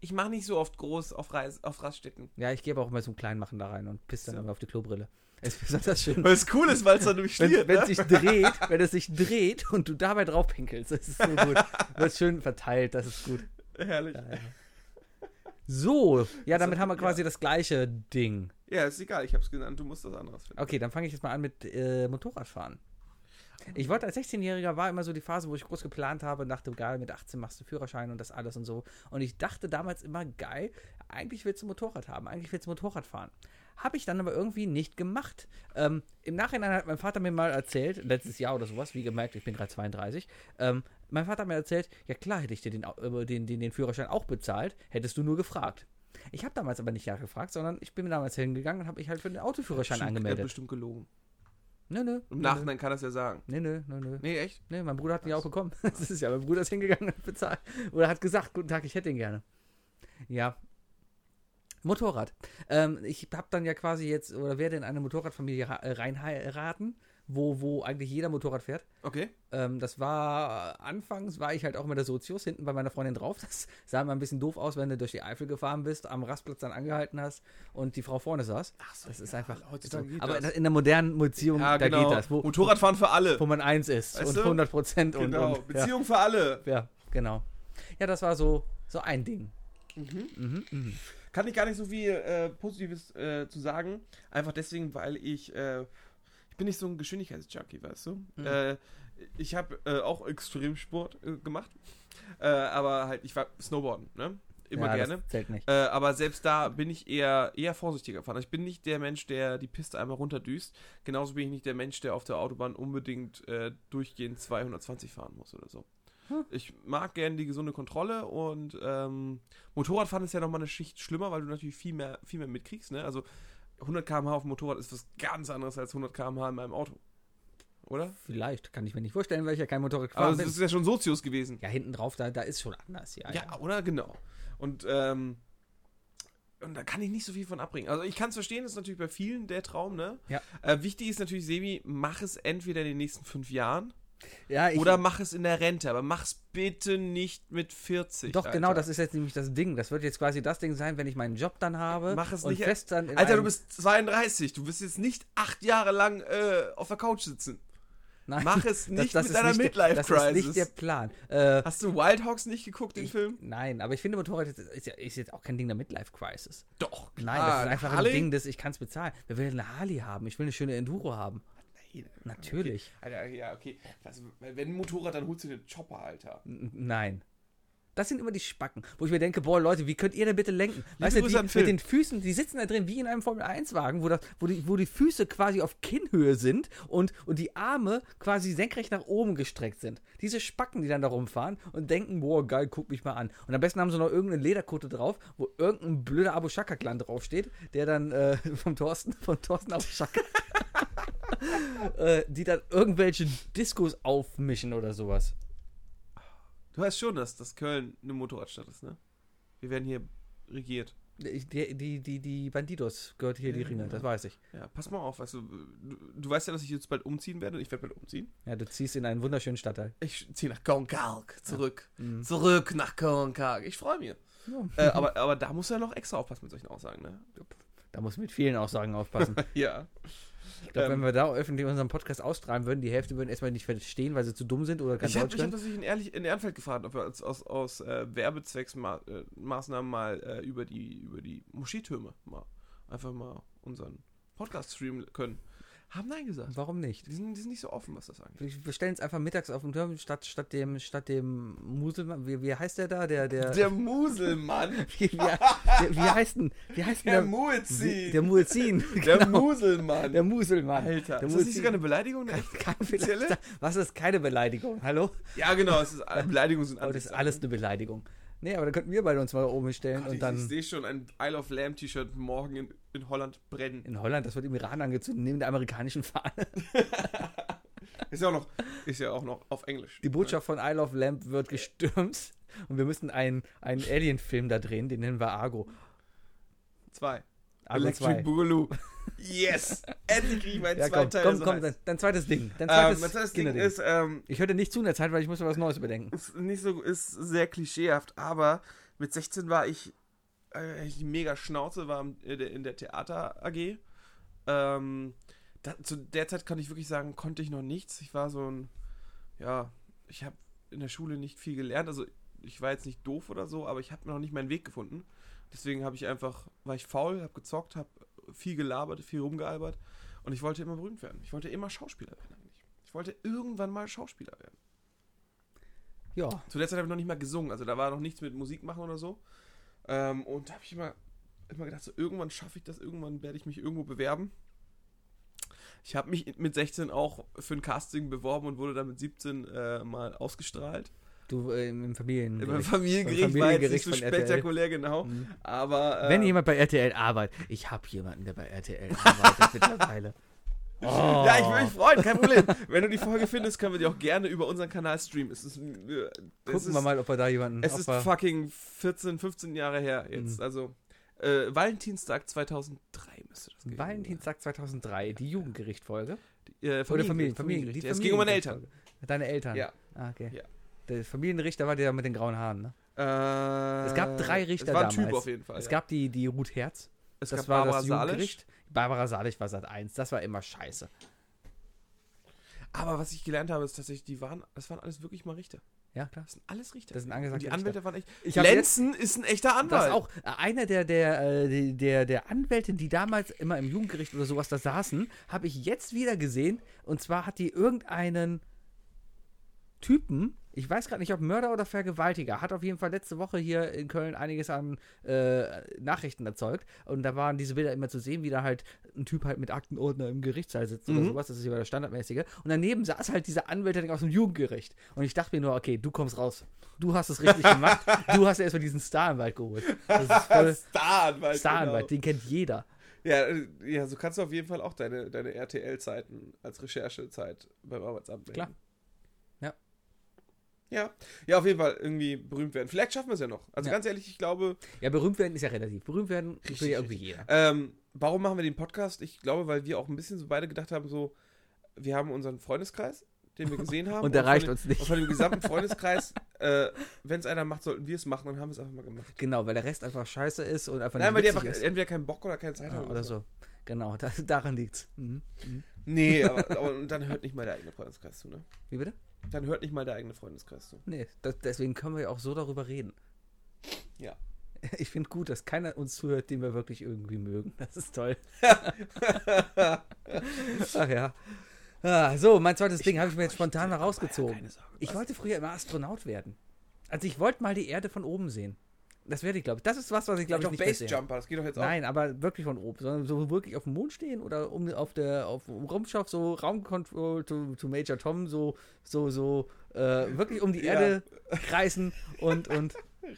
Speaker 4: Ich mache nicht so oft groß auf, Reis, auf Raststätten.
Speaker 3: Ja, ich gebe auch mal so einen kleinen Machen da rein und pisse dann immer auf die Klobrille. Das ist besonders schön.
Speaker 4: Weil es cool ist, weil es dann nämlich
Speaker 3: Wenn
Speaker 4: schliert.
Speaker 3: es
Speaker 4: Ne?
Speaker 3: sich dreht, wenn es sich dreht und du dabei drauf pinkelst, das ist so gut. Wird schön verteilt, das ist gut.
Speaker 4: Herrlich.
Speaker 3: So, ja,
Speaker 4: Also,
Speaker 3: damit haben wir quasi das gleiche Ding.
Speaker 4: Ja, ist egal, ich hab's genannt, du musst das anderes finden.
Speaker 3: Okay, dann fange ich jetzt mal an mit äh, Motorradfahren. Ich wollte als 16-Jähriger war immer so die Phase, wo ich groß geplant habe, dachte, geil, mit 18 machst du Führerschein und das alles und so. Und ich dachte damals immer, geil, eigentlich willst du ein Motorrad haben, eigentlich willst du ein Motorrad fahren. Habe ich dann aber irgendwie nicht gemacht. Ähm, Im Nachhinein hat mein Vater mir mal erzählt, letztes Jahr oder sowas, wie gemerkt, ich bin gerade 32, ähm, mein Vater hat mir erzählt, ja klar hätte ich dir den, Au- äh, den, den, den Führerschein auch bezahlt, hättest du nur gefragt. Ich habe damals aber nicht nachgefragt, sondern ich bin damals hingegangen und habe mich halt für den Autoführerschein
Speaker 4: Bestimmt- Er hat
Speaker 3: angemeldet.
Speaker 4: bestimmt gelogen.
Speaker 3: Nö, nö.
Speaker 4: Im
Speaker 3: nö,
Speaker 4: Nachhinein kann er es ja sagen.
Speaker 3: Nö, nö, nö, nö.
Speaker 4: Nee, echt?
Speaker 3: Nee, mein Bruder hat ihn ja auch bekommen. Das ist ja, mein Bruder ist hingegangen und hat bezahlt. Oder hat gesagt, guten Tag, ich hätte ihn gerne. Ja. Motorrad. Ähm, ich habe dann ja quasi jetzt, oder werde in eine Motorradfamilie ra- äh, reinheiraten, wo, wo eigentlich jeder Motorrad fährt.
Speaker 4: Okay.
Speaker 3: Ähm, das war, anfangs war ich halt auch mit der Sozius hinten bei meiner Freundin drauf. Das sah immer ein bisschen doof aus, wenn du durch die Eifel gefahren bist, am Rastplatz dann angehalten hast und die Frau vorne saß. Ach so, das ist einfach.
Speaker 4: heutzutage geht
Speaker 3: aber
Speaker 4: das.
Speaker 3: in der modernen Beziehung, da geht das. Wo,
Speaker 4: genau. Motorradfahren für alle.
Speaker 3: wo man eins ist
Speaker 4: Weißt
Speaker 3: und
Speaker 4: du?
Speaker 3: 100 Prozent und, und
Speaker 4: genau.
Speaker 3: ja,
Speaker 4: Beziehung für alle.
Speaker 3: ja, genau. Ja, das war so, so ein Ding.
Speaker 4: Kann ich gar nicht so viel äh, Positives äh, zu sagen. Einfach deswegen, weil ich. Äh, ich bin nicht so ein Geschwindigkeitsjunkie, weißt du?
Speaker 3: Mhm.
Speaker 4: Äh, ich habe äh, auch Extremsport äh, gemacht. Äh, aber halt, ich war Snowboarden, ne? Immer
Speaker 3: ja,
Speaker 4: gerne.
Speaker 3: Das zählt nicht.
Speaker 4: Äh, aber selbst da bin ich eher, eher vorsichtiger gefahren. Ich bin nicht der Mensch, der die Piste einmal runterdüst. Genauso bin ich nicht der Mensch, der auf der Autobahn unbedingt äh, durchgehend 220 fahren muss oder so. Ich mag gerne die gesunde Kontrolle und ähm, Motorradfahren ist ja nochmal eine Schicht schlimmer, weil du natürlich viel mehr, viel mehr mitkriegst. Ne? Also 100 km/h auf dem Motorrad ist was ganz anderes als 100 km/h in meinem Auto. Oder?
Speaker 3: Vielleicht, kann ich mir nicht vorstellen, weil ich ja kein Motorrad
Speaker 4: Aber
Speaker 3: gefahren
Speaker 4: das ist
Speaker 3: bin.
Speaker 4: ja schon Sozius gewesen.
Speaker 3: Ja, hinten drauf, da, da ist schon anders. Ja,
Speaker 4: Ja, oder? Genau. Und, ähm, und da kann ich nicht so viel von abbringen. Also ich kann es verstehen, das ist natürlich bei vielen der Traum, ne?
Speaker 3: Ja.
Speaker 4: Äh, wichtig ist natürlich, Sebi, mach es entweder in den nächsten fünf Jahren
Speaker 3: ja ich,
Speaker 4: oder mach es in der Rente, aber mach's bitte nicht mit 40.
Speaker 3: Doch, genau, das ist jetzt nämlich das Ding. Das wird jetzt quasi das Ding sein, wenn ich meinen Job dann habe.
Speaker 4: Mach es
Speaker 3: ne? und
Speaker 4: nicht.
Speaker 3: Fest dann in
Speaker 4: Alter, du
Speaker 3: einem-
Speaker 4: bist 32, du wirst jetzt nicht acht Jahre lang äh, auf der Couch sitzen.
Speaker 3: Nein,
Speaker 4: mach es nicht mit
Speaker 3: ist
Speaker 4: deiner
Speaker 3: der- Das ist
Speaker 4: Midlife-Crisis.
Speaker 3: nicht der Plan. Äh,
Speaker 4: Hast du Wild Hogs nicht geguckt, den
Speaker 3: ich,
Speaker 4: Film?
Speaker 3: Nein, aber ich finde, Motorrad ist, ist, ja- ist jetzt auch kein Ding der Midlife-Crisis.
Speaker 4: Doch,
Speaker 3: Nein,
Speaker 4: klar.
Speaker 3: das ist einfach
Speaker 4: Ah, Harley?
Speaker 3: ein Ding, das ich kann es bezahlen. Wer will eine Harley haben? Ich will eine schöne Enduro haben.
Speaker 4: Nein.
Speaker 3: Natürlich.
Speaker 4: Alter, ja, okay. Also, wenn ein Motorrad, dann holst du den Chopper, Alter.
Speaker 3: N- Nein. Das sind immer die Spacken, wo ich mir denke, boah, Leute, wie könnt ihr denn bitte lenken? Weißt du,
Speaker 4: Grüße
Speaker 3: die,
Speaker 4: an
Speaker 3: mit
Speaker 4: Phil.
Speaker 3: den Füßen, die sitzen da drin wie in einem Formel-1-Wagen, wo, das- wo, die, wo die Füße quasi auf Kinnhöhe sind und, und die Arme quasi senkrecht nach oben gestreckt sind. Diese Spacken, die dann da rumfahren und denken, boah, geil, guck mich mal an. Und am besten haben sie noch irgendeine Lederkutte drauf, wo irgendein blöder abu shaka clan draufsteht, der dann äh, vom Thorsten, von Thorsten abu shaka äh, die dann irgendwelche Diskos aufmischen oder sowas.
Speaker 4: Du weißt schon, dass, dass Köln eine Motorradstadt ist, ne? Wir werden hier regiert.
Speaker 3: Ich- Die, die, die, die Bandidos gehört hier die Ringe, das weiß ich.
Speaker 4: Ja, pass mal auf, weißt du, du, du weißt ja, dass ich jetzt bald umziehen werde und ich werde bald umziehen.
Speaker 3: Ja, du ziehst in einen wunderschönen Stadtteil.
Speaker 4: Ich ziehe nach Kornkalk zurück. Zurück nach Kornkalk. Ich freue mich. Äh, aber, aber da musst du ja noch extra aufpassen mit solchen Aussagen, ne?
Speaker 3: Da muss mit vielen Aussagen aufpassen.
Speaker 4: Ja.
Speaker 3: Ich glaube,
Speaker 4: Ähm.
Speaker 3: wenn wir da öffentlich unseren Podcast ausstrahlen würden, die Hälfte würden erstmal nicht verstehen, weil sie zu dumm sind oder ganz
Speaker 4: Ich habe
Speaker 3: deutsch
Speaker 4: ich hab
Speaker 3: können.
Speaker 4: tatsächlich in, ehrlich, in Ehrenfeld gefragt, ob wir aus, aus, aus äh, Werbezwecksmaßnahmen äh, Maßnahmen mal äh, über die, über die Moscheetürme mal einfach mal unseren Podcast streamen können. Haben Nein gesagt.
Speaker 3: Warum nicht?
Speaker 4: Die sind, die sind nicht so offen, was das angeht.
Speaker 3: Wir wir stellen es einfach mittags auf den Turm statt, statt dem, statt dem Muselmann. Wie, wie heißt der da? Der, der.
Speaker 4: Der Muselmann.
Speaker 3: wie, wie, wie heißt denn? Wie heißt denn
Speaker 4: Der
Speaker 3: Wie-
Speaker 4: Muezi.
Speaker 3: Der
Speaker 4: Der,
Speaker 3: Muezzin. genau.
Speaker 4: Muselmann.
Speaker 3: Der Muselmann.
Speaker 4: Alter.
Speaker 3: Der
Speaker 4: ist das nicht
Speaker 3: Muezzin.
Speaker 4: sogar eine Beleidigung? Ne?
Speaker 3: Kein Beleidigung. Was ist keine Beleidigung? Hallo?
Speaker 4: Ja, genau. Es ist, Beleidigungen sind
Speaker 3: Aber Oh, das ist alles eine Beleidigung. Nee, aber dann könnten wir beide uns mal da oben hinstellen
Speaker 4: Gott,
Speaker 3: und
Speaker 4: ich
Speaker 3: dann.
Speaker 4: ich sehe schon ein Isle of Lamb T-Shirt morgen in, in Holland brennen.
Speaker 3: In Holland, das wird im Iran angezündet, neben der amerikanischen Fahne.
Speaker 4: Ist ja auch noch, ist ja auch noch auf Englisch.
Speaker 3: Die Botschaft von Isle of Lamp wird gestürmt. Und wir müssen einen, einen Alien-Film da drehen, den nennen wir Argo.
Speaker 4: Zwei.
Speaker 3: Argo 2.
Speaker 4: Boogaloo. Yes! Endlich kriege ich meinen
Speaker 3: Ja, komm,
Speaker 4: zweiten Teil.
Speaker 3: komm,
Speaker 4: das
Speaker 3: komm,
Speaker 4: heißt.
Speaker 3: dein, dein zweites Ding. Dein
Speaker 4: Ähm,
Speaker 3: zweites,
Speaker 4: mein zweites Ding
Speaker 3: Kinderding.
Speaker 4: ist, ähm,
Speaker 3: ich höre dir nicht zu in der Zeit, weil ich muss mir was Neues überdenken.
Speaker 4: ist nicht so, ist sehr klischeehaft, aber mit 16 war ich, äh, ich mega Schnauze, war im- in der- in der Theater AG. Ähm, da, zu der Zeit kann ich wirklich sagen, konnte ich noch nichts. Ich war so ein, ja, ich habe in der Schule nicht viel gelernt. Also ich war jetzt nicht doof oder so, aber ich habe noch nicht meinen Weg gefunden. Deswegen habe ich einfach, war ich faul, habe gezockt, habe viel gelabert, viel rumgealbert und ich wollte immer berühmt werden. Ich wollte immer Schauspieler werden eigentlich. Ich wollte irgendwann mal Schauspieler werden.
Speaker 3: Ja.
Speaker 4: Zu der Zeit habe ich noch nicht mal gesungen, also da war noch nichts mit Musik machen oder so. Ähm, und da habe ich immer, immer gedacht, so irgendwann schaffe ich das, irgendwann werde ich mich irgendwo bewerben. Ich habe mich mit 16 auch für ein Casting beworben und wurde dann mit 17 äh, mal ausgestrahlt.
Speaker 3: Du äh, im Familien.
Speaker 4: Im Familiengericht,
Speaker 3: Beim
Speaker 4: war jetzt
Speaker 3: Familiengericht
Speaker 4: nicht so
Speaker 3: von RTL. Mhm.
Speaker 4: spektakulär, genau. Aber äh,
Speaker 3: Wenn jemand bei RTL arbeitet. Ich habe jemanden, der bei RTL arbeitet mittlerweile.
Speaker 4: Ja, ich würde mich freuen, kein Problem. Wenn du die Folge findest, können wir die auch gerne über unseren Kanal streamen. Es ist, äh, es
Speaker 3: Gucken
Speaker 4: ist,
Speaker 3: wir mal, ob wir da jemanden.
Speaker 4: Es
Speaker 3: ob
Speaker 4: ist
Speaker 3: wir-
Speaker 4: fucking 14, 15 Jahre her
Speaker 3: Mhm.
Speaker 4: jetzt. Also, äh, Valentinstag 2003 müsste das gewesen sein.
Speaker 3: Valentinstag 2003, die Jugendgerichtfolge.
Speaker 4: Die, äh,
Speaker 3: Oder Familien,
Speaker 4: Familiengericht,
Speaker 3: Familien.
Speaker 4: Familiengericht.
Speaker 3: die
Speaker 4: Ja, Es ging um meine Eltern.
Speaker 3: Familiengerichtfolge. Deine Eltern.
Speaker 4: Ja.
Speaker 3: Ah, okay.
Speaker 4: Ja.
Speaker 3: Der Familienrichter war der mit den grauen Haaren, ne?
Speaker 4: Äh,
Speaker 3: Es gab drei Richter
Speaker 4: Es war ein
Speaker 3: damals.
Speaker 4: Typ auf jeden Fall.
Speaker 3: Es
Speaker 4: ja.
Speaker 3: gab die, die Ruth Herz.
Speaker 4: es
Speaker 3: das
Speaker 4: gab
Speaker 3: war
Speaker 4: Barbara
Speaker 3: das
Speaker 4: Salisch.
Speaker 3: Jugendgericht. Barbara Salich war Sat 1. Das war immer scheiße.
Speaker 4: Aber was ich gelernt habe, ist tatsächlich, die waren, das waren alles wirklich mal Richter.
Speaker 3: Ja, klar.
Speaker 4: Das sind alles Richter.
Speaker 3: Das sind
Speaker 4: gewesen.
Speaker 3: angesagte
Speaker 4: Und Die
Speaker 3: Richter.
Speaker 4: Anwälte waren echt.
Speaker 3: Ich hab
Speaker 4: Lenzen ist ein echter Anwalt.
Speaker 3: Das auch. Äh, Einer der, der, äh, die- der, der Anwältin, die damals immer im Jugendgericht oder sowas da saßen, habe ich jetzt wieder gesehen. Und zwar hat die irgendeinen Typen, ich weiß gerade nicht, ob Mörder oder Vergewaltiger, hat auf jeden Fall letzte Woche hier in Köln einiges an äh, Nachrichten erzeugt. Und da waren diese Bilder immer zu sehen, wie da halt ein Typ halt mit Aktenordner im Gerichtssaal sitzt
Speaker 4: Mhm.
Speaker 3: oder sowas. Das ist ja das Standardmäßige. Und daneben saß halt diese Anwältin aus dem Jugendgericht. Und ich dachte mir nur, okay, du kommst raus. Du hast es richtig gemacht. Du hast erstmal diesen Staranwalt geholt. Das ist voll
Speaker 4: Staranwalt.
Speaker 3: Staranwalt,
Speaker 4: Genau.
Speaker 3: den kennt jeder.
Speaker 4: Ja, äh, ja, so kannst du auf jeden Fall auch deine, deine RTL-Zeiten als Recherchezeit beim Arbeitsamt melden.
Speaker 3: Klar. Ja.
Speaker 4: Ja. Ja, auf jeden Fall irgendwie berühmt werden. Vielleicht schaffen wir es ja noch. Also
Speaker 3: Ja.
Speaker 4: ganz ehrlich, ich glaube,
Speaker 3: Ja, berühmt werden ist ja relativ. Berühmt werden will
Speaker 4: Richtig,
Speaker 3: ja irgendwie jeder.
Speaker 4: Ähm, warum machen wir den Podcast? Ich glaube, weil wir auch ein bisschen so beide gedacht haben, so, wir haben unseren Freundeskreis, den wir gesehen haben.
Speaker 3: Und der reicht
Speaker 4: von
Speaker 3: uns nicht.
Speaker 4: Und von dem gesamten Freundeskreis, äh, wenn es einer macht, sollten wir es machen und haben es einfach mal gemacht.
Speaker 3: Genau, weil der Rest einfach scheiße ist und einfach
Speaker 4: Nein, weil die
Speaker 3: witzig
Speaker 4: einfach entweder keinen Bock oder keine Zeit
Speaker 3: Also, Ja,
Speaker 4: haben.
Speaker 3: oder so. Genau, da, daran liegt's. Mhm.
Speaker 4: Nee, aber, aber und dann hört nicht mal der eigene Freundeskreis zu, ne?
Speaker 3: Wie bitte?
Speaker 4: Dann hört nicht mal der eigene Freundeskreis zu.
Speaker 3: Nee, das, deswegen können wir ja auch so darüber reden.
Speaker 4: Ja.
Speaker 3: Ich finde gut, dass keiner uns zuhört, den wir wirklich irgendwie mögen. Das ist toll. Ach ja. Ah, so, mein zweites Ding habe ich mir jetzt spontan noch rausgezogen. Ich wollte früher immer Astronaut werden. Also ich wollte mal die Erde von oben sehen. Das werde ich, glaube ich. Das ist was, was ich, glaube ich,
Speaker 4: Vielleicht
Speaker 3: nicht
Speaker 4: auch
Speaker 3: mehr sehe.
Speaker 4: Base Jumper, das geht doch jetzt auch.
Speaker 3: Nein, aber wirklich von oben, sondern so wirklich auf dem Mond stehen oder um auf der auf dem Raumschiff so Raumkontroll to, to Major Tom so so so äh, wirklich um die
Speaker 4: Ja.
Speaker 3: Erde kreisen und und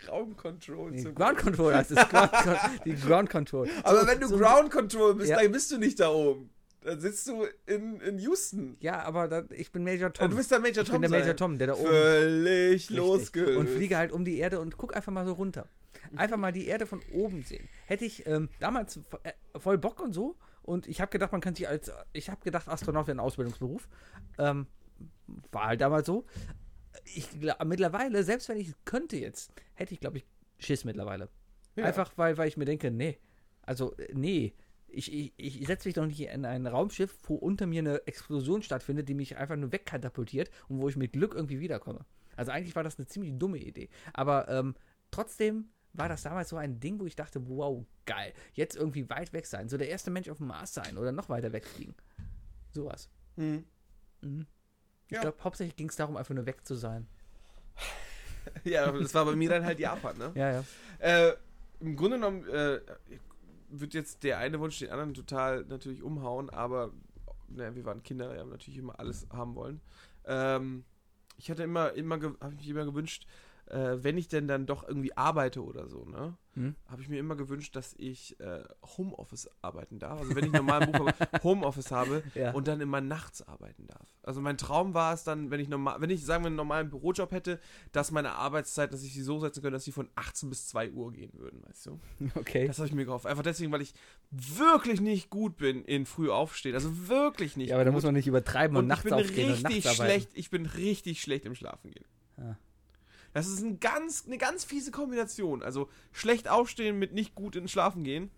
Speaker 4: Raum Control
Speaker 3: nee,
Speaker 4: zu
Speaker 3: Ground Control heißt es Ground, Con- die Ground Control.
Speaker 4: Aber
Speaker 3: So-
Speaker 4: wenn du
Speaker 3: so-
Speaker 4: Ground Control bist,
Speaker 3: Ja.
Speaker 4: dann bist du nicht da oben. Dann sitzt du in, in Houston.
Speaker 3: ja, aber da, ich bin Major Tom.
Speaker 4: Du bist der Major
Speaker 3: ich
Speaker 4: Tom.
Speaker 3: bin der Major
Speaker 4: sein.
Speaker 3: Tom, der da oben
Speaker 4: Völlig
Speaker 3: Richtig.
Speaker 4: losgelöst.
Speaker 3: Und fliege halt um die Erde und guck einfach mal so runter. Einfach mal die Erde von oben sehen. Hätte ich ähm, damals vo- äh, voll Bock und so. Und ich habe gedacht, man kann sich als. Ich habe gedacht, Astronaut wäre ein Ausbildungsberuf. Ähm, war halt damals so. Ich, gla- mittlerweile, selbst wenn ich könnte jetzt, hätte ich, glaube ich, Schiss mittlerweile. Einfach, weil, weil ich mir denke, nee. Also, äh, nee. Ich, ich, ich setze mich doch nicht in ein Raumschiff, wo unter mir eine Explosion stattfindet, die mich einfach nur wegkatapultiert und wo ich mit Glück irgendwie wiederkomme. Also eigentlich war das eine ziemlich dumme Idee. Aber ähm, trotzdem war das damals so ein Ding, wo ich dachte, wow, geil. Jetzt irgendwie weit weg sein. So der erste Mensch auf dem Mars sein oder noch weiter wegfliegen. Sowas.
Speaker 4: Hm.
Speaker 3: Ich
Speaker 4: Ja.
Speaker 3: glaube, hauptsächlich ging es darum, einfach nur weg zu sein.
Speaker 4: Ja, das war bei mir dann halt Japan, ne?
Speaker 3: Ja, ja.
Speaker 4: Äh, Im Grunde genommen äh, wird jetzt der eine Wunsch den anderen total natürlich umhauen, aber naja, ne, wir waren Kinder, wir haben natürlich immer alles haben wollen. Ähm, ich hatte immer, immer, ge- habe ich mich immer gewünscht, äh, wenn ich denn dann doch irgendwie arbeite oder so, ne,
Speaker 3: Hm.
Speaker 4: habe ich mir immer gewünscht, dass ich äh, Homeoffice arbeiten darf. Also wenn ich normal Beruf habe, Homeoffice habe
Speaker 3: Ja.
Speaker 4: und dann immer nachts arbeiten darf. Also mein Traum war es dann, wenn ich normal, wenn ich sagen wir einen normalen Bürojob hätte, dass meine Arbeitszeit, dass ich sie so setzen könnte, dass sie von 18 bis 2 Uhr gehen würden, weißt du?
Speaker 3: Okay.
Speaker 4: Das habe ich mir gehofft. Einfach deswegen, weil ich wirklich nicht gut bin in früh aufstehen. Also wirklich nicht.
Speaker 3: ja, aber da
Speaker 4: gut.
Speaker 3: muss man nicht übertreiben und,
Speaker 4: und ich
Speaker 3: nachts
Speaker 4: bin
Speaker 3: aufgehen und
Speaker 4: richtig
Speaker 3: nachts arbeiten. Ah.
Speaker 4: schlecht. Ich bin richtig schlecht im Schlafen gehen.
Speaker 3: Ja.
Speaker 4: Das ist ein ganz, eine ganz fiese Kombination. Also schlecht aufstehen mit nicht gut ins Schlafen gehen.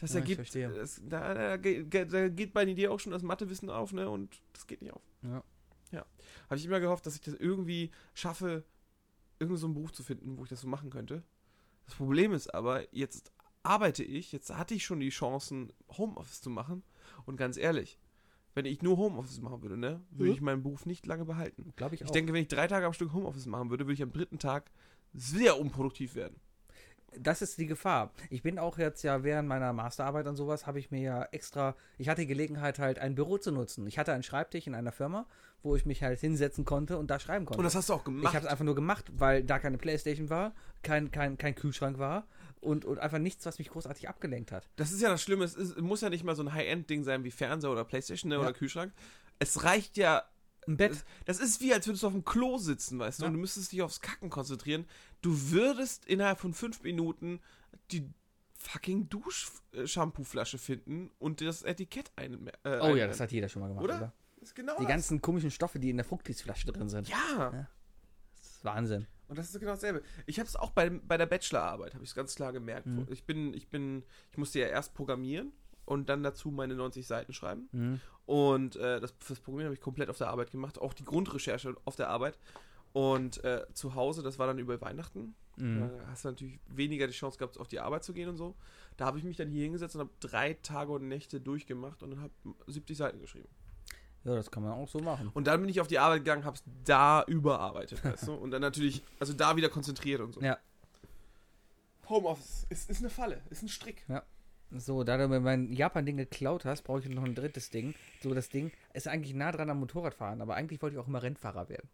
Speaker 4: Das
Speaker 3: Ja, ich
Speaker 4: ergibt,
Speaker 3: verstehe.
Speaker 4: das, da, da, ge- ge- da geht bei dir auch schon das Mathewissen auf, ne? Und das geht nicht auf.
Speaker 3: Ja.
Speaker 4: Ja. Habe ich immer gehofft, dass ich das irgendwie schaffe, irgendeinen so einen Beruf zu finden, wo ich das so machen könnte. Das Problem ist aber, jetzt arbeite ich, jetzt hatte ich schon die Chancen, Homeoffice zu machen. Und ganz ehrlich, wenn ich nur Homeoffice machen würde, ne, würde
Speaker 3: Mhm.
Speaker 4: ich meinen Beruf nicht lange behalten.
Speaker 3: Glaube ich auch.
Speaker 4: Ich denke, wenn ich drei Tage am Stück Homeoffice machen würde, würde ich am dritten Tag sehr unproduktiv werden.
Speaker 3: das ist die Gefahr. Ich bin auch jetzt ja während meiner Masterarbeit und sowas, habe ich mir ja extra, ich hatte die Gelegenheit halt ein Büro zu nutzen. Ich hatte einen Schreibtisch in einer Firma, wo ich mich halt hinsetzen konnte und da schreiben konnte.
Speaker 4: Und das hast du auch
Speaker 3: ich
Speaker 4: gemacht.
Speaker 3: habe es einfach nur gemacht, weil da keine Playstation war, kein, kein, kein Kühlschrank war und, und einfach nichts, was mich großartig abgelenkt hat.
Speaker 4: das ist ja das Schlimme. Es ist, muss ja nicht mal so ein High-End-Ding sein wie Fernseher oder Playstation ne,
Speaker 3: Ja.
Speaker 4: oder Kühlschrank. Es reicht ja.
Speaker 3: Ein Bett.
Speaker 4: Das, äh, das ist wie, als würdest du auf dem Klo sitzen, weißt du,
Speaker 3: Ja.
Speaker 4: und du müsstest dich aufs Kacken konzentrieren. Du würdest innerhalb von fünf Minuten die fucking Dusch-Shampoo-Flasche finden und das Etikett ein. Äh,
Speaker 3: oh
Speaker 4: ein-
Speaker 3: ja, das hat jeder schon mal gemacht,
Speaker 4: Oder?
Speaker 3: oder?
Speaker 4: Das ist genau
Speaker 3: Die
Speaker 4: das. Ah.
Speaker 3: ganzen komischen Stoffe, die in der Fructisflasche drin sind.
Speaker 4: Ja.
Speaker 3: Das ist Wahnsinn.
Speaker 4: Und das ist genau dasselbe. Ich habe es auch bei, bei der Bachelorarbeit, habe ich es ganz klar gemerkt.
Speaker 3: Mhm.
Speaker 4: Ich bin, ich bin, ich musste ja erst programmieren und dann dazu meine 90 Seiten schreiben.
Speaker 3: Mhm.
Speaker 4: Und äh, das fürs Programmieren habe ich komplett auf der Arbeit gemacht, auch die Grundrecherche auf der Arbeit. Und äh, zu Hause, das war dann über Weihnachten.
Speaker 3: Mhm.
Speaker 4: Da hast du natürlich weniger die Chance gehabt, auf die Arbeit zu gehen und so. Da habe ich mich dann hier hingesetzt und habe drei Tage und Nächte durchgemacht und habe 70 Seiten geschrieben.
Speaker 3: Ja, das kann man auch so machen.
Speaker 4: Und dann bin ich auf die Arbeit gegangen, habe es da überarbeitet, weißt du? Und dann natürlich, also da wieder konzentriert und so.
Speaker 3: Ja.
Speaker 4: Homeoffice ist, ist eine Falle, ist ein Strick.
Speaker 3: So, da du mir mein Japan-Ding geklaut hast, brauche ich noch ein drittes Ding. So, das Ding ist eigentlich nah dran am Motorradfahren, aber eigentlich wollte ich auch immer Rennfahrer werden.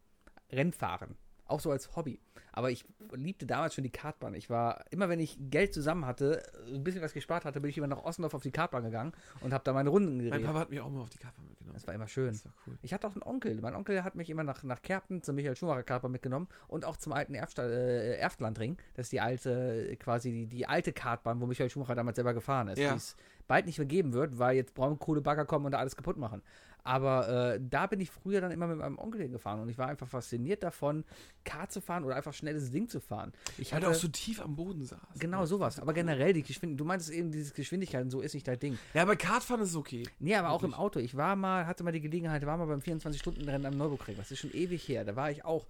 Speaker 3: Rennfahren. Auch so als Hobby. Aber ich liebte damals schon die Kartbahn. Ich war, immer wenn ich Geld zusammen hatte, ein bisschen was gespart hatte, bin ich immer nach Ossendorf auf die Kartbahn gegangen und habe da meine Runden
Speaker 4: Mein
Speaker 3: gedreht.
Speaker 4: Papa hat mich auch mal auf die Kappe mitgenommen.
Speaker 3: Das war immer schön.
Speaker 4: war cool.
Speaker 3: Ich hatte auch einen Onkel. Mein Onkel hat mich immer nach, nach Kerpen zum Michael Schumacher Kartbahn mitgenommen und auch zum alten Erftsta- äh, Erftlandring. Das ist die alte, äh, quasi die, die alte Kartbahn, wo Michael Schumacher damals selber gefahren ist.
Speaker 4: Ja.
Speaker 3: Die es bald nicht mehr geben wird, weil jetzt Braunkohlebagger kommen und da alles kaputt machen. Aber äh, da bin ich früher dann immer mit meinem Onkel hingefahren und ich war einfach fasziniert davon, Kart zu fahren oder einfach schnelles Ding zu fahren. Ich
Speaker 4: Weil
Speaker 3: hatte
Speaker 4: du auch so tief am Boden saß.
Speaker 3: genau sowas. Aber generell die Geschwindigkeit. Du meintest eben, diese Geschwindigkeiten, so ist nicht dein Ding.
Speaker 4: Ja, aber Kartfahren ist okay.
Speaker 3: Nee, aber auch im Auto. Ich war mal, hatte mal die Gelegenheit, war mal beim 24-Stunden-Rennen am Neuburgring. Das ist schon ewig her. Da war ich auch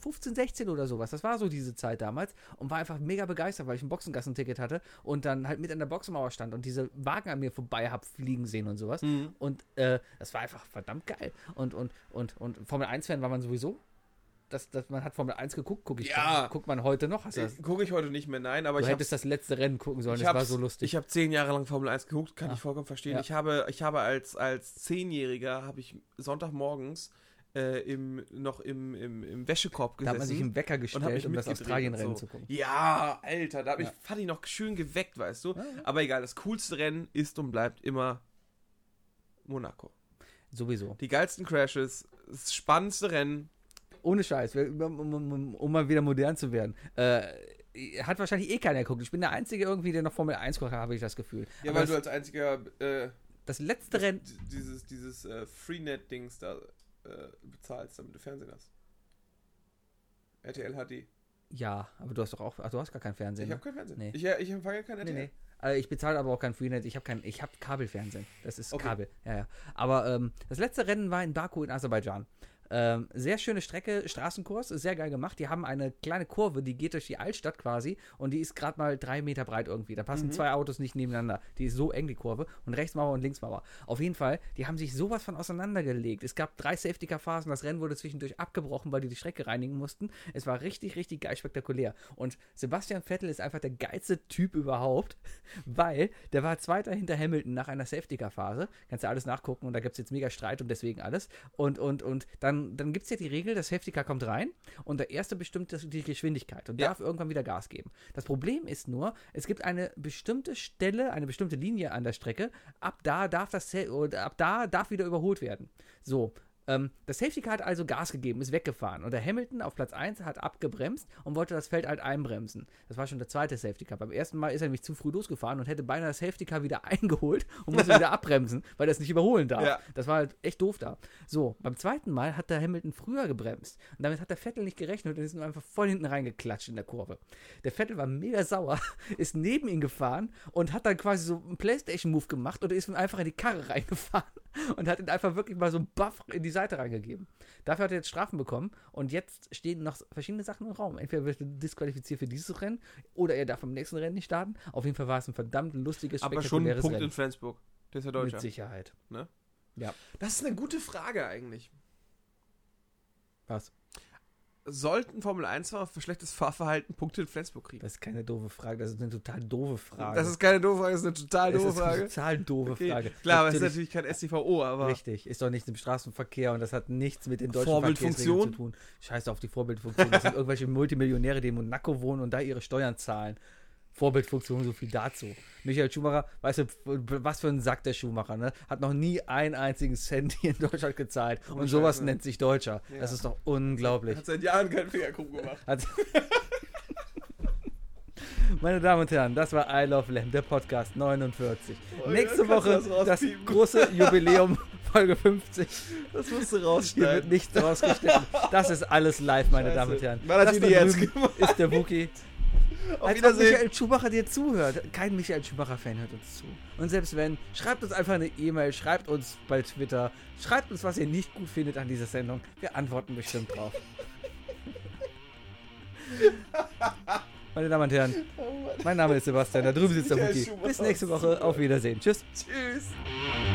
Speaker 3: 15, 16 oder sowas. Das war so diese Zeit damals und war einfach mega begeistert, weil ich ein Boxengassenticket hatte und dann halt mit an der Boxenmauer stand und diese Wagen an mir vorbei hab fliegen sehen und sowas.
Speaker 4: Mhm.
Speaker 3: Und äh, das war einfach verdammt geil. Und, und, und, und Formel 1-Fan war man sowieso. Das, das, man hat Formel 1 geguckt, guck ich
Speaker 4: Ja.
Speaker 3: guckt man heute noch. Hast du das,
Speaker 4: Äh, Gucke ich heute nicht mehr, nein, aber
Speaker 3: du
Speaker 4: ich habe
Speaker 3: hättest das letzte Rennen gucken sollen,
Speaker 4: ich
Speaker 3: das war
Speaker 4: hab's-
Speaker 3: so lustig.
Speaker 4: Ich habe zehn Jahre lang Formel 1 geguckt, kann
Speaker 3: Ja.
Speaker 4: ich vollkommen verstehen.
Speaker 3: Ja.
Speaker 4: Ich habe, ich habe als, als Zehnjähriger, habe ich Sonntagmorgens äh, im, noch im, im, im Wäschekorb
Speaker 3: da
Speaker 4: gesessen.
Speaker 3: hat man sich einen Wecker
Speaker 4: hab mich
Speaker 3: gestellt, um das
Speaker 4: mitgedreht
Speaker 3: Australien-Rennen
Speaker 4: und
Speaker 3: zu gucken.
Speaker 4: Ja, Alter, da habe ich
Speaker 3: Ja.
Speaker 4: Fatih noch schön geweckt, weißt du. Aber egal, das coolste Rennen ist und bleibt immer Monaco.
Speaker 3: Sowieso.
Speaker 4: Die geilsten Crashes, das spannendste Rennen.
Speaker 3: Ohne Scheiß, wir- um, um, um, um mal wieder modern zu werden. Äh, hat wahrscheinlich eh keiner geguckt. Ich bin der Einzige irgendwie, der noch Formel 1 guckt, habe ich das Gefühl.
Speaker 4: Ja,
Speaker 3: Aber
Speaker 4: weil du
Speaker 3: das,
Speaker 4: als einziger äh,
Speaker 3: das letzte Rennen.
Speaker 4: dieses, dieses äh, Freenet-Dings da äh, bezahlst, damit du Fernsehen hast. RTL HD.
Speaker 3: Ja, aber du hast doch auch. Ach, du hast gar kein Fernsehen.
Speaker 4: Ich habe
Speaker 3: Ne?
Speaker 4: kein Fernsehen.
Speaker 3: Nee.
Speaker 4: Ich, äh, ich empfange kein
Speaker 3: Nee,
Speaker 4: RTL.
Speaker 3: nee. Äh, ich bezahle aber auch kein Freenet. Ich habe kein, ich habe Kabelfernsehen. Das ist
Speaker 4: Okay.
Speaker 3: Kabel. Ja, ja. Aber ähm, das letzte Rennen war in Baku in Aserbaidschan. Ähm, sehr schöne Strecke, Straßenkurs, ist sehr geil gemacht. Die haben eine kleine Kurve, die geht durch die Altstadt quasi und die ist gerade mal drei Meter breit irgendwie. Da passen zwei Autos nicht nebeneinander. Die ist so eng, die Kurve. Und Rechtsmauer und Linksmauer. Auf jeden Fall, die haben sich sowas von auseinandergelegt. Es gab drei Safety-Car-Phasen. Das Rennen wurde zwischendurch abgebrochen, weil die die Strecke reinigen mussten. Es war richtig, richtig geil spektakulär. Und Sebastian Vettel ist einfach der geilste Typ überhaupt, weil der war Zweiter hinter Hamilton nach einer Safety-Car-Phase. Kannst du alles nachgucken um und da gibt es jetzt mega Streit und deswegen alles. Und, und, und dann ähm, dann gibt es ja die Regel, das Heftiger kommt rein und der Erste bestimmt das, die Geschwindigkeit und
Speaker 4: Ja.
Speaker 3: darf irgendwann wieder Gas geben. Das Problem ist nur, es gibt eine bestimmte Stelle, eine bestimmte Linie an der Strecke, ab da darf das Hel- oder ab da darf wieder überholt werden. So. Ähm, das Safety Car hat also Gas gegeben, ist weggefahren. Und der Hamilton auf Platz 1 hat abgebremst und wollte das Feld halt einbremsen. Das war schon der zweite Safety Car. Beim ersten Mal ist er nämlich zu früh losgefahren und hätte beinahe das Safety Car wieder eingeholt und musste wieder abbremsen, weil er es nicht überholen darf.
Speaker 4: Ja.
Speaker 3: Das war halt echt doof da. So, beim zweiten Mal hat der Hamilton früher gebremst. Und damit hat der Vettel nicht gerechnet und ist nur einfach voll hinten reingeklatscht in der Kurve. Der Vettel war mega sauer, ist neben ihn gefahren und hat dann quasi so einen Playstation-Move gemacht und ist ihm einfach in die Karre reingefahren und hat ihn einfach wirklich mal so einen Buff in die Seite reingegeben. Dafür hat er jetzt Strafen bekommen und jetzt stehen noch verschiedene Sachen im Raum. Entweder wird er disqualifiziert für dieses Rennen oder er darf im nächsten Rennen nicht starten. Auf jeden Fall war es ein verdammt lustiges,
Speaker 4: Aber schon ein
Speaker 3: spektakuläres
Speaker 4: Punkt in
Speaker 3: Rennen.
Speaker 4: Flensburg. Der ist ja
Speaker 3: Mit
Speaker 4: Deutscher.
Speaker 3: Sicherheit.
Speaker 4: Das ist eine gute Frage eigentlich.
Speaker 3: Was?
Speaker 4: Sollten Formel 1-Fahrer für schlechtes Fahrverhalten Punkte in Flensburg kriegen?
Speaker 3: Das ist keine doofe Frage, das ist eine total doofe Frage.
Speaker 4: Das ist keine doofe Frage, das ist eine total
Speaker 3: Das
Speaker 4: doofe
Speaker 3: ist eine
Speaker 4: Frage.
Speaker 3: total doofe
Speaker 4: Okay.
Speaker 3: Frage.
Speaker 4: Klar, aber es ist
Speaker 3: natürlich,
Speaker 4: natürlich kein STVO, aber
Speaker 3: richtig. Ist doch nichts im Straßenverkehr und das hat nichts mit den deutschen
Speaker 4: Vorbildfunktion?
Speaker 3: Verkehrsregeln zu tun. Scheiße auf die Vorbildfunktion. Das sind irgendwelche Multimillionäre, die in Monaco wohnen und da ihre Steuern zahlen. Vorbildfunktion, so viel dazu. Michael Schumacher, weißt du, was für ein Sack der Schumacher, ne? Hat noch nie einen einzigen Cent hier in Deutschland gezahlt.
Speaker 4: Oh,
Speaker 3: und sowas nennt sich Deutscher. Das ist doch unglaublich.
Speaker 4: hat seit Jahren keinen Finger krumm gemacht.
Speaker 3: Hat Also, Meine Damen und Herren, das war I Love Lamb, der Podcast 49. Nächste
Speaker 4: Oh kannst du
Speaker 3: Woche
Speaker 4: das
Speaker 3: das,
Speaker 4: rauspiepen?
Speaker 3: große Jubiläum, Folge 50.
Speaker 4: Das musst du
Speaker 3: Hier
Speaker 4: rausschneiden.
Speaker 3: wird nichts rausgestellt. Das ist alles live, meine Damen und Herren.
Speaker 4: Man hat
Speaker 3: Das
Speaker 4: ihn
Speaker 3: da
Speaker 4: jetzt
Speaker 3: drüben
Speaker 4: gemacht.
Speaker 3: ist der Wookie.
Speaker 4: Auf
Speaker 3: Als ob
Speaker 4: Wiedersehen.
Speaker 3: Michael Schumacher dir zuhört. Kein Michael Schumacher-Fan hört uns zu. Und selbst wenn, schreibt uns einfach eine E-Mail, schreibt uns bei Twitter, schreibt uns, was ihr nicht gut findet an dieser Sendung. Wir antworten bestimmt drauf. Meine Damen und Herren, mein Name ist Sebastian, da drüben sitzt der
Speaker 4: Oh Michael
Speaker 3: Wookie.
Speaker 4: Schumacher
Speaker 3: Bis nächste Woche, auf Wiedersehen. Tschüss.
Speaker 4: Tschüss.